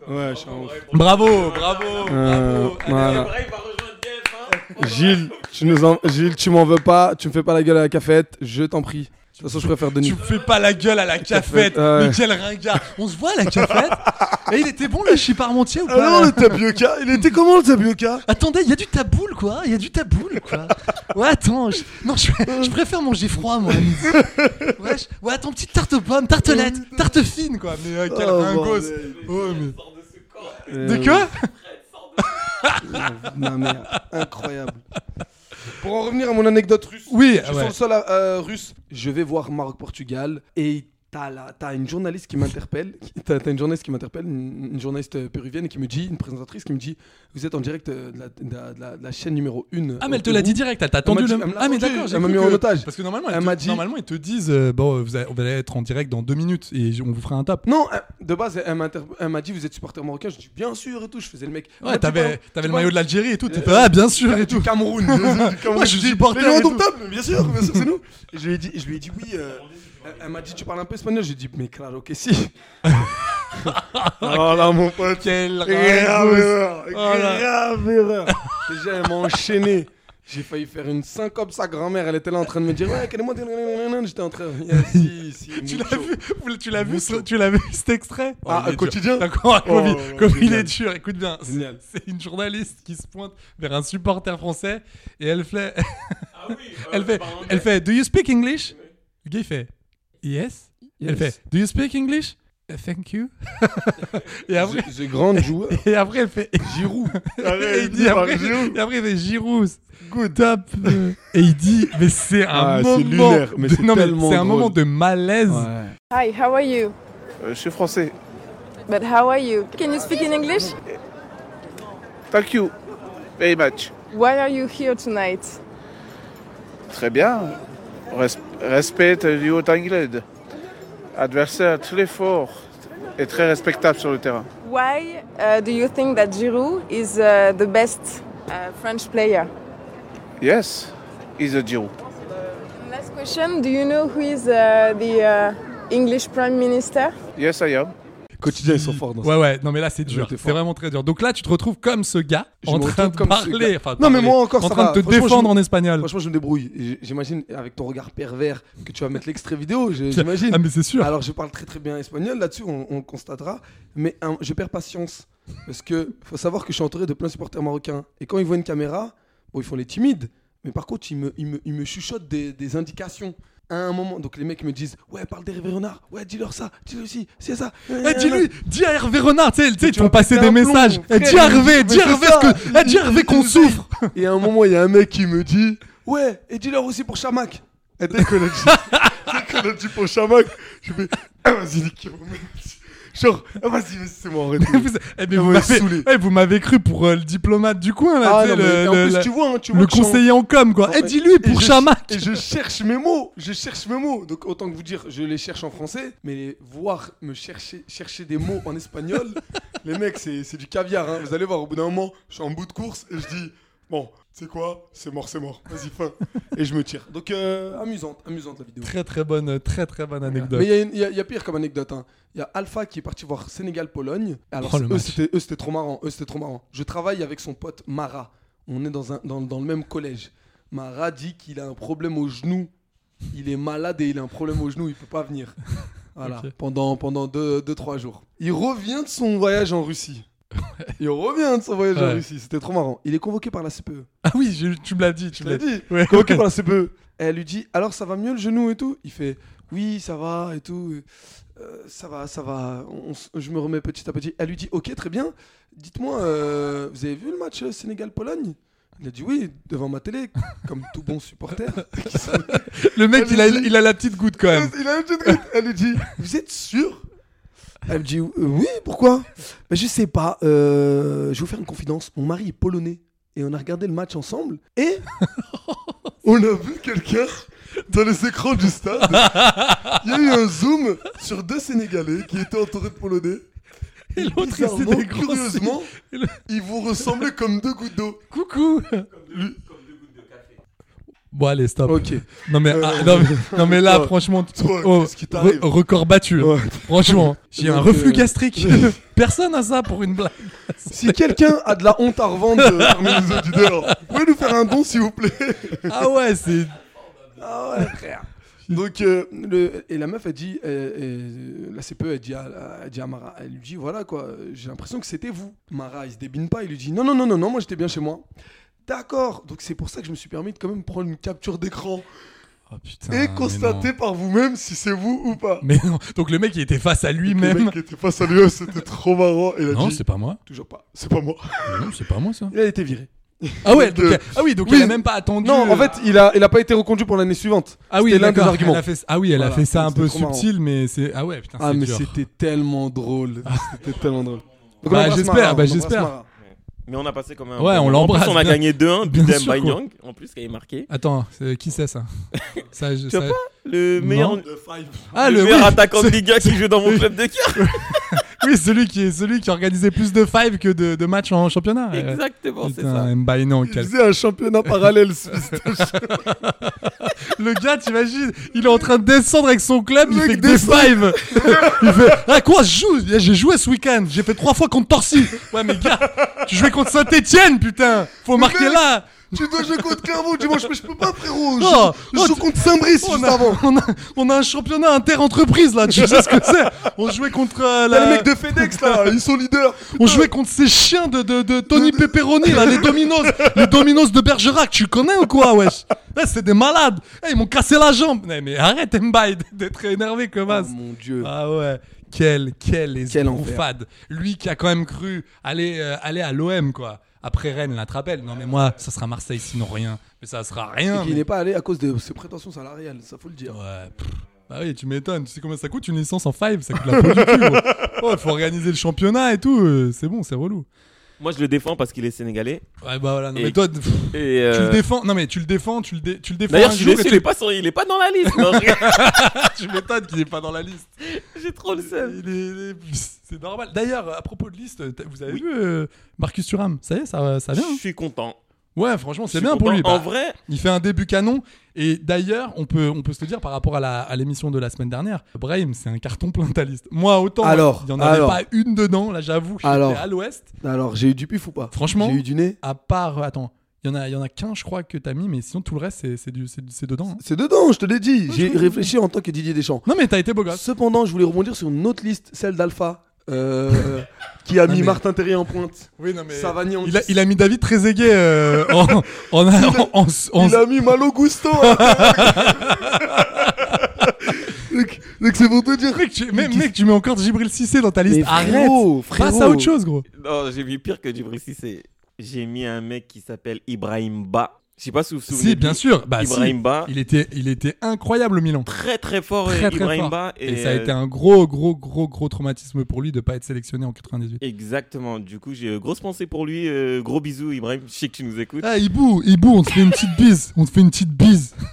Speaker 3: Ouais, je suis en ouf.
Speaker 2: Bravo, bravo,
Speaker 3: Euh,
Speaker 2: bravo.
Speaker 3: voilà.
Speaker 1: Ibrahim va rejoindre DF, hein.
Speaker 3: Gilles, tu nous en- Gilles, tu m'en veux pas, tu me fais pas la gueule à la cafette, je t'en prie. De toute façon, je préfère
Speaker 2: Tu
Speaker 3: Denis.
Speaker 2: me fais pas la gueule à la cafette,
Speaker 3: ouais.
Speaker 2: mais quel ringard. On se voit à la cafette. Et il était bon le chiparmentier ou pas
Speaker 3: Alors, Ah le tapioca, il était comment le tapioca
Speaker 2: Attendez, il y a du taboule quoi, il y a du taboule quoi. Ouais, attends, je... non, je... je préfère manger froid moi. à midi. Ouais, je- ouais, attends, petite tarte aux pommes, tartelette, tarte fine quoi. Mais euh, quel
Speaker 3: Oh,
Speaker 2: ringos.
Speaker 3: bordel.
Speaker 2: Oh, mais...
Speaker 3: Euh,
Speaker 2: De quoi
Speaker 3: Ma mère, incroyable. Pour en revenir à mon anecdote russe,
Speaker 2: Oui,
Speaker 3: je suis
Speaker 2: ouais.
Speaker 3: sur le sol euh, russe. Je vais voir Maroc-Portugal et t'as la- t'as une journaliste qui m'interpelle. qui- T'as t'as une journaliste qui m'interpelle, une, une journaliste euh, péruvienne qui me dit, une présentatrice qui me dit Vous êtes en direct euh, de la, de la- de la- de la chaîne numéro euh, 1.
Speaker 2: Ah mais elle te l'a dit direct, elle t'a
Speaker 3: Elle
Speaker 2: tendu
Speaker 3: m'a dit-
Speaker 2: le.
Speaker 3: elle me l'a
Speaker 2: Ah mais
Speaker 3: tendu,
Speaker 2: d'accord, j'ai
Speaker 3: elle m'a
Speaker 2: cru
Speaker 3: mis
Speaker 2: que-
Speaker 3: en otage.
Speaker 2: Parce que normalement,
Speaker 3: Elle
Speaker 2: elle
Speaker 3: m'a
Speaker 2: te-
Speaker 3: dit-
Speaker 2: normalement ils te disent euh, bon vous allez, on va être en direct dans deux minutes et j- on vous fera un tap.
Speaker 3: Non, elle- de base, elle, m'inter- elle m'a dit Vous êtes supporter marocain Je dis Bien sûr et tout. Je faisais le mec.
Speaker 2: Ouais, t'avais t'avais le maillot de
Speaker 3: la.
Speaker 2: l'Algérie et tout. t'étais,
Speaker 3: Euh,
Speaker 2: ah, bien sûr et
Speaker 3: Du
Speaker 2: tout.
Speaker 3: Cameroun. du Cameroun.
Speaker 2: Moi, je suis
Speaker 3: dis,
Speaker 2: supporter
Speaker 3: mais les
Speaker 2: et tout.
Speaker 3: indomptables, bien sûr, bien sûr, c'est nous. Et je lui ai dit, je lui ai dit oui. euh, elle- elle m'a dit, tu parles un peu espagnol. Je lui ai dit, mais claro que si.
Speaker 9: Oh là, mon pote.
Speaker 2: Quel
Speaker 3: ah,
Speaker 9: Grave erreur.
Speaker 2: Oh là.
Speaker 9: Grave erreur.
Speaker 3: Déjà, elle m'a enchaîné. J'ai failli faire une syncope, sa grand-mère. Elle était là en train de me dire, ouais, quel est moi J'étais en train. Yeah, si, si,
Speaker 2: Tu l'as
Speaker 3: mucho.
Speaker 2: vu, vous- tu l'as vu, ce- tu l'as vu cet extrait Oh,
Speaker 3: Ah,
Speaker 2: il est
Speaker 3: au quotidien
Speaker 2: dur. D'accord,
Speaker 3: Oh,
Speaker 2: comme, il-
Speaker 3: oh,
Speaker 2: comme il
Speaker 3: génial.
Speaker 2: est dur. Écoute bien, c'est-
Speaker 3: Génial.
Speaker 2: c'est une journaliste qui se pointe vers un supporter français et elle fait, elle fait, elle fait, do you speak English Le gars il fait, yes. Elle fait, do you speak English Uh, Thank you. et après,
Speaker 3: The the grand joueur.
Speaker 2: et après elle fait Giroud.
Speaker 9: Arrête,
Speaker 2: et, il dit
Speaker 9: par
Speaker 2: après,
Speaker 9: Giroud.
Speaker 2: et après, il fait Giroud. Good up. euh. et il dit mais c'est un
Speaker 9: Ah, c'est
Speaker 2: moment.
Speaker 9: lunaire, mais
Speaker 2: de-
Speaker 9: c'est
Speaker 2: non, mais
Speaker 9: tellement
Speaker 2: c'est un
Speaker 9: drôle.
Speaker 2: moment de malaise.
Speaker 10: Hi, how are you?
Speaker 9: Euh, Je suis français.
Speaker 10: But how are you? Can you speak in English?
Speaker 9: Thank you very much.
Speaker 10: Why are you here tonight?
Speaker 9: Très bien. Res- respecte du haut anglais. Adversaire très fort et très respectable sur le terrain.
Speaker 10: Why uh, do you think that Giroud is uh, the best uh, French player?
Speaker 9: Yes, is a Giroud.
Speaker 10: Last question. Do you know who is uh, the uh, English Prime Minister?
Speaker 9: Yes, I am.
Speaker 3: Quotidien, ils sont forts dans ça.
Speaker 2: Ouais, ouais, non, mais là, c'est
Speaker 3: Ils
Speaker 2: dur.
Speaker 3: étaient
Speaker 2: C'est
Speaker 3: forts.
Speaker 2: vraiment très dur. Donc là, tu te retrouves comme ce gars,
Speaker 3: Je
Speaker 2: en
Speaker 3: me
Speaker 2: train
Speaker 3: retrouve
Speaker 2: de
Speaker 3: comme ce
Speaker 2: parler.
Speaker 3: gars.
Speaker 2: enfin, de
Speaker 3: Non, mais
Speaker 2: parler,
Speaker 3: moi encore,
Speaker 2: En
Speaker 3: ça
Speaker 2: train
Speaker 3: va.
Speaker 2: de te
Speaker 3: Franchement, je
Speaker 2: défendre
Speaker 3: me-
Speaker 2: en espagnol.
Speaker 3: Franchement, je me débrouille. J- J'imagine, avec ton regard pervers, que tu vas mettre l'extrait vidéo, je-
Speaker 2: Ah,
Speaker 3: j'imagine.
Speaker 2: mais c'est sûr.
Speaker 3: Alors, je parle très très bien espagnol, là-dessus, on, on le constatera. Mais hein, je perds patience. Parce que faut savoir que je suis entouré de plein de supporters marocains. Et quand ils voient une caméra, bon, ils font les timides. Mais par contre, ils me, ils me, ils me chuchotent des, des indications. À un moment, donc les mecs me disent Ouais, parle d'Hervé Renard, ouais, dis-leur ça, dis-leur ci, c'est ça.
Speaker 2: Eh, dis-lui, dis à Hervé Renard, tu sais, tu sais, ils
Speaker 3: Tu
Speaker 2: vont
Speaker 3: vas
Speaker 2: passer
Speaker 3: péter
Speaker 2: des
Speaker 3: un plomb,
Speaker 2: messages. Eh,
Speaker 3: frère,
Speaker 2: dis à Hervé,
Speaker 3: mais
Speaker 2: dis à
Speaker 3: c'est
Speaker 2: Hervé
Speaker 3: ça.
Speaker 2: ce que, eh, dis à Hervé qu'on souffre.
Speaker 3: Et à un moment, il y a un mec qui me dit Ouais, et dis-leur aussi pour Chamac. Et dès qu'on a dit, dès qu'on a dit pour Chamac, je fais Ah, vas-y, niquez-vous, mec. Genre, ah, vas-y, mais c'est moi, arrêtez.
Speaker 2: Vous- eh, mais
Speaker 3: Ah,
Speaker 2: vous
Speaker 3: ouais,
Speaker 2: m'avez-
Speaker 3: saoulé.
Speaker 2: eh, vous m'avez cru pour euh, le diplomate du coin, là,
Speaker 3: Ah,
Speaker 2: tu sais,
Speaker 3: non, mais
Speaker 2: le,
Speaker 3: en
Speaker 2: le-
Speaker 3: plus,
Speaker 2: la-
Speaker 3: tu vois, hein, tu vois.
Speaker 2: le
Speaker 3: que je suis en-
Speaker 2: conseiller en com, quoi. Eh,
Speaker 3: Ouais.
Speaker 2: dis-lui pour
Speaker 3: je-
Speaker 2: Chamac.
Speaker 3: Et je cherche mes mots, je cherche mes mots. Donc autant que vous dire, je les cherche en français, mais les voir me chercher, chercher des mots en espagnol, les mecs, c'est c'est du caviar. hein. Vous allez voir, au bout d'un moment, je suis en bout de course et je dis, bon, c'est quoi C'est mort, c'est mort. Vas-y, fin. Et je me tire. Donc euh, amusante, amusante la vidéo.
Speaker 2: Très, très bonne, euh, très, très bonne anecdote.
Speaker 3: Mais il y a une- il y, a- il y a pire comme anecdote. hein. Il y a Alpha qui est parti voir Sénégal-Pologne. Alors,
Speaker 2: Oh, le
Speaker 3: eux,
Speaker 2: match.
Speaker 3: c'était eux, c'était trop marrant. Eux, c'était trop marrant. Je travaille avec son pote Mara. On est dans, un, dans, dans le même collège. Mara dit qu'il a un problème au genou. Il est malade et il a un problème au genou. Il peut pas venir. Voilà.
Speaker 2: Ok.
Speaker 3: Pendant 2-3 deux, deux, trois jours. Il revient de son voyage en Russie. Il revient de son voyage
Speaker 2: Ouais.
Speaker 3: en Russie. C'était trop marrant. Il est convoqué par la E. CPE.
Speaker 2: Ah oui, j'ai- tu me l'as dit, tu
Speaker 3: Je
Speaker 2: me
Speaker 3: l'ai
Speaker 2: l'as dit.
Speaker 3: dit.
Speaker 2: Ouais.
Speaker 3: Convoqué par la CPE. Elle lui dit Alors ça va mieux le genou et tout Il fait Oui, ça va et tout. Euh, ça va, ça va. On s- je me remets petit à petit. Elle lui dit Ok, très bien. Dites-moi, euh, vous avez vu le match euh, Sénégal-Pologne Il a dit Oui, devant ma télé, comme tout bon supporter. qui s'en-
Speaker 2: Le mec,
Speaker 3: Elle
Speaker 2: il a,
Speaker 3: dit-
Speaker 2: il a la petite goutte quand même.
Speaker 3: il a une petite goutte. Elle lui dit Vous êtes sûr Elle me dit Euh, Oui, pourquoi ben, Je sais pas. euh, je vais vous faire une confidence. Mon mari est polonais. Et on a regardé le match ensemble. Et on a vu quelqu'un dans les écrans du stade. Il y a eu un zoom sur deux Sénégalais qui étaient entourés de polonais.
Speaker 2: Et l'autre, il s'est
Speaker 3: Bizarrement,
Speaker 2: dégrossi.
Speaker 3: curieusement,
Speaker 2: Et le-
Speaker 3: ils vous ressemblaient comme deux gouttes d'eau.
Speaker 2: Coucou. Bon, allez, stop.
Speaker 3: Ok.
Speaker 2: Non mais,
Speaker 3: Euh,
Speaker 2: ah, non, mais, non, mais là,
Speaker 3: toi,
Speaker 2: franchement,
Speaker 3: toi,
Speaker 2: oh,
Speaker 3: qu'est-ce qui t'arrive
Speaker 2: re- record battu. hein.
Speaker 3: Ouais.
Speaker 2: Franchement, j'ai un
Speaker 3: Donc,
Speaker 2: reflux
Speaker 3: euh,
Speaker 2: gastrique. Personne n'a ça pour une blague.
Speaker 3: Si quelqu'un a de la honte à revendre euh, parmi les auditeurs, vous pouvez nous faire un don, s'il vous plaît.
Speaker 2: Ah ouais, c'est.
Speaker 3: Ah ouais, frère. Donc, euh, le- et la meuf, elle dit, euh, euh, la CPE, elle dit, à, elle dit à Mara, elle lui dit, voilà quoi, euh, j'ai l'impression que c'était vous. Mara, il se débine pas, il lui dit, non, non, non, non, non, moi j'étais bien chez moi. D'accord, donc c'est pour ça que je me suis permis de quand même prendre une capture d'écran
Speaker 2: Oh, putain,
Speaker 3: et
Speaker 2: mais
Speaker 3: constater par vous-même si c'est vous ou pas.
Speaker 2: non. Mais non. Donc le mec, il était face à
Speaker 3: Le
Speaker 2: lui-même.
Speaker 3: mec qui était face à lui, c'était trop marrant. Il a
Speaker 2: Non,
Speaker 3: dit,
Speaker 2: c'est pas moi.
Speaker 3: toujours pas, c'est pas moi.
Speaker 2: Non, c'est pas moi ça.
Speaker 3: Il a été viré.
Speaker 2: Ah ouais.
Speaker 3: Donc,
Speaker 2: donc,
Speaker 3: euh,
Speaker 2: ah oui, donc
Speaker 3: oui.
Speaker 2: il a même pas attendu.
Speaker 3: Non, en fait, il a, il a pas été reconduit pour l'année suivante.
Speaker 2: ah oui,
Speaker 3: c'était l'un des
Speaker 2: d'accord,
Speaker 3: arguments.
Speaker 2: elle a fait- ah oui, elle a
Speaker 3: Voilà,
Speaker 2: fait ça un
Speaker 3: c'était
Speaker 2: peu
Speaker 3: trop marrant.
Speaker 2: subtil, mais c'est. Ah ouais, putain,
Speaker 3: Ah
Speaker 2: c'est
Speaker 3: mais
Speaker 2: dur.
Speaker 3: c'était tellement drôle, c'était tellement drôle. Donc, on
Speaker 2: Bah,
Speaker 3: embrasse
Speaker 2: j'espère,
Speaker 3: Mara,
Speaker 2: bah,
Speaker 3: on embrasse
Speaker 2: j'espère.
Speaker 3: Mara.
Speaker 1: Mais on a passé comme un.
Speaker 2: Ouais,
Speaker 1: En
Speaker 2: on
Speaker 1: plus,
Speaker 2: l'embrasse,
Speaker 1: On a
Speaker 2: bien-
Speaker 1: gagné 2-1,
Speaker 2: bien
Speaker 1: Bidem
Speaker 2: sûr, quoi.
Speaker 1: Banyang, en plus, qui est marqué.
Speaker 2: Attends, c'est- qui c'est ça Ça, je.
Speaker 1: Tu as
Speaker 2: ça-
Speaker 1: Le meilleur,
Speaker 2: Non.
Speaker 1: ah,
Speaker 2: Ah
Speaker 1: le
Speaker 2: le.
Speaker 1: meilleur
Speaker 2: oui,
Speaker 1: attaquant de
Speaker 2: ce-
Speaker 1: Liga qui joue dans mon club de cœur.
Speaker 2: Oui, celui qui est celui qui organisait plus de five que de, de matchs en championnat. Euh,
Speaker 1: Exactement, c'est ça.
Speaker 2: Putain, Mbaye, non,
Speaker 3: Il
Speaker 2: quel...
Speaker 3: faisait un championnat parallèle. ce fils.
Speaker 2: Le gars, t'imagines, il est en train de descendre avec son club, il
Speaker 3: mec
Speaker 2: fait que des
Speaker 3: descend.
Speaker 2: fives. il fait, ah quoi, je joue J'ai joué ce week-end, j'ai fait trois fois contre Torcy. Ouais, mais gars, tu jouais contre Saint-Etienne, putain Faut marquer
Speaker 3: mec,
Speaker 2: là
Speaker 3: tu dois jouer contre Clermont dimanche, mais je peux pas frérot. Je,
Speaker 2: Oh,
Speaker 3: je
Speaker 2: oh,
Speaker 3: joue contre Saint-Brice
Speaker 2: on
Speaker 3: juste
Speaker 2: a,
Speaker 3: avant.
Speaker 2: on, a, on a un championnat inter-entreprise là, tu sais ce que c'est On jouait contre euh,
Speaker 3: Là,
Speaker 2: la-
Speaker 3: Ah, les mecs de FedEx là, ils sont leaders.
Speaker 2: On jouait contre ces chiens de, de, de Tony Pepperoni, là, les dominos, les dominos de Bergerac, tu connais ou quoi, wesh Eh, C'est des malades Eh, Ils m'ont cassé la jambe Eh, Mais arrête, Mbaye, d'être énervé comme as
Speaker 3: Oh, mon dieu.
Speaker 2: Ah ouais, quel, quel
Speaker 3: Quel
Speaker 2: esbroufade Lui qui a quand même cru aller, euh, aller à l'OM, quoi. Après Rennes, la te rappelle Non mais moi, ça sera Marseille, sinon rien. Mais ça sera rien
Speaker 3: Il
Speaker 2: mais-
Speaker 3: n'est pas allé à cause de ses prétentions salariales, ça faut le dire.
Speaker 2: Ouais, pff. Bah oui, tu m'étonnes. Tu sais combien ça coûte une licence en 5 Ça coûte la peau du cul. gros. Oh, faut organiser le championnat et tout. euh, C'est bon, c'est relou.
Speaker 1: Moi, je le défends parce qu'il est sénégalais.
Speaker 2: Ouais, bah voilà, non,
Speaker 1: Et-
Speaker 2: mais toi, pff,
Speaker 1: Et,
Speaker 2: tu
Speaker 1: euh,
Speaker 2: le défends. Non, mais tu le défends, tu le, dé- tu le défends.
Speaker 1: D'ailleurs,
Speaker 2: un
Speaker 1: je suis
Speaker 2: jour et
Speaker 1: déçu, il est pas sur- il est pas dans la liste. Non, je rigole,
Speaker 2: tu m'étonnes qu'il n'est pas dans la liste.
Speaker 1: J'ai trop le seum.
Speaker 2: Il est- il est- C'est normal. D'ailleurs, à propos de liste, t'as- vous avez vu euh, Marcus Thuram Ça y est, ça, ça vient. hein
Speaker 1: Je suis content.
Speaker 2: Ouais, franchement, c'est
Speaker 1: Je suis
Speaker 2: bien pour lui.
Speaker 1: content. En
Speaker 2: Bah,
Speaker 1: vrai,
Speaker 2: Il fait un début canon. Et d'ailleurs, on peut, on peut se le dire par rapport à la- à l'émission de la semaine dernière. Brahim, c'est un carton plein ta liste. Moi, autant.
Speaker 3: Alors,
Speaker 2: il n'y en avait
Speaker 3: alors.
Speaker 2: pas une dedans. Là, j'avoue, j'étais
Speaker 3: Alors.
Speaker 2: à l'ouest.
Speaker 3: Alors, j'ai eu du pif ou pas
Speaker 2: Franchement.
Speaker 3: J'ai eu du nez
Speaker 2: À part. euh, Attends, il y en a, il y en a qu'un, je crois, que t'as mis. Mais sinon, tout le reste, c'est- c'est du- c'est c'est dedans. hein.
Speaker 3: C'est dedans, Ah, je te l'ai dit. J'ai réfléchi en tant que Didier Deschamps.
Speaker 2: Non, mais t'as été beau gosse.
Speaker 3: Cependant, je voulais rebondir sur une autre liste, celle d'Alpha, euh, qui a
Speaker 2: Non,
Speaker 3: mis
Speaker 2: mais-
Speaker 3: Martin Terrier en pointe.
Speaker 2: Oui, non, mais.
Speaker 3: Savani en
Speaker 2: Il a,
Speaker 3: 10.
Speaker 2: il a mis David Trezeguet euh, en, en, en, en- en-
Speaker 3: Il a mis Malo Gusto. hein. donc, donc c'est pour te dire.
Speaker 2: Mec, tu, même, mec, tu mets encore Gibril Cissé dans ta liste.
Speaker 3: Mais
Speaker 2: Arrête
Speaker 3: frérot,
Speaker 2: Passe à
Speaker 3: frérot.
Speaker 2: autre chose, gros.
Speaker 1: Non, j'ai mis pire que du Cissé. J'ai mis un mec qui s'appelle Ibrahim Ba. Je sais pas si vous vous souvenez.
Speaker 2: Si,
Speaker 1: de
Speaker 2: bien
Speaker 1: lui.
Speaker 2: sûr. Bah, si.
Speaker 1: Ibrahim Ba.
Speaker 2: Il était, il était incroyable au Milan.
Speaker 1: Très très fort,
Speaker 2: Très,
Speaker 1: euh,
Speaker 2: très
Speaker 1: Ibrahim
Speaker 2: fort.
Speaker 1: Ba. euh,
Speaker 2: Et, ça a été un gros, gros, gros, gros traumatisme pour lui de pas être sélectionné en 98.
Speaker 1: Exactement. Du coup, j'ai euh, grosse pensée pour lui. euh, gros bisous, Ibrahim. Je sais que tu nous écoutes.
Speaker 2: Ah, Ibou, Ibou, on te fait une petite bise. On te fait une petite bise.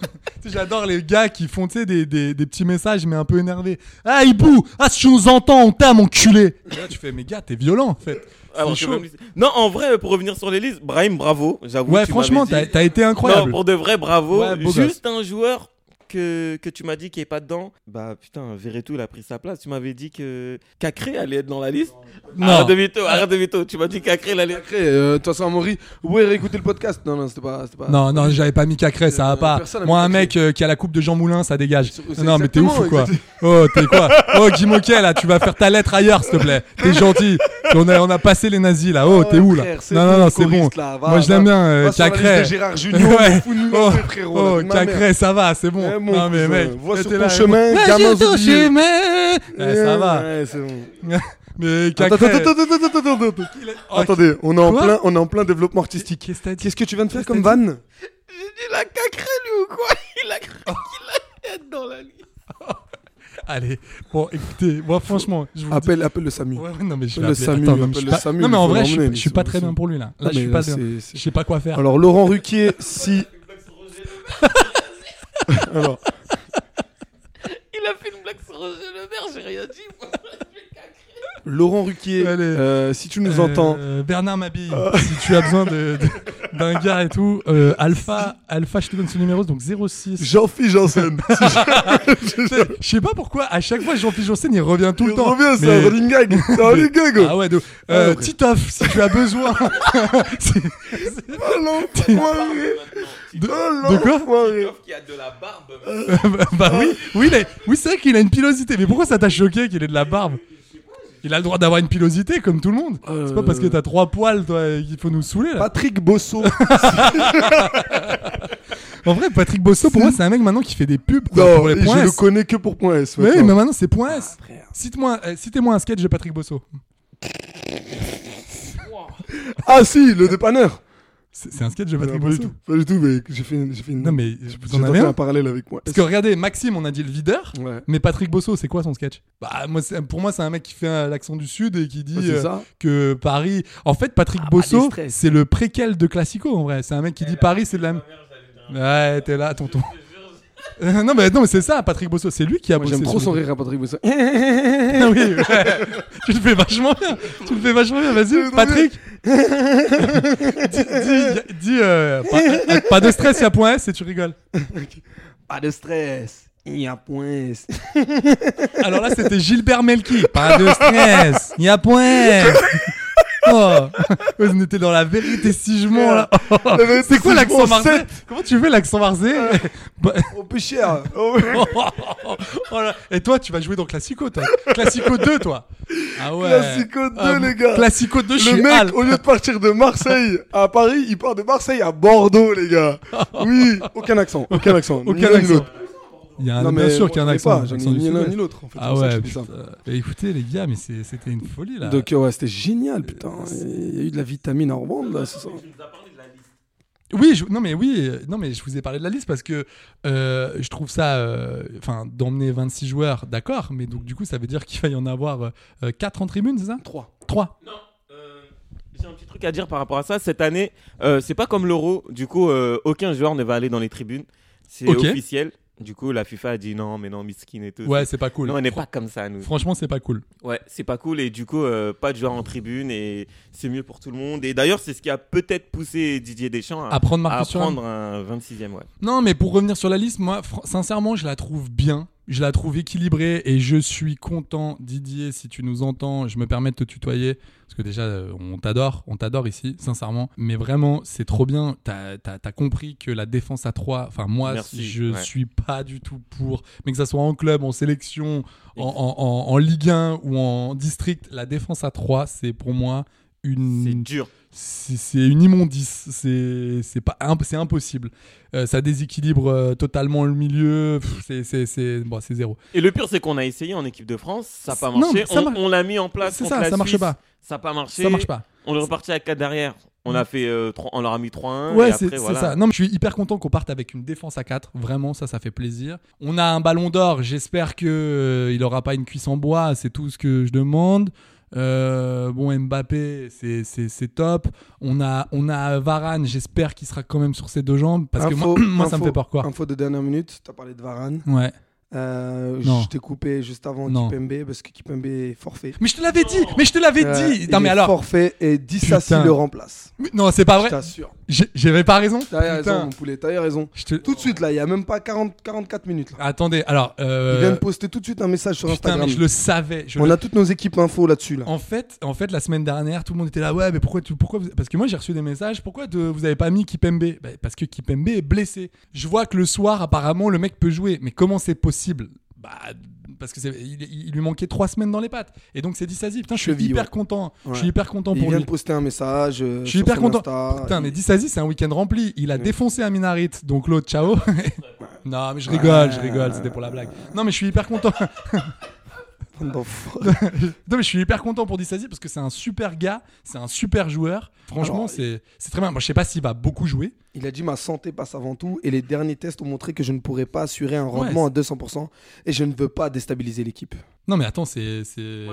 Speaker 2: Tu sais, J'adore les gars qui font tu sais, des, des, des petits messages, mais un peu énervés. Ah, Ibou, ah, si tu nous entends, on t'aime, enculé. Et là, tu fais, mais gars, t'es violent, en fait.
Speaker 1: Ah, bon,
Speaker 2: c'est
Speaker 1: je
Speaker 2: chaud.
Speaker 1: peux même- Non, en vrai, euh, pour revenir sur les listes, Brahim, bravo. J'avoue.
Speaker 2: Ouais,
Speaker 1: tu
Speaker 2: franchement,
Speaker 1: m'avais
Speaker 2: t'as
Speaker 1: dit-
Speaker 2: t'as été incroyable.
Speaker 1: Non, pour de vrai, bravo.
Speaker 2: Ouais, beau
Speaker 1: Juste un joueur que, que tu m'as dit qui est pas dedans. Bah putain, Veretout, il a pris sa place. Tu m'avais dit que Cacré allait être dans la liste.
Speaker 2: Non.
Speaker 1: Arrête de mytho, arrête de mytho. Tu m'as dit Cacré, il allait
Speaker 3: Après, euh, de toute façon, Amaury, vous pouvez réécouter le podcast. Non, non, c'était pas, c'était pas.
Speaker 2: Non, non, j'avais pas mis Cacré, ça va
Speaker 3: Euh,
Speaker 2: pas.
Speaker 3: personne a
Speaker 2: Moi,
Speaker 3: mis
Speaker 2: un
Speaker 3: Cacré.
Speaker 2: mec euh, qui a la coupe de Jean Moulin, ça dégage.
Speaker 3: C'est- c'est
Speaker 2: Non, mais t'es ouf ou
Speaker 3: exactement,
Speaker 2: quoi Oh, t'es quoi Oh, Guy Moquet, là, tu vas faire ta lettre ailleurs, s'il te plaît. T'es gentil. On a, on a passé les nazis, là. Oh, t'es où, là
Speaker 3: Ah frère, c'est
Speaker 2: Non, non,
Speaker 3: bon,
Speaker 2: non, c'est bon.
Speaker 3: choriste, là, va,
Speaker 2: Moi, je
Speaker 3: va.
Speaker 2: l'aime bien, euh,
Speaker 3: Va sur la liste
Speaker 2: Cacré.
Speaker 3: de Gérard Junior,
Speaker 2: Ouais.
Speaker 3: on s'en fout de nous,
Speaker 2: Oh,
Speaker 3: notre frérot,
Speaker 2: oh,
Speaker 3: la vie de ma
Speaker 2: Cacré,
Speaker 3: mère.
Speaker 2: ça va, c'est bon.
Speaker 3: Eh, mon
Speaker 2: Non, mais
Speaker 3: cousin,
Speaker 2: mec.
Speaker 3: vois
Speaker 2: toi,
Speaker 3: sur
Speaker 2: t'es
Speaker 3: ton
Speaker 2: là,
Speaker 3: chemin,
Speaker 2: moi,
Speaker 3: gamin
Speaker 2: j'ai ton
Speaker 3: oublié.
Speaker 2: chemin. Ouais, Eh, Ça va.
Speaker 3: Ouais, c'est bon.
Speaker 2: Mais
Speaker 3: Attends,
Speaker 2: Cacré.
Speaker 3: attends, attends, attends, attends, attends, attends.
Speaker 2: il est- oh,
Speaker 3: Attendez, on est, en
Speaker 2: Quoi
Speaker 3: plein, on est en plein développement artistique.
Speaker 2: Qu'est-ce que t'as dit
Speaker 3: Qu'est-ce que tu viens de faire
Speaker 2: Qu'est-ce
Speaker 3: comme
Speaker 2: t'as
Speaker 3: van
Speaker 2: Allez, bon, écoutez, moi, franchement, je vous le dis.
Speaker 3: Appelle, appelle le SAMU.
Speaker 2: Ouais, ouais, non, mais je vais
Speaker 3: Le
Speaker 2: appeler-
Speaker 3: SAMU,
Speaker 2: attends, non,
Speaker 3: appelle
Speaker 2: mais je suis
Speaker 3: le
Speaker 2: pas-
Speaker 3: SAMU,
Speaker 2: Non, mais
Speaker 3: il
Speaker 2: en
Speaker 3: faut
Speaker 2: vrai, je
Speaker 3: l'emmener,
Speaker 2: suis- je suis
Speaker 3: mais
Speaker 2: pas
Speaker 3: c'est-
Speaker 2: très bien
Speaker 3: c'est-
Speaker 2: pour lui là. Là,
Speaker 3: Non,
Speaker 2: je suis
Speaker 3: mais
Speaker 2: pas
Speaker 3: là,
Speaker 2: bien.
Speaker 3: c'est- c'est-
Speaker 2: Je sais pas quoi faire.
Speaker 3: Alors Laurent Ruquier, si. Alors,
Speaker 8: Il a fait une blague sur Roger Le Maire, j'ai rien dit. moi.
Speaker 3: Laurent Ruquier,
Speaker 2: Allez.
Speaker 3: euh, si tu nous entends,
Speaker 2: Euh, Bernard Mabille,
Speaker 3: Ah.
Speaker 2: si tu as besoin de- de- d'un gars et tout, euh, Alpha, Alpha, je te donne son numéro, donc 06.
Speaker 3: Jean-Philippe Janssen.
Speaker 2: Je sais pas pourquoi, à chaque fois, Jean-Philippe Janssen, il revient tout le temps.
Speaker 3: bien, c'est
Speaker 2: Mais-
Speaker 3: un running gag. C'est un running gag.
Speaker 2: Ah ouais, de ouf. Euh,
Speaker 3: Ouais, ouais.
Speaker 2: Titoff, si tu as besoin. C'est-
Speaker 3: Oh, l'enfoiré. Oh,
Speaker 2: Ah. de quoi
Speaker 3: l'enfoiré.
Speaker 1: qui a de la barbe.
Speaker 2: bah, bah oui, oui, il a- oui c'est vrai qu'il a une pilosité, mais pourquoi ça t'a choqué qu'il ait de la barbe Il a le droit d'avoir une pilosité comme tout le monde. C'est pas parce que t'as trois poils, toi, et qu'il faut nous saouler là.
Speaker 3: Patrick Bosso.
Speaker 2: En vrai, Patrick Bosso, pour moi, c'est un mec maintenant qui fait des pubs quoi,
Speaker 3: non,
Speaker 2: pour les points
Speaker 3: je le
Speaker 2: S.
Speaker 3: connais que pour point S.
Speaker 2: Mais oui,
Speaker 3: maintenant.
Speaker 2: mais maintenant, c'est point S. Cite-moi, euh, citez-moi un sketch de Patrick Bosso.
Speaker 3: Ah si, le dépanneur.
Speaker 2: C'est c'est un sketch de
Speaker 3: Non,
Speaker 2: Patrick
Speaker 3: pas du
Speaker 2: Bosso.
Speaker 3: tout. Pas du tout, mais j'ai fait une. J'ai fait une...
Speaker 2: Non, mais vous
Speaker 3: j'ai
Speaker 2: en
Speaker 3: tenté
Speaker 2: avez
Speaker 3: un
Speaker 2: un.
Speaker 3: parallèle avec moi.
Speaker 2: Parce Ah, que regardez, Maxime, on a dit le videur.
Speaker 3: Ouais.
Speaker 2: Mais Patrick Bosso, c'est quoi son sketch Bah moi, c'est- pour moi, c'est un mec qui fait euh, l'accent du sud et qui dit
Speaker 3: C'est
Speaker 2: euh,
Speaker 3: ça.
Speaker 2: que Paris. En fait, Patrick Bosso, c'est le préquel de Classico en vrai. C'est un mec qui dit Paris, c'est de la. Ouais, t'es là, tonton. non mais non, mais c'est ça, Patrick Bosso, c'est lui qui a
Speaker 3: Moi,
Speaker 2: bossé
Speaker 3: J'aime
Speaker 2: sur
Speaker 3: trop
Speaker 2: le-
Speaker 3: son rire à Patrick Bosso.
Speaker 2: Ah oui, ouais. tu le fais vachement bien. Tu le fais vachement bien. Vas-y, Patrick. dis, dis- dis, euh, pas, pas de stress, il y a point S et tu rigoles.
Speaker 3: Pas de stress. Il y a point S.
Speaker 2: Alors là, c'était Gilbert Melki. Pas de stress, il y a point S. Oh. Ouais, On était dans la vérité si je mens là.
Speaker 3: Euh,
Speaker 2: Oh. C'est quoi l'accent marseillais Comment tu fais l'accent marseillais
Speaker 3: Euh.
Speaker 2: Bah,
Speaker 3: Au plus cher.
Speaker 2: oh, oh, oh là. Et toi, tu vas jouer dans Classico, toi. Classico 2, toi. Ah ouais.
Speaker 3: Classico 2,
Speaker 2: Ah,
Speaker 3: les gars.
Speaker 2: Classico 2, je suis
Speaker 3: Le mec,
Speaker 2: hal.
Speaker 3: au lieu de partir de Marseille à Paris, il part de Marseille à Bordeaux, les gars. Oui, aucun accent, aucun accent. ni
Speaker 2: Aucun
Speaker 3: l'un ni
Speaker 2: accent.
Speaker 3: l'autre.
Speaker 2: Il y a un,
Speaker 3: Non,
Speaker 2: bien
Speaker 3: mais
Speaker 2: sûr qu'il y a un
Speaker 3: moi, j'en ai
Speaker 2: accent.
Speaker 3: pas, j'en ai
Speaker 2: accent du
Speaker 3: ni l'un
Speaker 2: Sud-Ouest.
Speaker 3: ni l'autre. En fait,
Speaker 2: Ah
Speaker 3: c'est pour ça que
Speaker 2: ouais,
Speaker 3: je dis ça.
Speaker 2: putain. Bah, écoutez les gars, mais c'est- c'était une folie là.
Speaker 3: Donc, euh, ouais, c'était génial, putain. Il y a eu de la vitamine à revendre, là, ce soir.
Speaker 2: Oui, je- non mais oui, euh, non mais je vous ai parlé de la liste parce que euh, je trouve ça, euh, enfin, d'emmener 26 joueurs, d'accord, euh, mais donc du coup ça veut dire qu'il va y en avoir 4 en tribune, c'est ça
Speaker 3: 3.
Speaker 2: 3
Speaker 1: Non, euh, J'ai un petit truc à dire par rapport à ça. Cette année, euh, c'est pas comme l'Euro. Du coup, euh, aucun joueur ne va aller dans les tribunes. C'est
Speaker 2: Ok.
Speaker 1: officiel. Du coup, la FIFA a dit non, mais non, Miskin et tout.
Speaker 2: Ouais, c'est pas cool.
Speaker 1: Euh, Non, on n'est
Speaker 2: Fran-
Speaker 1: pas comme ça, nous.
Speaker 2: Franchement, c'est pas cool.
Speaker 1: Ouais, c'est pas cool. Et du coup, euh, pas de joueurs en tribune. Et c'est mieux pour tout le monde. Et d'ailleurs, c'est ce qui a peut-être poussé Didier Deschamps à,
Speaker 2: Apprendre
Speaker 1: Ah. à
Speaker 2: Marcus Thuram.
Speaker 1: prendre un 26e. Ouais.
Speaker 2: Non, mais pour revenir sur la liste, moi, fr- sincèrement, je la trouve bien. Je la trouve équilibrée et je suis content, Didier, si tu nous entends, je me permets de te tutoyer, parce que déjà, euh, on t'adore, on t'adore ici, sincèrement. Mais vraiment, c'est trop bien, t'as as, compris que la défense à 3, enfin moi,
Speaker 1: Merci,
Speaker 2: je
Speaker 1: ouais.
Speaker 2: suis pas du tout pour, mais que ça soit en club, en sélection, en, en, en- en Ligue 1 ou en district, la défense à 3, c'est pour moi
Speaker 1: C'est
Speaker 2: une
Speaker 1: dur.
Speaker 2: c'est c'est une immondice, c'est c'est pas imp- c'est impossible. Euh, ça déséquilibre euh, totalement le milieu, Pff, c'est c'est c'est bon, c'est zéro.
Speaker 1: Et le pire, c'est qu'on a essayé en équipe de France. Ça n'a pas
Speaker 2: Non,
Speaker 1: marché.
Speaker 2: mais ça
Speaker 1: on
Speaker 2: mar-
Speaker 1: on l'a mis en place.
Speaker 2: C'est
Speaker 1: contre
Speaker 2: ça,
Speaker 1: la
Speaker 2: ça marche
Speaker 1: Suisse.
Speaker 2: pas.
Speaker 1: Ça n'a pas marché.
Speaker 2: Ça marche pas.
Speaker 1: On est reparti à 4 derrière. On, a fait, euh, trois- on leur a mis 3-1. et
Speaker 2: Mm. Ouais,
Speaker 1: après,
Speaker 2: c'est c'est
Speaker 1: voilà.
Speaker 2: ça. Non, mais je suis hyper content qu'on parte avec une défense à 4. Vraiment, ça, ça fait plaisir. On a un ballon d'or. J'espère que euh, il aura pas une cuisse en bois. C'est tout ce que je demande. Euh, bon, Mbappé, c'est- c'est c'est top. On a, on a Varane. J'espère qu'il sera quand même sur ses deux jambes. Parce
Speaker 3: Info-
Speaker 2: que moi, moi ça me
Speaker 3: info-
Speaker 2: fait peur, quoi.
Speaker 3: Info de dernière minute, t'as parlé de Varane.
Speaker 2: Ouais.
Speaker 3: Euh,
Speaker 2: Non.
Speaker 3: je t'ai coupé juste avant
Speaker 2: Non.
Speaker 3: Kipembe parce que Kipembe est forfait.
Speaker 2: Mais je te l'avais dit, mais je te l'avais
Speaker 3: Euh,
Speaker 2: dit. Non
Speaker 3: il
Speaker 2: mais
Speaker 3: est
Speaker 2: alors,
Speaker 3: Forfait et Dissassi
Speaker 2: Putain.
Speaker 3: le remplace.
Speaker 2: Mais non c'est pas
Speaker 3: Je
Speaker 2: vrai.
Speaker 3: t'assure.
Speaker 2: J'ai- J'avais pas raison.
Speaker 3: T'as
Speaker 2: Putain.
Speaker 3: raison, mon poulet, t'as eu raison.
Speaker 2: Je te-
Speaker 3: Tout de suite, là, il y a même pas 40, 44 minutes. Là.
Speaker 2: Attendez, alors. euh,
Speaker 3: Il vient de poster tout de suite un message sur
Speaker 2: Putain, mais
Speaker 3: Instagram.
Speaker 2: je le savais. je
Speaker 3: On
Speaker 2: le-
Speaker 3: a toutes nos équipes info là-dessus. Là.
Speaker 2: En fait, en fait, la semaine dernière, tout le monde était là. Ouais, mais pourquoi, tu, pourquoi vous- Parce que moi, j'ai reçu des messages. Pourquoi de- vous avez pas mis Kipembe Bah, Parce que Kipembe est blessé. Je vois que le soir, apparemment, le mec peut jouer. Mais comment c'est possible Bah, parce que c'est- il, il lui manquait trois semaines dans les pattes. Et donc, c'est Dissasi. Putain, je suis
Speaker 3: Cheville,
Speaker 2: hyper
Speaker 3: ouais.
Speaker 2: content. Je suis
Speaker 3: Ouais.
Speaker 2: hyper content
Speaker 3: Il
Speaker 2: pour
Speaker 3: vient
Speaker 2: lui.
Speaker 3: de poster un message. euh,
Speaker 2: Je suis
Speaker 3: sur
Speaker 2: hyper
Speaker 3: son
Speaker 2: content.
Speaker 3: Insta.
Speaker 2: Putain, mais
Speaker 3: Il-
Speaker 2: Dissasi, c'est un week-end rempli. Il a défoncé un minarit, donc l'autre, ciao. non, mais je rigole, je rigole, c'était pour la blague. Non, mais je suis hyper content.
Speaker 3: Bande d'enfoirés.
Speaker 2: non, mais je suis hyper content pour Dissasi parce que c'est un super gars, c'est un super joueur. Franchement,
Speaker 3: Alors,
Speaker 2: c'est c'est très bien. Moi, je sais pas s'il va beaucoup jouer.
Speaker 3: Il a dit ma santé passe avant tout et les derniers tests ont montré que je ne pourrais pas assurer un rendement
Speaker 2: Ouais,
Speaker 3: à 200% et je ne veux pas déstabiliser l'équipe.
Speaker 2: Non, mais attends, c'est. c'est-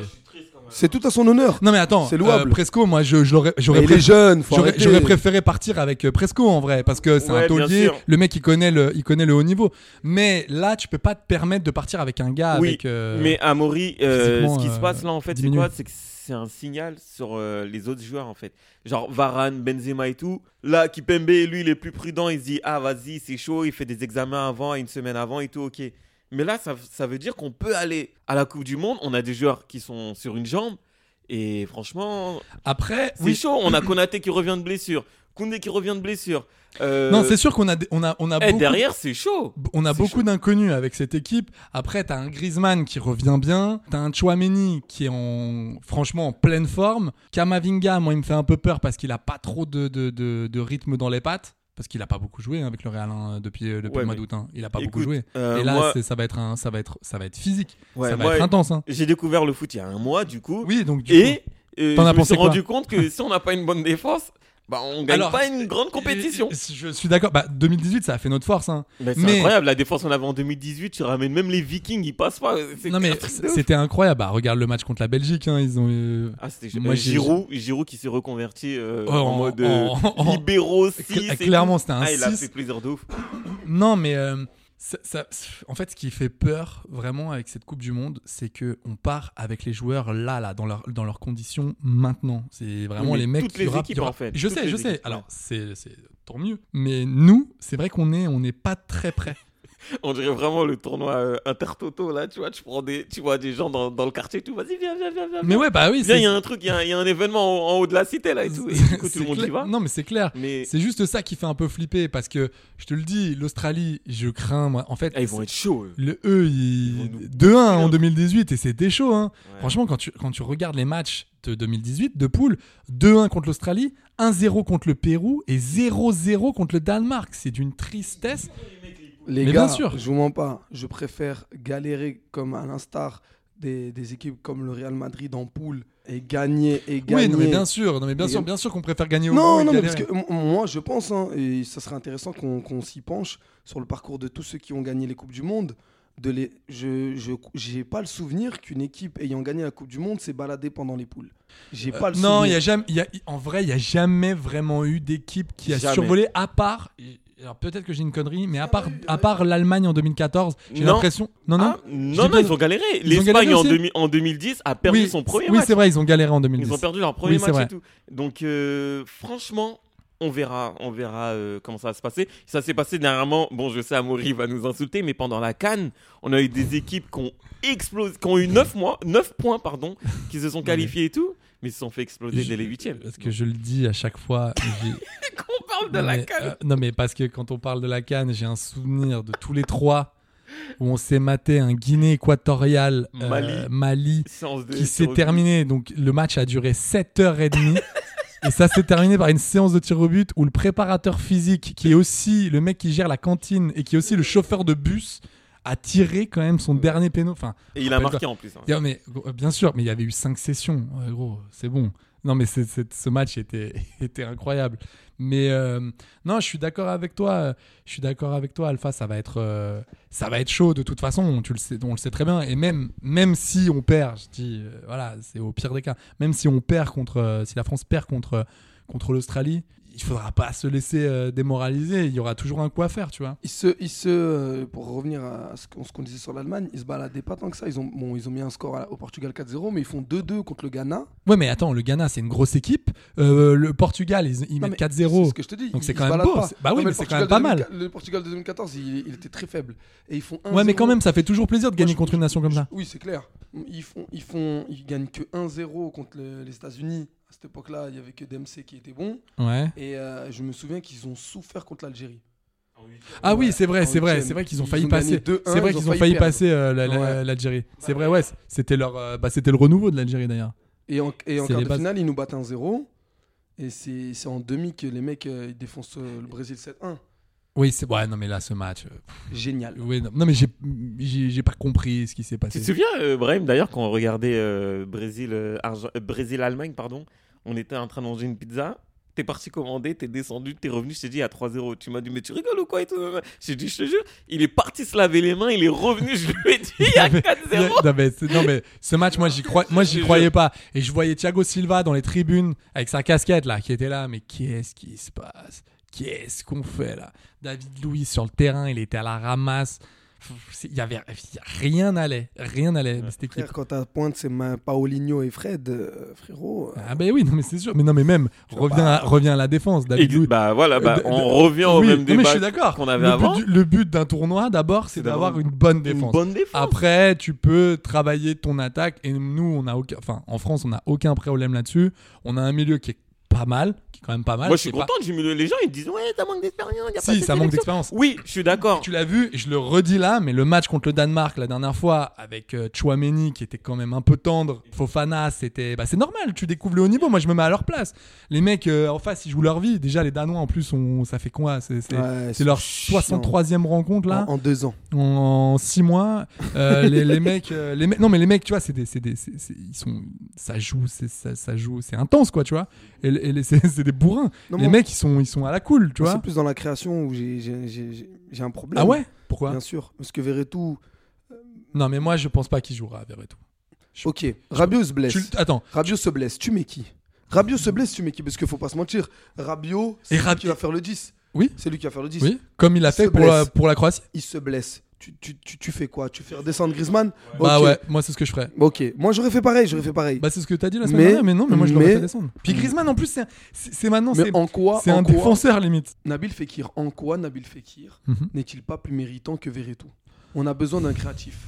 Speaker 3: C'est tout à son honneur.
Speaker 2: Non, mais attends,
Speaker 3: C'est louable.
Speaker 2: euh, Presco, moi, je, je l'aurais- j'aurais
Speaker 3: Mais il est
Speaker 2: préféré-
Speaker 3: jeune, faut
Speaker 2: J'aurais
Speaker 3: arrêter.
Speaker 2: j'aurais préféré partir avec euh, Presco en vrai parce que c'est un
Speaker 1: Ouais, bien
Speaker 2: taulier,
Speaker 1: sûr.
Speaker 2: le mec il connaît le, il connaît le haut niveau. Mais là tu peux pas te permettre de partir avec un gars
Speaker 1: Oui,
Speaker 2: avec. euh,
Speaker 1: Mais Amaury, euh,
Speaker 2: physiquement,
Speaker 1: ce qui se
Speaker 2: euh,
Speaker 1: passe là, en fait, c'est
Speaker 2: diminue.
Speaker 1: quoi C'est que c'est un signal sur euh, les autres joueurs, en fait. Genre Varane, Benzema et tout. Là, Kipembe, lui, il est plus prudent. Il se dit, ah, vas-y, c'est chaud. Il fait des examens avant, une semaine avant et tout, ok. Mais là, ça, ça veut dire qu'on peut aller à la Coupe du Monde. On a des joueurs qui sont sur une jambe. Et franchement,
Speaker 2: Après,
Speaker 1: c'est
Speaker 2: oui,
Speaker 1: chaud. On a Konaté qui revient de blessure. Koundé qui revient de blessure. Euh,
Speaker 2: Non, c'est sûr qu'on a, des- on a, on a
Speaker 1: eh,
Speaker 2: beaucoup,
Speaker 1: derrière, c'est chaud.
Speaker 2: on a
Speaker 1: c'est
Speaker 2: beaucoup d'inconnus avec cette équipe. Après, t'as un Griezmann qui revient bien, t'as un Chouameni qui est en, franchement en pleine forme. Kamavinga, moi, il me fait un peu peur parce qu'il a pas trop de, de, de, de rythme dans les pattes. Parce qu'il a pas beaucoup joué hein, avec le Real hein, depuis, depuis
Speaker 1: Ouais,
Speaker 2: le mois
Speaker 1: mais-
Speaker 2: d'août. hein. Il a pas beaucoup
Speaker 1: Écoute,
Speaker 2: joué.
Speaker 1: euh,
Speaker 2: Et là,
Speaker 1: moi-
Speaker 2: c'est- ça va être un, ça va être, ça va être physique.
Speaker 1: Ouais,
Speaker 2: ça va
Speaker 1: moi,
Speaker 2: être intense. hein.
Speaker 1: J'ai découvert le foot il y a un mois, du coup.
Speaker 2: Oui, donc du coup-
Speaker 1: Et euh,
Speaker 2: T'en as
Speaker 1: je me
Speaker 2: pensé
Speaker 1: suis
Speaker 2: quoi
Speaker 1: rendu compte que si on n'a pas une bonne défense, bah on gagne
Speaker 2: Alors,
Speaker 1: pas une grande compétition.
Speaker 2: Je, je suis d'accord. Bah, 2018, ça a fait notre force. hein.
Speaker 1: Mais c'est
Speaker 2: mais-
Speaker 1: incroyable, la défense qu'on avait en 2018, tu ramènes même les Vikings, ils passent pas. C'est
Speaker 2: Non
Speaker 1: un
Speaker 2: mais
Speaker 1: truc de ouf.
Speaker 2: c'était incroyable. Bah, regarde le match contre la Belgique. hein, ils ont. euh,
Speaker 1: Ah, c'était
Speaker 2: Moi,
Speaker 1: euh,
Speaker 2: j'ai-
Speaker 1: Giroud, Giroud qui s'est reconverti euh,
Speaker 2: Oh,
Speaker 1: en,
Speaker 2: en-
Speaker 1: mode euh,
Speaker 2: en- en-
Speaker 1: libéraux 6.
Speaker 2: Cl- clairement, c'était un
Speaker 1: Ah, il a
Speaker 2: 6.
Speaker 1: fait plaisir de ouf.
Speaker 2: Non, mais euh, ça- ça- en fait, ce qui fait peur vraiment avec cette Coupe du Monde, c'est que on part avec les joueurs là, là, dans leur dans leurs conditions maintenant. C'est vraiment
Speaker 1: Oui, mais
Speaker 2: les mecs
Speaker 1: toutes
Speaker 2: qui
Speaker 1: les
Speaker 2: aura-
Speaker 1: équipes,
Speaker 2: qui aura-
Speaker 1: en fait.
Speaker 2: Je
Speaker 1: Toutes
Speaker 2: sais,
Speaker 1: les
Speaker 2: je sais.
Speaker 1: équipes,
Speaker 2: Alors
Speaker 1: ouais.
Speaker 2: c'est c'est tant mieux. Mais nous, c'est vrai qu'on est on n'est pas très près.
Speaker 1: On dirait vraiment le tournoi euh, intertoto là, tu vois, tu prends des, tu vois des gens dans, dans le quartier, tout, vas-y, viens, viens, viens, viens.
Speaker 2: mais ouais, bah oui.
Speaker 1: viens,
Speaker 2: c'est-
Speaker 1: il y a un truc, il y, a un- il y a un événement en, en haut de la cité là et tout. Et du coup, tout
Speaker 2: c'est
Speaker 1: le monde y
Speaker 2: clair.
Speaker 1: va.
Speaker 2: Non, mais c'est clair.
Speaker 1: Mais
Speaker 2: C'est juste ça qui fait un peu flipper parce que je te le dis, l'Australie, je crains moi. En fait,
Speaker 1: Ah, ils vont être chauds. eux.
Speaker 2: Le E,
Speaker 1: Ils
Speaker 2: il...
Speaker 1: vont nous
Speaker 2: 2-1 en
Speaker 1: piloter.
Speaker 2: 2018 et c'était chaud. Hein.
Speaker 1: Ouais.
Speaker 2: Franchement, quand tu, quand tu regardes les matchs de 2018, de poule, 2-1 contre l'Australie, 1-0 contre le Pérou et 0-0 contre le Danemark. C'est d'une tristesse.
Speaker 3: Les
Speaker 2: Mais
Speaker 3: gars,
Speaker 2: bien sûr.
Speaker 3: je vous mens pas, je préfère galérer comme à l'instar des, des équipes comme le Real Madrid en poule et gagner et gagner.
Speaker 2: Oui, non, mais bien sûr, non, mais bien
Speaker 3: Et
Speaker 2: sûr,
Speaker 3: gagner.
Speaker 2: bien sûr qu'on préfère gagner au bout
Speaker 3: Non,
Speaker 2: et
Speaker 3: non, mais parce
Speaker 2: galérer.
Speaker 3: que m- moi je pense, hein, et ça serait intéressant qu'on qu'on s'y penche sur le parcours de tous ceux qui ont gagné les Coupes du Monde. de les... Je je- j'ai pas le souvenir qu'une équipe ayant gagné la Coupe du Monde s'est baladée pendant les poules. J'ai pas Ah, le souvenir.
Speaker 2: Euh, Non, il y a jamais, il y a- en vrai, il y a jamais vraiment eu d'équipe qui a
Speaker 1: Jamais.
Speaker 2: survolé à part. Alors peut-être que j'ai une connerie, mais à part, à
Speaker 3: euh,
Speaker 2: part l'Allemagne en 2014, j'ai
Speaker 1: Non.
Speaker 2: l'impression. Non, non.
Speaker 1: Ah, non,
Speaker 2: dis
Speaker 1: non,
Speaker 2: pas-
Speaker 1: ils ont galéré.
Speaker 2: Ils ont
Speaker 1: L'Espagne
Speaker 2: galéré
Speaker 1: en,
Speaker 2: aussi.
Speaker 1: demi- en 2010 a perdu
Speaker 2: oui,
Speaker 1: son premier
Speaker 2: oui,
Speaker 1: match.
Speaker 2: c'est vrai, ils ont galéré en 2010.
Speaker 1: Ils ont perdu leur premier
Speaker 2: Oui, c'est
Speaker 1: match
Speaker 2: vrai.
Speaker 1: et tout. Donc, euh, franchement, on verra, on verra euh, comment ça va se passer. Ça s'est passé dernièrement. Bon, je sais, Amaury va nous insulter, mais pendant la Cannes, on a eu des équipes qui ont explosé, qui ont eu 9 mois, 9 points, pardon, qui se sont qualifiées et tout, mais ils se sont fait exploser
Speaker 2: Je-
Speaker 1: dès les huitièmes.
Speaker 2: Parce que je le dis à chaque fois. j'ai-
Speaker 8: Qu'on parle de
Speaker 2: non,
Speaker 8: la
Speaker 2: mais,
Speaker 8: canne.
Speaker 2: euh, non, mais parce que quand on parle de la canne, j'ai un souvenir de tous les trois où on s'est maté un Guinée équatoriale, euh,
Speaker 1: Mali.
Speaker 2: Mali
Speaker 1: Séance de-
Speaker 2: qui s'est
Speaker 1: sur-
Speaker 2: terminé. Donc le match a duré 7h30. et ça s'est terminé par une séance de tir au but où le préparateur physique, qui est aussi le mec qui gère la cantine et qui est aussi le chauffeur de bus, a tiré quand même son dernier péno. Enfin,
Speaker 1: Et il a marqué en plus. hein.
Speaker 2: non, mais, euh, bien sûr, mais il y avait eu 5 sessions. Ouais, gros, c'est bon. Non, mais c'est- c'est- ce match était, était incroyable. Mais euh, non, je suis d'accord avec toi. euh, Je suis d'accord avec toi, Alpha. Ça va être, euh, ça va être chaud de toute façon. Tu le sais, on le sait très bien. Et même, même si on perd, je dis, euh, voilà, c'est au pire des cas. Même si on perd contre, euh, si la France perd contre, contre l'Australie, il faudra pas se laisser euh, démoraliser. Il y aura toujours un coup à faire, tu vois.
Speaker 3: Ils se, ils se, euh, pour revenir à ce qu'on ce qu'on disait sur l'Allemagne, ils se baladaient pas tant que ça. Ils ont, bon, ils ont mis un score à- au Portugal 4-0, mais ils font 2-2 contre le Ghana.
Speaker 2: Ouais, mais attends, le Ghana, c'est une grosse équipe. Euh, le Portugal, ils, ils
Speaker 3: Non,
Speaker 2: mettent
Speaker 3: mais
Speaker 2: 4-0.
Speaker 3: C'est ce que je te dis.
Speaker 2: Donc c'est
Speaker 3: ils
Speaker 2: quand
Speaker 3: se
Speaker 2: même
Speaker 3: baladent
Speaker 2: beau,
Speaker 3: pas.
Speaker 2: c'est- bah oui,
Speaker 3: Non,
Speaker 2: mais
Speaker 3: le
Speaker 2: c'est quand même
Speaker 3: Portugal
Speaker 2: pas
Speaker 3: 2004 Le Portugal de 2014, il, il était très faible. Et ils font 1
Speaker 2: Ouais, mais quand même, ça fait toujours plaisir de
Speaker 3: Moi,
Speaker 2: gagner
Speaker 3: je-
Speaker 2: contre une nation comme ça.
Speaker 3: Oui, c'est clair. Ils font, ils font, ils gagnent que 1-0 contre le- les États-Unis. À cette époque-là, il y avait que DMC qui était bon.
Speaker 2: Ouais.
Speaker 3: Et euh, je me souviens qu'ils ont souffert contre l'Algérie.
Speaker 2: Ah oui, c'est
Speaker 3: en
Speaker 2: vrai, c'est vrai,
Speaker 3: huitième.
Speaker 2: c'est vrai qu'ils ont
Speaker 3: Ils
Speaker 2: failli
Speaker 3: ont
Speaker 2: passer.
Speaker 3: gagné 2-1,
Speaker 2: C'est vrai
Speaker 3: ils
Speaker 2: qu'ils
Speaker 3: ont
Speaker 2: ont
Speaker 3: failli
Speaker 2: failli
Speaker 3: perdre.
Speaker 2: passer euh, la- la-
Speaker 3: Ouais.
Speaker 2: l'Algérie. C'est vrai, ouais, c'était leur, euh, bah, c'était le renouveau de l'Algérie d'ailleurs.
Speaker 3: Et en, et en
Speaker 2: C'est
Speaker 3: quart
Speaker 2: les
Speaker 3: de
Speaker 2: bases.
Speaker 3: finale, ils nous battent 1-0. Et c'est c'est en demi que les mecs euh, ils défoncent euh, le Brésil 7-1.
Speaker 2: Oui, c'est ouais, non mais là ce match. euh, pff,
Speaker 3: Génial.
Speaker 2: ouais, non, non, mais j'ai, j'ai, j'ai pas compris ce qui s'est
Speaker 1: Tu te
Speaker 2: passé.
Speaker 1: souviens, euh, Brahim, d'ailleurs, quand on regardait euh, Brésil, euh, Arge- euh, Brésil-Allemagne, pardon, on était en train de manger une pizza. T'es parti commander, t'es descendu, t'es revenu, je t'ai dit à 3-0. Tu m'as dit, mais tu rigoles ou quoi et tout J'ai dit, je te jure, il est parti se laver les mains, il est revenu, je lui ai dit, il y a 4-0.
Speaker 2: Non mais, c'est- non, mais ce match, moi j'y, crois, moi, j'y croyais pas. Et je voyais Thiago Silva dans les tribunes avec sa casquette là, qui était là. Mais qu'est-ce qui se passe Qu'est-ce qu'on fait là David Louis sur le terrain, il était à la ramasse. Pff, c'est- Il y avait rien n'allait, rien n'allait. de Cette équipe.
Speaker 3: Frère, quand t'as pointe, c'est ma- Paolinho et Fred, euh, frérot.
Speaker 2: Ah ben oui, non mais c'est sûr. Mais non mais même, reviens à, reviens à la défense, David
Speaker 1: Et-
Speaker 2: Louis.
Speaker 1: bah voilà, bah,
Speaker 2: Euh, de-
Speaker 1: on
Speaker 2: de-
Speaker 1: revient au
Speaker 2: Oui,
Speaker 1: même
Speaker 2: non, mais je
Speaker 1: débat
Speaker 2: suis d'accord.
Speaker 1: qu'on avait
Speaker 2: le
Speaker 1: avant.
Speaker 2: But du- le but d'un tournoi, d'abord, c'est d'avoir une bonne défense.
Speaker 1: Une bonne défense.
Speaker 2: Après, tu peux travailler ton attaque. Et nous, on a aucun... enfin, en France, on n'a aucun problème là-dessus. On a un milieu qui est pas mal, qui est quand même pas mal.
Speaker 1: Moi, je suis
Speaker 2: C'est pas-
Speaker 1: content, j'ai mis le- les gens, ils disent, ouais, ça manque d'expérience, il y a pas
Speaker 2: Si,
Speaker 1: cette
Speaker 2: ça manque
Speaker 1: sélection.
Speaker 2: d'expérience.
Speaker 1: Oui, je suis d'accord.
Speaker 2: Tu l'as vu, et je le redis là, mais le match contre le Danemark la dernière fois avec euh, Chouameni qui était quand même un peu tendre, Fofana, c'était bah, c'est normal, tu découvres le haut niveau, moi je me mets à leur place. Les mecs euh, en face, ils jouent leur vie, déjà les Danois en plus, on, ça fait quoi Ah, C'est c'est-
Speaker 3: Ouais,
Speaker 2: c'est
Speaker 3: c'est
Speaker 2: leur
Speaker 3: chiant.
Speaker 2: 63e rencontre là
Speaker 3: En, en deux ans.
Speaker 2: en 6 mois. euh, les, les mecs, euh, les mecs- non mais les mecs, tu vois, c'est des, c'est des- c'est- c'est- ils sont, ça joue, c'est ça, ça joue, c'est intense quoi, tu vois. Et, les- et les- c'est c'est des bourrins.
Speaker 3: Non,
Speaker 2: les
Speaker 3: mais-
Speaker 2: mecs, ils sont, ils sont à la cool, tu
Speaker 3: Moi, C'est
Speaker 2: vois.
Speaker 3: plus dans la création où j'ai- j'ai j'ai- j'ai- j'ai un problème.
Speaker 2: Ah ouais Pourquoi
Speaker 3: Bien sûr. Parce que Verretou.
Speaker 2: Non, mais moi, je pense pas qu'il jouera à Verretou. Je-
Speaker 3: Ok, Rabiot se blesse.
Speaker 2: Tu le- Attends.
Speaker 3: Rabiot se blesse, tu mets qui Rabiot se blesse, tu mets qui Parce qu'il faut pas se mentir. Rabiot, c'est
Speaker 2: Et
Speaker 3: lui
Speaker 2: Rabi-
Speaker 3: qui va faire le 10.
Speaker 2: Oui.
Speaker 3: C'est lui qui va faire le 10.
Speaker 2: Oui, comme il a
Speaker 3: Il
Speaker 2: fait
Speaker 3: se
Speaker 2: pour la,
Speaker 3: blesse.
Speaker 2: pour la Croatie.
Speaker 3: Il se blesse. Tu, tu, tu, tu fais quoi Tu fais redescendre Griezmann
Speaker 2: Bah
Speaker 3: Ok.
Speaker 2: ouais, moi c'est ce que je ferais.
Speaker 3: Ok, moi j'aurais fait pareil, j'aurais fait pareil.
Speaker 2: Bah c'est ce que t'as dit la semaine
Speaker 3: Mais-
Speaker 2: dernière, mais non, mais moi je l'aurais
Speaker 3: mais-
Speaker 2: fait descendre. Puis Griezmann en plus, c'est un- c'est c'est maintenant,
Speaker 3: mais
Speaker 2: c'est
Speaker 3: en quoi,
Speaker 2: c'est
Speaker 3: en
Speaker 2: un
Speaker 3: quoi-
Speaker 2: défenseur limite.
Speaker 3: Nabil Fekir, en quoi Nabil Fekir
Speaker 2: Mhm.
Speaker 3: n'est-il pas plus méritant que Verretou On a besoin d'un créatif.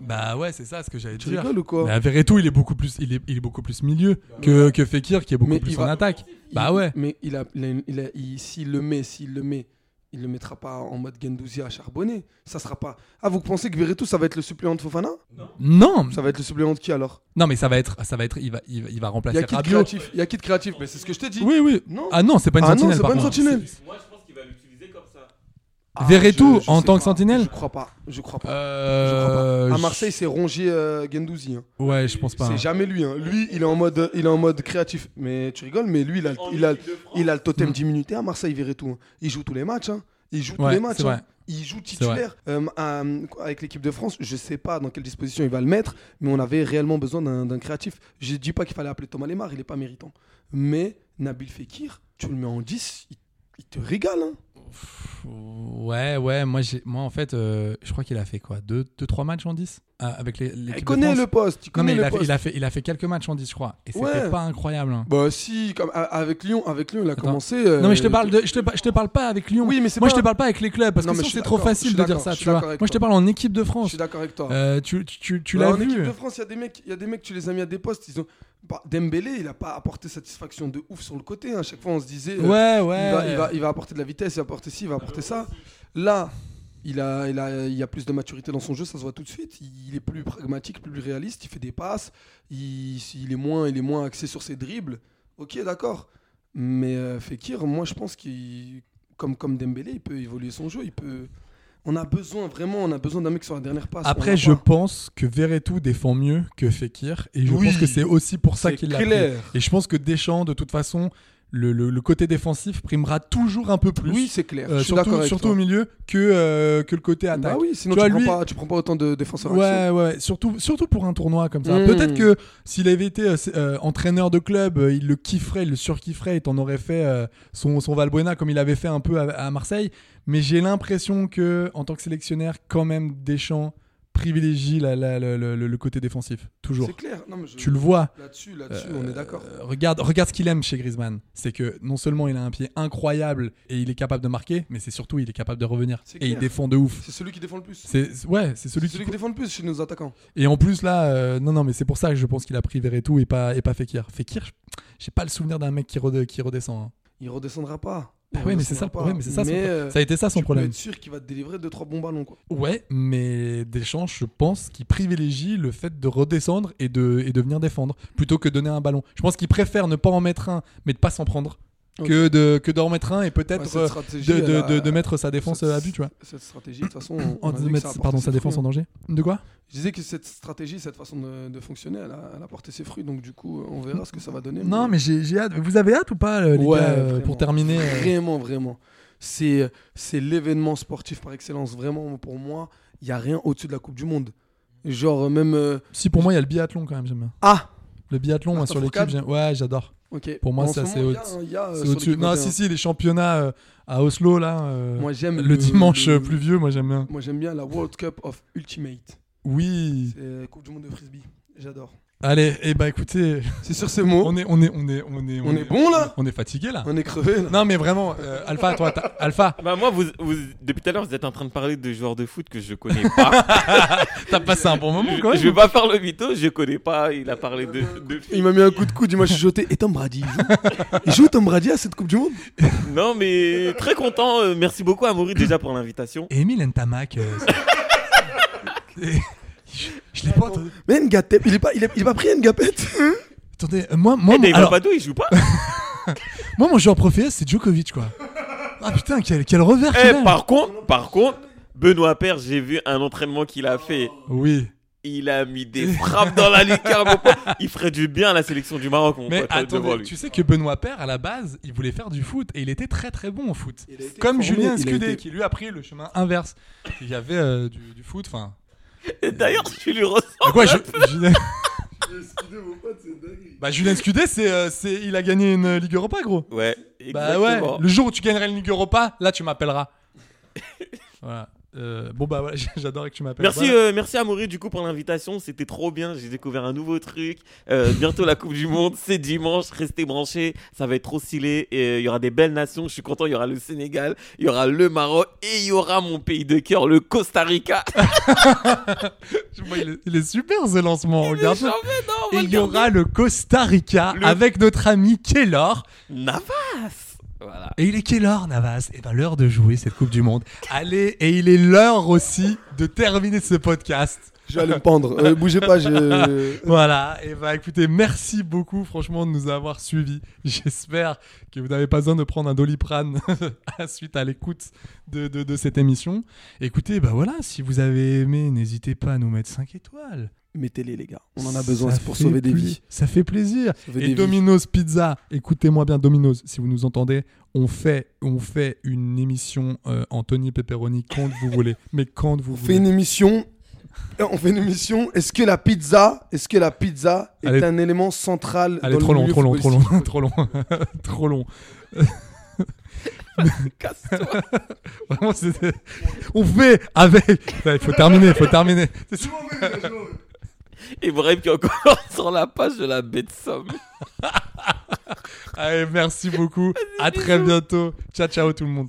Speaker 2: Bah ouais, c'est ça ce que j'allais
Speaker 3: Tu
Speaker 2: dire.
Speaker 3: rigoles ou quoi
Speaker 2: Mais Verretou, il est beaucoup plus, il est, il est beaucoup plus milieu que, que Fekir, qui est beaucoup
Speaker 3: Mais
Speaker 2: plus
Speaker 3: il
Speaker 2: en
Speaker 3: va-
Speaker 2: attaque.
Speaker 3: Il-
Speaker 2: Bah ouais.
Speaker 3: Mais il a, il a, il a- il- s'il le met, s'il le met, il le mettra pas en mode Gendouzi à charbonner. Ça sera pas. Ah, vous pensez que Verretou, ça va être le suppléant de Fofana
Speaker 2: Non,
Speaker 3: Ça va être le suppléant de qui alors
Speaker 2: non, mais ça va être, ça va être, il va, il va, il va
Speaker 3: Il y
Speaker 2: remplacer
Speaker 3: a qui de
Speaker 2: Bah, Rabiot.
Speaker 3: créatif Il y a qui de créatif Mais c'est ce que je t'ai dit.
Speaker 2: Oui, oui.
Speaker 3: Non.
Speaker 2: Ah non, c'est pas une
Speaker 3: Ah non,
Speaker 2: sentinelle.
Speaker 3: c'est
Speaker 2: par
Speaker 3: pas une
Speaker 2: contre.
Speaker 3: sentinelle.
Speaker 1: Moi, je pense qu'il va l'utiliser comme ça.
Speaker 3: Ah,
Speaker 2: Verretou,
Speaker 3: je- je
Speaker 2: en
Speaker 3: sais
Speaker 2: tant que
Speaker 3: pas.
Speaker 2: sentinelle
Speaker 3: Je crois pas. Je crois pas.
Speaker 2: Euh,
Speaker 3: Je crois pas. À Marseille, c'est rongé euh, Guendouzi, hein.
Speaker 2: je- Ouais, je pense pas.
Speaker 3: C'est jamais lui. hein. Lui, il est en mode, il est en mode créatif. Mais tu rigoles, mais lui, il a, le- il a, il a le totem d'immunité à Marseille, Verretou. hein. Il joue tous les matchs. hein. Il joue tous
Speaker 2: Ouais,
Speaker 3: les matchs.
Speaker 2: c'est vrai.
Speaker 3: hein. Il joue
Speaker 2: C'est vrai.
Speaker 3: titulaire euh, euh, avec l'équipe de France. Je sais pas dans quelle disposition il va le mettre, mais on avait réellement besoin d'un d'un créatif. Je dis pas qu'il fallait appeler Thomas Lemar, il est pas méritant. Mais Nabil Fekir, tu le mets en 10, il, il te régale. hein.
Speaker 2: Ouais, ouais, moi, j'ai- moi en fait, euh, je crois qu'il a fait quoi 2-3 deux, deux, trois matchs en 10 Ah, Avec les, l'équipe
Speaker 3: Il
Speaker 2: de
Speaker 3: connaît
Speaker 2: France.
Speaker 3: le poste. Il
Speaker 2: Non, mais
Speaker 3: connaît
Speaker 2: il
Speaker 3: le
Speaker 2: a, fait,
Speaker 3: poste.
Speaker 2: il, a fait, il a fait quelques matchs en 10, je crois. Et c'était
Speaker 3: Ouais.
Speaker 2: pas incroyable. hein.
Speaker 3: Bah si, comme, a- avec Lyon, avec Lyon, il a
Speaker 2: Attends.
Speaker 3: commencé.
Speaker 2: Non, mais je te,
Speaker 3: euh,
Speaker 2: parle de, je, te, par- je te parle pas avec Lyon.
Speaker 3: Oui, mais c'est
Speaker 2: moi,
Speaker 3: pas-
Speaker 2: je te parle pas avec les clubs parce
Speaker 3: Non,
Speaker 2: que
Speaker 3: mais
Speaker 2: sinon,
Speaker 3: je suis
Speaker 2: c'est trop
Speaker 3: d'accord, je
Speaker 2: facile
Speaker 3: suis
Speaker 2: de dire
Speaker 3: d'accord,
Speaker 2: ça.
Speaker 3: je suis
Speaker 2: Tu vois.
Speaker 3: d'accord avec
Speaker 2: Moi, je te
Speaker 3: toi.
Speaker 2: parle en équipe de
Speaker 3: Je
Speaker 2: France.
Speaker 3: suis d'accord avec toi.
Speaker 2: Euh, tu tu, tu, tu
Speaker 3: Bah,
Speaker 2: l'as
Speaker 3: en équipe
Speaker 2: vu.
Speaker 3: de France, il y a des mecs, il y a des mecs, tu les as mis à des postes. Ils ont... bah, Dembélé, il a pas apporté satisfaction de ouf sur le côté. hein. À chaque fois, on se disait, euh,
Speaker 2: Ouais, ouais.
Speaker 3: il, va, il va- il va apporter de la vitesse, il va apporter ci, il va apporter ça. Là, il a, il a, il y a plus de maturité dans son jeu, ça se voit tout de suite. Il est plus pragmatique, plus réaliste, il fait des passes. Il, il est moins, il est moins axé sur ses dribbles. Ok, d'accord. Mais euh, Fekir, moi, je pense qu'il, comme, comme Dembélé, il peut évoluer son jeu, il peut. On a besoin vraiment, on a besoin d'un mec sur la dernière passe. on l'a
Speaker 2: Après, je
Speaker 3: pas.
Speaker 2: pense que Verretou défend mieux que Fekir. Et je
Speaker 3: Oui.
Speaker 2: pense que c'est aussi pour ça
Speaker 3: C'est
Speaker 2: qu'il l'a pris.
Speaker 3: clair.
Speaker 2: Et je pense que Deschamps, de toute façon, le, le- le côté défensif primera toujours un peu plus.
Speaker 3: Oui, c'est clair.
Speaker 2: Euh,
Speaker 3: je suis d'accord
Speaker 2: surtout
Speaker 3: avec
Speaker 2: surtout
Speaker 3: toi.
Speaker 2: au milieu que, euh, que le côté attaque.
Speaker 3: Bah oui, sinon
Speaker 2: Tu
Speaker 3: tu,
Speaker 2: vois,
Speaker 3: prends
Speaker 2: lui-
Speaker 3: pas, tu prends pas autant de défenseurs.
Speaker 2: Ouais,
Speaker 3: axiaux.
Speaker 2: ouais, surtout, surtout pour un tournoi comme ça.
Speaker 3: Mm.
Speaker 2: Peut-être que s'il avait été euh, c'est- euh, entraîneur de club, euh, il le kifferait, il le surkifferait et t'en aurait fait euh, son, son Valbuena comme il avait fait un peu à, à Marseille. Mais j'ai l'impression que, en tant que sélectionnaire, quand même, Deschamps privilégie la- la- la- le, le- le côté défensif. Toujours.
Speaker 3: C'est clair. Non, mais je-
Speaker 2: Tu le vois.
Speaker 3: Là-dessus, là-dessus,
Speaker 2: Euh,
Speaker 3: on est d'accord.
Speaker 2: euh, regarde, regarde ce qu'il aime chez Griezmann. C'est que non seulement il a un pied incroyable et il est capable de marquer, mais c'est surtout il est capable de revenir.
Speaker 3: C'est
Speaker 2: Et il
Speaker 3: clair.
Speaker 2: défend de ouf.
Speaker 3: C'est celui qui défend le plus. C'est
Speaker 2: C'est ouais, c'est celui,
Speaker 3: celui,
Speaker 2: qui,
Speaker 3: qui défend le plus chez nos attaquants.
Speaker 2: et en plus là, euh, non non, mais c'est pour ça que je pense qu'il a pris Verretou et pas et pas Fekir. Fekir, je- j'ai pas le souvenir d'un mec qui, rede- qui redescend. hein.
Speaker 3: Il redescendra pas.
Speaker 2: Bah
Speaker 3: Il
Speaker 2: ouais, mais c'est ça le
Speaker 3: redescendra pas.
Speaker 2: problème, mais c'est ça son pro-
Speaker 3: euh,
Speaker 2: Ça a été ça son
Speaker 3: tu peux
Speaker 2: problème.
Speaker 3: être sûr qu'il va te délivrer 2-3 bons ballons. Quoi.
Speaker 2: Ouais, mais Deschamps, je pense qu'il privilégie le fait de redescendre et de et de venir défendre plutôt que donner un ballon. Je pense qu'il préfère ne pas en mettre un, mais de pas s'en prendre
Speaker 3: Ok.
Speaker 2: que de que d'en mettre un et
Speaker 3: Ouais,
Speaker 2: peut-être
Speaker 3: cette
Speaker 2: euh,
Speaker 3: stratégie,
Speaker 2: de, de,
Speaker 3: elle
Speaker 2: de,
Speaker 3: a-
Speaker 2: de mettre sa défense
Speaker 3: cette-
Speaker 2: à but, tu vois.
Speaker 3: Cette stratégie, de toute façon. on-
Speaker 2: En-
Speaker 3: on a
Speaker 2: de
Speaker 3: vu que
Speaker 2: mettre-
Speaker 3: ça a
Speaker 2: pardon, sa
Speaker 3: porté ses
Speaker 2: défense en
Speaker 3: fruits, hein.
Speaker 2: danger. De quoi
Speaker 3: Je disais que cette stratégie, cette façon de, de fonctionner, elle a, elle a porté ses fruits. Donc, du coup, on verra ce que ça va donner.
Speaker 2: Non, mais j'ai j'ai hâte. Vous avez hâte ou pas, euh, les
Speaker 3: Mmh. Ouais,
Speaker 2: gars, euh,
Speaker 3: vraiment.
Speaker 2: pour terminer euh,
Speaker 3: Vraiment, vraiment. C'est, c'est l'événement sportif par excellence. Vraiment, pour moi, il n'y a rien au-dessus de la Coupe du Monde. Genre, euh, même. euh,
Speaker 2: Si pour moi, il y a le biathlon quand même, j'aime bien.
Speaker 3: Ah
Speaker 2: Le biathlon, moi,
Speaker 3: Martin
Speaker 2: sur l'équipe,
Speaker 3: Fourcade.
Speaker 2: j'aime- ouais, j'adore.
Speaker 3: Ok.
Speaker 2: Pour moi,
Speaker 3: En
Speaker 2: ça,
Speaker 3: ce
Speaker 2: c'est
Speaker 3: moment,
Speaker 2: au-
Speaker 3: il y a un- il y a, euh,
Speaker 2: C'est
Speaker 3: sur
Speaker 2: au-dessus.
Speaker 3: l'équipe
Speaker 2: Non,
Speaker 3: 21.
Speaker 2: si, si, les championnats euh, à Oslo, là, euh,
Speaker 3: Moi, j'aime.
Speaker 2: le dimanche euh, pluvieux, moi, j'aime bien.
Speaker 3: Moi, j'aime bien la World Cup of Ultimate.
Speaker 2: Oui.
Speaker 3: C'est la Coupe du Monde de frisbee. J'adore.
Speaker 2: Allez, et bah écoutez,
Speaker 3: C'est sur ces mots.
Speaker 2: on est, on est, on est, on est,
Speaker 3: On est bon, là
Speaker 2: On est fatigué là.
Speaker 3: On est crevé. là.
Speaker 2: Non, mais vraiment, euh, Alpha, toi, t'as- Alpha,
Speaker 1: Bah moi, vous, vous- depuis tout à l'heure, vous êtes en train de parler de joueurs de foot que je connais pas.
Speaker 2: t'as passé un bon moment, quoi.
Speaker 1: je vais pas faire le mytho, je connais pas. Il a parlé de, de
Speaker 3: Il m'a mis un coup de coude. Il m'a chuchoté. Et Tom Brady, il joue, Il joue, Tom Brady à cette Coupe du Monde
Speaker 1: Non, mais très content. euh, Merci beaucoup à Maury déjà pour l'invitation.
Speaker 2: Et Emile Ntamak. euh, et- je je l'ai pas entendu.
Speaker 3: Mais Ngapet, il est pas, il est, il est pas pris Ngapet
Speaker 2: Attendez, euh, moi, moi,
Speaker 1: Eh,
Speaker 2: mon-
Speaker 1: Dave
Speaker 2: alors, Ah,
Speaker 1: Apadou, il joue pas
Speaker 2: moi, mon joueur préféré, c'est Djokovic, quoi. Ah putain, quel, quel revers
Speaker 1: Eh,
Speaker 2: qu'il a.
Speaker 1: par contre, par contre, Benoît Père, j'ai vu un entraînement qu'il a fait.
Speaker 2: Oui.
Speaker 1: Il a mis des frappes dans la lucarne, mon pote. Il ferait du bien à la sélection du Maroc, mon
Speaker 2: Mais
Speaker 1: pote, devant
Speaker 2: attendez,
Speaker 1: lui.
Speaker 2: tu sais que Benoît Père, à la base, il voulait faire du foot et il était très très bon au foot.
Speaker 3: Il a été
Speaker 2: Comme
Speaker 3: formé,
Speaker 2: Julien
Speaker 3: il a
Speaker 2: Scudé,
Speaker 3: été-
Speaker 2: qui lui a pris le chemin inverse. Il y avait euh, du, du foot, enfin.
Speaker 1: Et D'ailleurs, tu lui ressens.
Speaker 2: Mais quoi, je, Julien. Bah, Julien Scudé, c'est, euh, c'est- il a gagné une euh, Ligue Europa, gros.
Speaker 1: Ouais,
Speaker 2: Bah
Speaker 1: exactement.
Speaker 2: ouais, le jour où tu gagnerais une Ligue Europa, là tu m'appelleras. voilà. Euh, bon bah voilà, j'adore que tu m'appelles.
Speaker 1: Merci,
Speaker 2: Voilà.
Speaker 1: euh, merci à Maury du coup pour l'invitation, c'était trop bien, j'ai découvert un nouveau truc. Euh, bientôt la Coupe du Monde, c'est dimanche, restez branchés, ça va être trop stylé. Et, euh, Il y aura des belles nations, je suis content, il y aura le Sénégal, il y aura le Maroc et il y aura mon pays de cœur, le Costa Rica.
Speaker 2: Moi, il, est, il est super ce lancement, regarde.
Speaker 1: J'en vais, non, on
Speaker 2: Et
Speaker 1: va
Speaker 2: il y
Speaker 1: regarder.
Speaker 2: aura le Costa Rica
Speaker 1: Le-
Speaker 2: avec notre ami Kellor.
Speaker 1: Navas. Voilà.
Speaker 2: Et il est quelle heure, Navas Et ben l'heure de jouer cette Coupe du Monde. Allez, et il est l'heure aussi de terminer ce podcast.
Speaker 3: Je vais aller me pendre. Euh, bougez pas, je.
Speaker 2: Voilà, et bah écoutez, merci beaucoup franchement de nous avoir suivis. J'espère que vous n'avez pas besoin de prendre un doliprane à- suite à l'écoute de, de- de cette émission. Écoutez, bah voilà, si vous avez aimé, n'hésitez pas à nous mettre 5 étoiles.
Speaker 3: mettez-les, les gars. On en a besoin, c'est pour sauver des vies.
Speaker 2: Ça fait plaisir.
Speaker 3: Sauver des
Speaker 2: Et
Speaker 3: vies.
Speaker 2: Domino's Pizza, écoutez-moi bien, Domino's, si vous nous entendez, on fait, on fait une émission euh, Anthony Pepperoni quand vous voulez. Mais quand vous
Speaker 3: On fait une
Speaker 2: voulez.
Speaker 3: émission. On fait une émission. Est-ce que la pizza, est-ce que la pizza est
Speaker 2: Allez.
Speaker 3: un élément central
Speaker 2: Allez,
Speaker 3: dans
Speaker 2: trop
Speaker 3: le
Speaker 2: long,
Speaker 3: milieu
Speaker 2: trop long, trop long,
Speaker 3: footballistique
Speaker 2: trop long, trop long. Vraiment, c'était- on fait avec. Il faut terminer, il faut terminer.
Speaker 8: Ibrahim qui est encore sur la page de la bête somme.
Speaker 2: Allez, merci beaucoup. À très bientôt. Ciao, ciao tout le monde.